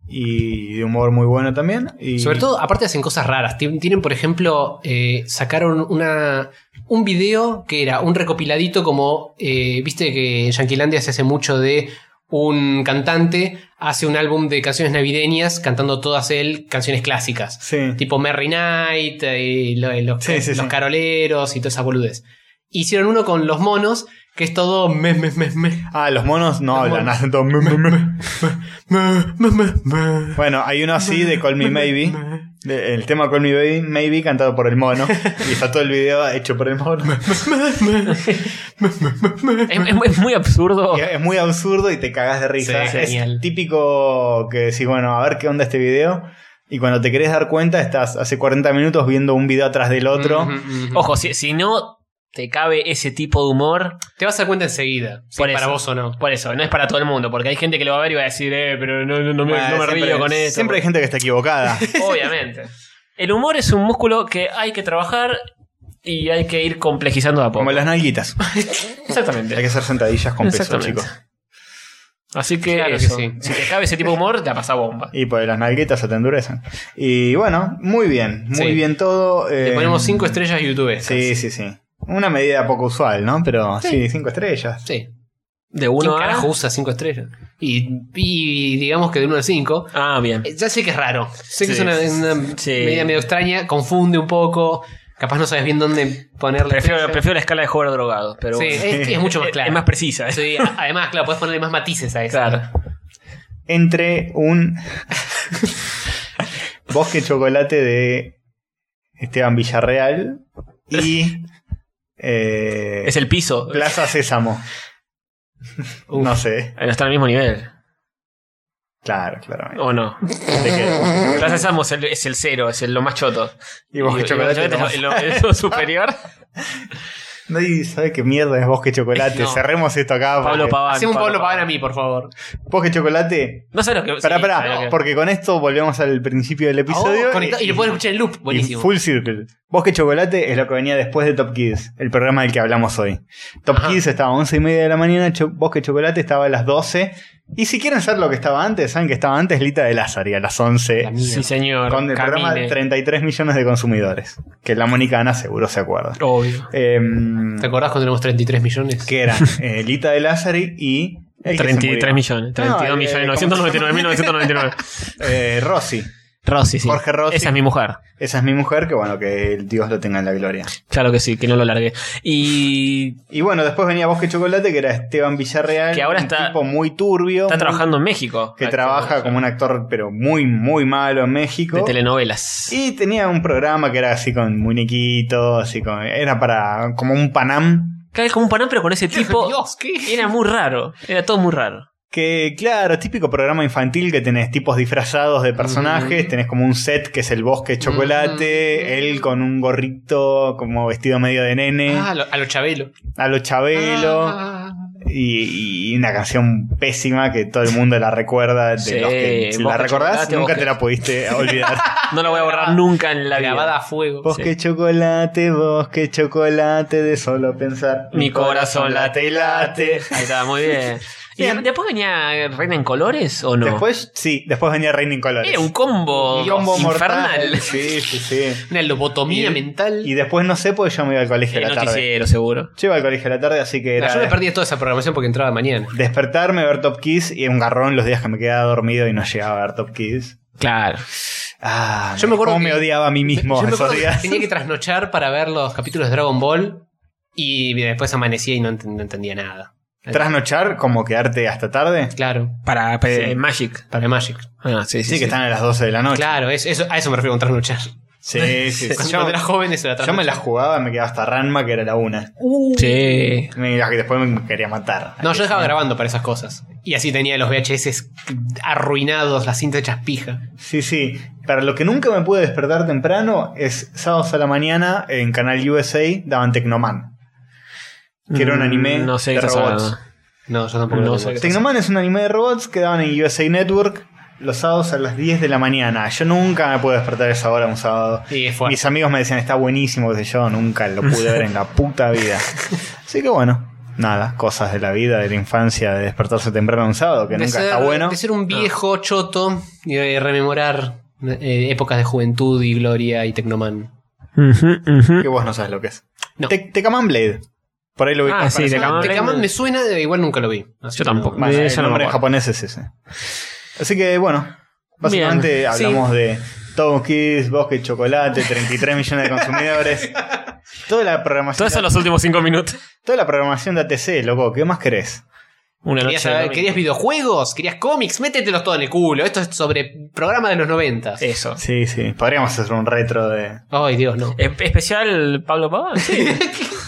B: Y de humor muy bueno también. Y
C: Sobre todo, aparte hacen cosas raras. Tien- Tienen, por ejemplo, eh, sacaron una, un video que era un recopiladito como, eh, viste que en Yanquilandia se hace mucho de un cantante hace un álbum de canciones navideñas cantando todas él canciones clásicas.
B: Sí.
C: Tipo Merry Night eh, y lo- y los,
B: Sí, sí,
C: los
B: sí.
C: caroleros y todas esas boludes. Hicieron uno con los monos que es todo mes, mes, mes, mes.
B: Ah, los monos no
C: Los
B: hablan,
C: monos.
B: hacen todo. me, me, me.
C: mes, mes, mes, mes.
B: Bueno, hay uno así de Call Me Maybe. de- el tema Call Me Baby, Maybe cantado por el
C: <laughs>
B: mono. y está todo el video hecho por el mono.
D: Es, es- es muy absurdo. <laughs>
B: Y es muy absurdo y te cagas de risa.
C: Sí,
B: es
C: genial.
B: típico que decís, bueno, a ver qué onda este video. Y cuando te querés dar cuenta, estás hace 40 minutos viendo un video atrás del otro.
C: Ujú, ujú.
D: Ojo, si, si no te cabe ese tipo de humor,
C: Te vas a dar cuenta enseguida, si
D: Por
C: es para
D: eso.
C: vos o no.
D: por eso, no es para todo el mundo, porque hay gente que lo va a ver y va a decir, eh, pero no, no- no me,
B: Bueno,
D: no me
B: siempre-
D: río con esto.
B: Siempre hay gente que está
D: <laughs>
B: equivocada.
D: Obviamente. El humor es un músculo que hay que trabajar y hay que ir complejizando de a poco.
B: Como las nalguitas.
D: Exactamente.
B: Hay que hacer sentadillas con peso,
D: Exactamente.
B: chicos.
D: Así que,
C: Claro que
D: eso.
C: sí.
D: si te cabe ese tipo de humor, la pasa bomba.
B: Y pues las nalguitas se te endurecen. Y bueno, muy bien. Muy
C: Sí.
B: bien todo.
C: Le
B: eh,
C: ponemos 5 estrellas a YouTube.
B: Sí, sí, sí. Una medida poco usual, ¿no? Pero sí, cinco estrellas.
C: Sí.
D: De
C: ¿Quién
D: uno a.
C: carajo usa 5 estrellas? Y, y digamos que de 1 a 5.
D: Ah, bien.
C: eh, Ya sé que es raro. Sé que es
D: Sí.
C: una, una
D: Sí.
C: medida medio extraña, confunde un poco. Capaz no sabes bien dónde ponerle.
D: Prefiero, prefiero la escala de jugar drogado, pero
C: Sí,
D: bueno.
C: es, es mucho más
D: <laughs> Es-
C: claro.
D: es más precisa. ¿eh?
C: Sí, a- además, claro, podés ponerle más matices a eso.
D: Claro.
B: Entre un <laughs> bosque chocolate de Esteban Villarreal
D: <laughs>
B: y eh,
D: Es el piso.
B: Plaza Sésamo.
C: Uf.
B: No sé.
D: Eh, No está al mismo nivel.
B: Claro, claro.
D: ¿O no? Plaza Sésamo es el, es el cero, es el, lo más choto.
B: Y bosque chocolate.
D: es lo-
B: nomás.
D: es lo, es lo superior.
B: Nadie sabe qué mierda es bosque chocolate.
C: No.
B: Cerremos esto acá.
D: Pablo
B: porque-
D: Paván.
C: Hacé un Pablo Paván a
D: Paván.
C: mí, por favor.
B: Bosque chocolate
D: No sé lo que.
B: Pará,
D: sí,
B: pará,
D: sabe lo que-
B: porque con esto volvemos al principio del episodio.
C: Oh, conectado- y, lo puedes escuchar en loop. Buenísimo.
B: y full circle. Bosque Chocolate es lo que venía después de Top Kids, el programa del que hablamos hoy. Top
C: Ajá.
B: Kids estaba a 11 y media de la mañana, Cho- Bosque Chocolate estaba a las 12. Y si quieren saber lo que estaba antes, saben que estaba antes Lita de Lázari a las 11.
C: La mierda.
D: Sí, señor.
B: Con el programa de
D: Camine.
B: 33 millones de consumidores. Que la Mónica Ana seguro se acuerda.
D: Obvio.
B: Em,
C: ¿Te acordás cuando tenemos 33 millones?
B: que eran eh, Lita de Lázari y... el que se
D: 33
B: murió.
D: millones. 32
B: No, eh,
D: millones
B: ¿cómo se llama?
D: 999 999.
B: Eh, Rosy.
D: Rossi, sí.
B: Jorge Rossi.
D: Esa es mi mujer.
B: Esa es mi mujer, que bueno, que el Dios lo tenga en la gloria.
D: Claro que sí, que no lo largué. Y
B: Y bueno, después venía Bosque Chocolate, que era Esteban Villarreal,
D: Que ahora
B: un
D: está-
B: tipo muy turbio,
D: está
B: muy-
D: trabajando en México.
B: que trabaja como un actor, pero muy, muy malo en
D: de
B: México.
D: telenovelas.
B: Y tenía un programa que era así con muñequitos, así con, era para como un Panam.
D: Cae como un panam, pero con ese tipo.
C: Dios, ¿qué?
D: Era muy raro. Era todo muy raro.
B: Que claro, típico programa infantil que tenés tipos disfrazados de personajes, tenés como un set que es el bosque chocolate, él con un gorrito como vestido medio de
D: Eh.
B: nene,
C: Ah, a lo, a lo Chabelo.
B: a lo Chabelo.
C: Ah.
B: Y, y una canción pésima que todo el mundo la recuerda. De
D: Sí,
B: los que si
D: Bosque
B: la recordás,
D: Chocolate,
B: nunca
D: Bosque-
B: te la
D: <laughs>
B: pudiste olvidar.
D: No la voy a borrar nunca en la
C: grabada
D: vida.
C: a fuego.
B: bosque chocolate, bosque chocolate, de solo pensar.
D: Mi corazón late y late. Ahí está, muy bien. ¿Y
B: Bien.
D: de- después venía Reina en colores o no?
B: Después, sí, después venía Reina en Colores.
D: Era un combo,
B: Un combo
D: infernal.
B: mortal. Sí, sí, sí.
C: Una lobotomía
B: Y-
C: mental.
B: Y después no sé, porque yo me iba al colegio
C: Eh,
B: a
D: <laughs> El
B: la tarde.
D: noticiero, seguro.
B: Yo iba al colegio a la tarde, así que
C: No,
B: era
C: yo me perdí de toda esa programación porque entraba mañana.
B: despertarme, ver Top Kiss y un garrón los días que me quedaba dormido y no llegaba a ver Top Kiss.
D: Claro.
B: Ah,
C: Yo me acuerdo
B: cómo
C: que-
B: me odiaba a mí mismo
C: Yo me
B: esos
C: acuerdo que
B: días.
C: tenía que trasnochar para ver los capítulos de Dragon Ball y después amanecía y no, ent- no entendía nada.
B: <laughs> Trasnochar, como quedarte hasta tarde.
C: Claro,
D: Para, para- eh,
B: Sí.
D: Magic.
C: para Magic.
D: Ah, sí, sí.
B: Sí,
D: sí.
B: que están a las 12 de la noche.
C: Claro, es- eso, a eso me refiero con trasnochar.
B: Sí, sí, sí.
C: <laughs> Cuando
B: Yo,
C: era joven eso era
B: yo me
C: trasnochar.
B: las jugaba, me quedaba hasta Ranma, que era la una.
D: Sí.
B: Me- y después me quería matar.
C: No, yo dejaba grabando para esas cosas. Y así tenía los VHS arruinados, las cintas hechas pija.
B: Sí, sí. Para lo que nunca me pude despertar temprano es sábados a la mañana en Canal USA daban Tecnoman. Que era un
D: Mm,
B: anime
D: no sé
B: de
D: qué estás
B: robots.
D: hablando.
C: No, yo tampoco lo
D: No
C: tengo.
D: sé.
B: Tecnoman es un anime de robots que daban en USA Network los sábados a las 10 de la mañana. Yo nunca me pude despertar a esa hora un sábado.
C: Y es fuerte.
B: Mis amigos me decían, está buenísimo, qué sé yo, nunca lo pude ver en
D: <laughs>
B: la puta vida. Así que bueno, nada, cosas de la vida, de la infancia, de despertarse temprano un sábado, que
C: De
B: nunca
C: ser-
B: está bueno. Ah.
C: De ser un viejo choto y eh, rememorar eh, épocas de juventud y gloria y Tecnoman.
B: Que vos no sabes lo que es.
C: No.
B: Te- Tecaman Blade. Por ahí lo vi.
D: Ah, sí, Tecamán Blade.
C: Tecnoman me suena, de- igual nunca lo vi. Así
D: Yo
C: que no-
D: tampoco.
B: Bueno,
D: Eh,
B: el
D: eso no me
B: nombre en
D: acuerdo.
B: japonés es ese. Así que bueno, básicamente
D: Bien, sí.
B: hablamos de Tom Kiss, Bosque y Chocolate, 33 millones de
D: <laughs>
B: consumidores. toda la
D: Todo
B: programación.
D: eso en los últimos cinco minutos.
B: Toda la programación de ATC, loco, ¿qué más querés?
D: Una noche.
C: ¿Querías,
D: de
C: saber-
D: domingo.
C: querías videojuegos? ¿Querías cómics? Métetelos todo en el culo. Esto es sobre programa de los 90. Ay,
D: Eso.
B: Sí, sí. Podríamos hacer un retro de.
C: Dios, no.
D: ¿E- ¿Especial Pablo Pavón?
B: <laughs>
D: Sí.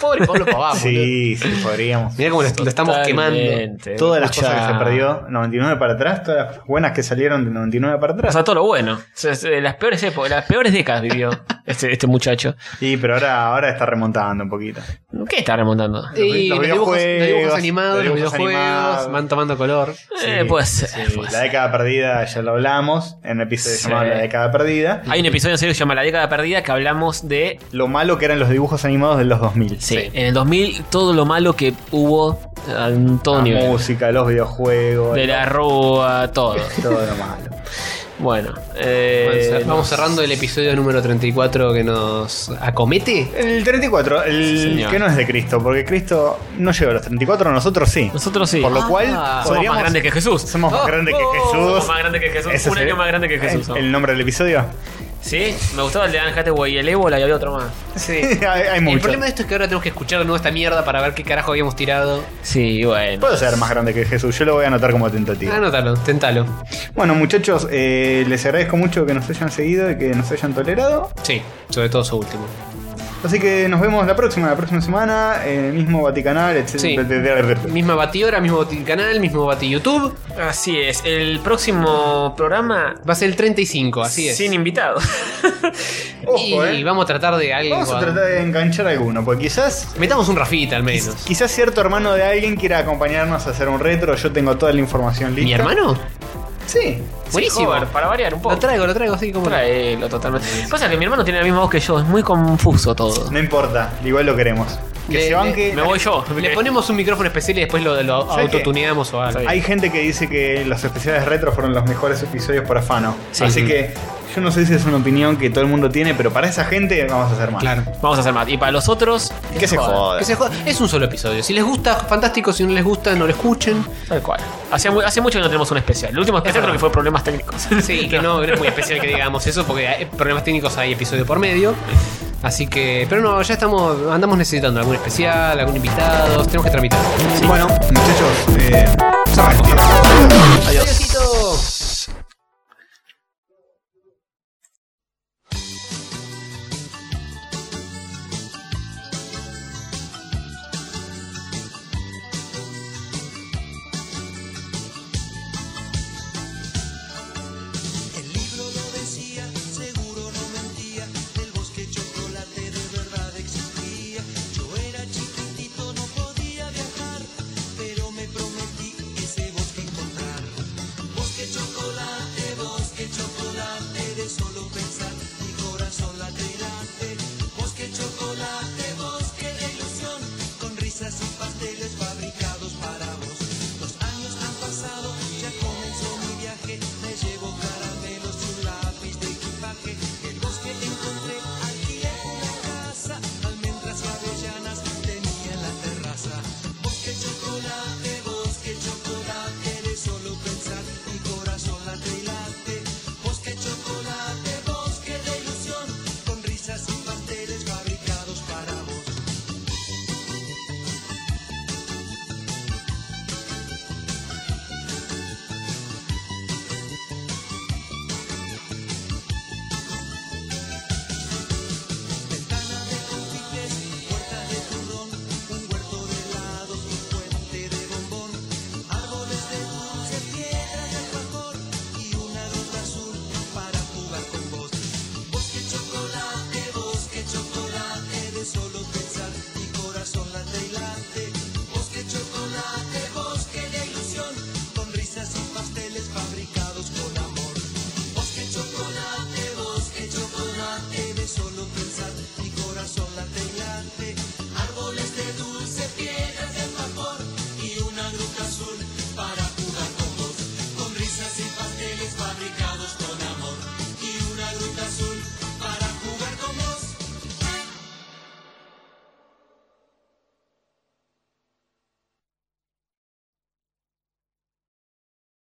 C: Pobre Pablo
D: Ah,
C: Pavá, boludo.
B: Sí, sí, podríamos.
C: Mirá cómo lo, lo estamos quemando.
D: Totalmente.
B: Todas las
D: Eh, Escucha-
B: cosas que se perdió, 99 para atrás, todas las buenas que salieron de 99 para
D: O
B: atrás.
D: sea, todo lo bueno. O sea, es de las peores épocas, las peores
B: <laughs>
D: décadas vivió este, este muchacho.
B: Sí, pero ahora, ahora está remontando un poquito.
D: ¿Qué está remontando?
C: Y los,
B: los
C: dibujos, los
B: videojuegos,
C: dibujos animados, los
B: los dibujos
C: videojuegos,
B: animados.
C: van tomando color.
D: Eh, puede ser,
B: sí.
D: puede
B: la
D: ser.
B: década perdida ya lo hablamos en el episodio
D: Sí.
B: llamado La década perdida.
D: Hay un episodio en serio que se llama La década perdida que hablamos de.
B: Lo malo que eran los dibujos animados de los 2000.
D: Sí, en el 2000 todo lo malo que hubo en todo
B: La
D: nivel.
B: música, los videojuegos,
D: De la rúa,
B: <laughs>
D: todo.
B: todo lo malo.
D: Bueno, eh,
C: Bueno, cer- Vamos cerrando el episodio número 34 que nos acomete.
B: El 34, el
D: señor.
B: que no es de Cristo, porque Cristo no llegó a los 34, nosotros sí.
D: nosotros sí.
B: Por lo
D: Ah,
B: cual,
D: somos
B: podríamos-
D: más grandes que Jesús.
B: Somos más
C: Oh,
B: grandes
C: oh,
B: que
D: Somos
B: Jesús.
D: más grandes que Jesús.
B: Ese
D: Un
B: sería-
D: año más grande que Jesús.
B: ¿El,
D: somos.
B: el nombre del episodio?
D: Sí, me gustaba el de Anne Hathaway y el ébola y había otro más.
B: <laughs> hay, hay
C: El
B: mucho.
C: problema de esto es que ahora tenemos que escuchar de nuevo esta mierda para ver qué carajo habíamos tirado.
D: Sí, bueno.
B: Puedo ser más grande que Jesús, yo lo voy a anotar como
D: Ah,
B: tentativa.
C: Anótalo, tentalo.
B: Bueno, muchachos, eh, les agradezco mucho que nos hayan seguido y que nos hayan tolerado.
C: Sí, sobre todo su último.
B: Así que nos vemos la próxima, la próxima semana, en el mismo Vaticanal, etc.
C: Sí. Misma batidora, mismo bati- canal, mismo bati YouTube.
D: Así es. El próximo programa.
C: Va a ser el 35, así es.
D: Sin invitado. <laughs>
B: Ojo,
C: y
B: eh.
C: vamos a tratar de algo.
B: Vamos a tratar de enganchar alguno, porque quizás.
C: Metamos un Rafita al menos.
B: Quizás cierto hermano de alguien quiera acompañarnos a hacer un retro, yo tengo toda la información lista.
C: ¿Mi hermano?
B: Sí.
C: Buenísimo.
D: Joder, para variar un poco.
C: Lo traigo, lo traigo así como.
D: Traelo totalmente. Pasa que mi hermano tiene la misma voz que yo, es muy confuso todo.
B: No importa, igual lo queremos. Que
C: Le-
B: se banque.
D: Me
B: <laughs>
D: voy yo.
C: Le ponemos un micrófono especial y después lo, lo
B: ¿Sabes qué?
C: autotuneamos o algo.
B: Hay gente que dice que los especiales retro fueron los mejores episodios por afano.
D: Sí.
B: Así que yo no sé si es una opinión que todo el mundo tiene, pero para esa gente vamos a hacer más.
C: Claro.
D: Vamos a hacer más. Y para los otros,
B: Que se joda.
C: Que se joda. Es un solo episodio. Si les gusta, fantástico. Si no les gusta, no lo escuchen.
D: tal cual. Hace, mu- hace mucho que no tenemos un especial. El último especial
C: verdad.
D: creo que fue problemas técnicos.
C: Sí, que no, no es muy especial que digamos eso, porque hay problemas técnicos hay episodio por medio. Así que, pero no, ya estamos, andamos necesitando algún especial, algún invitado, tenemos que tramitar.
B: Bueno, muchachos, eh, se retira. Adiós.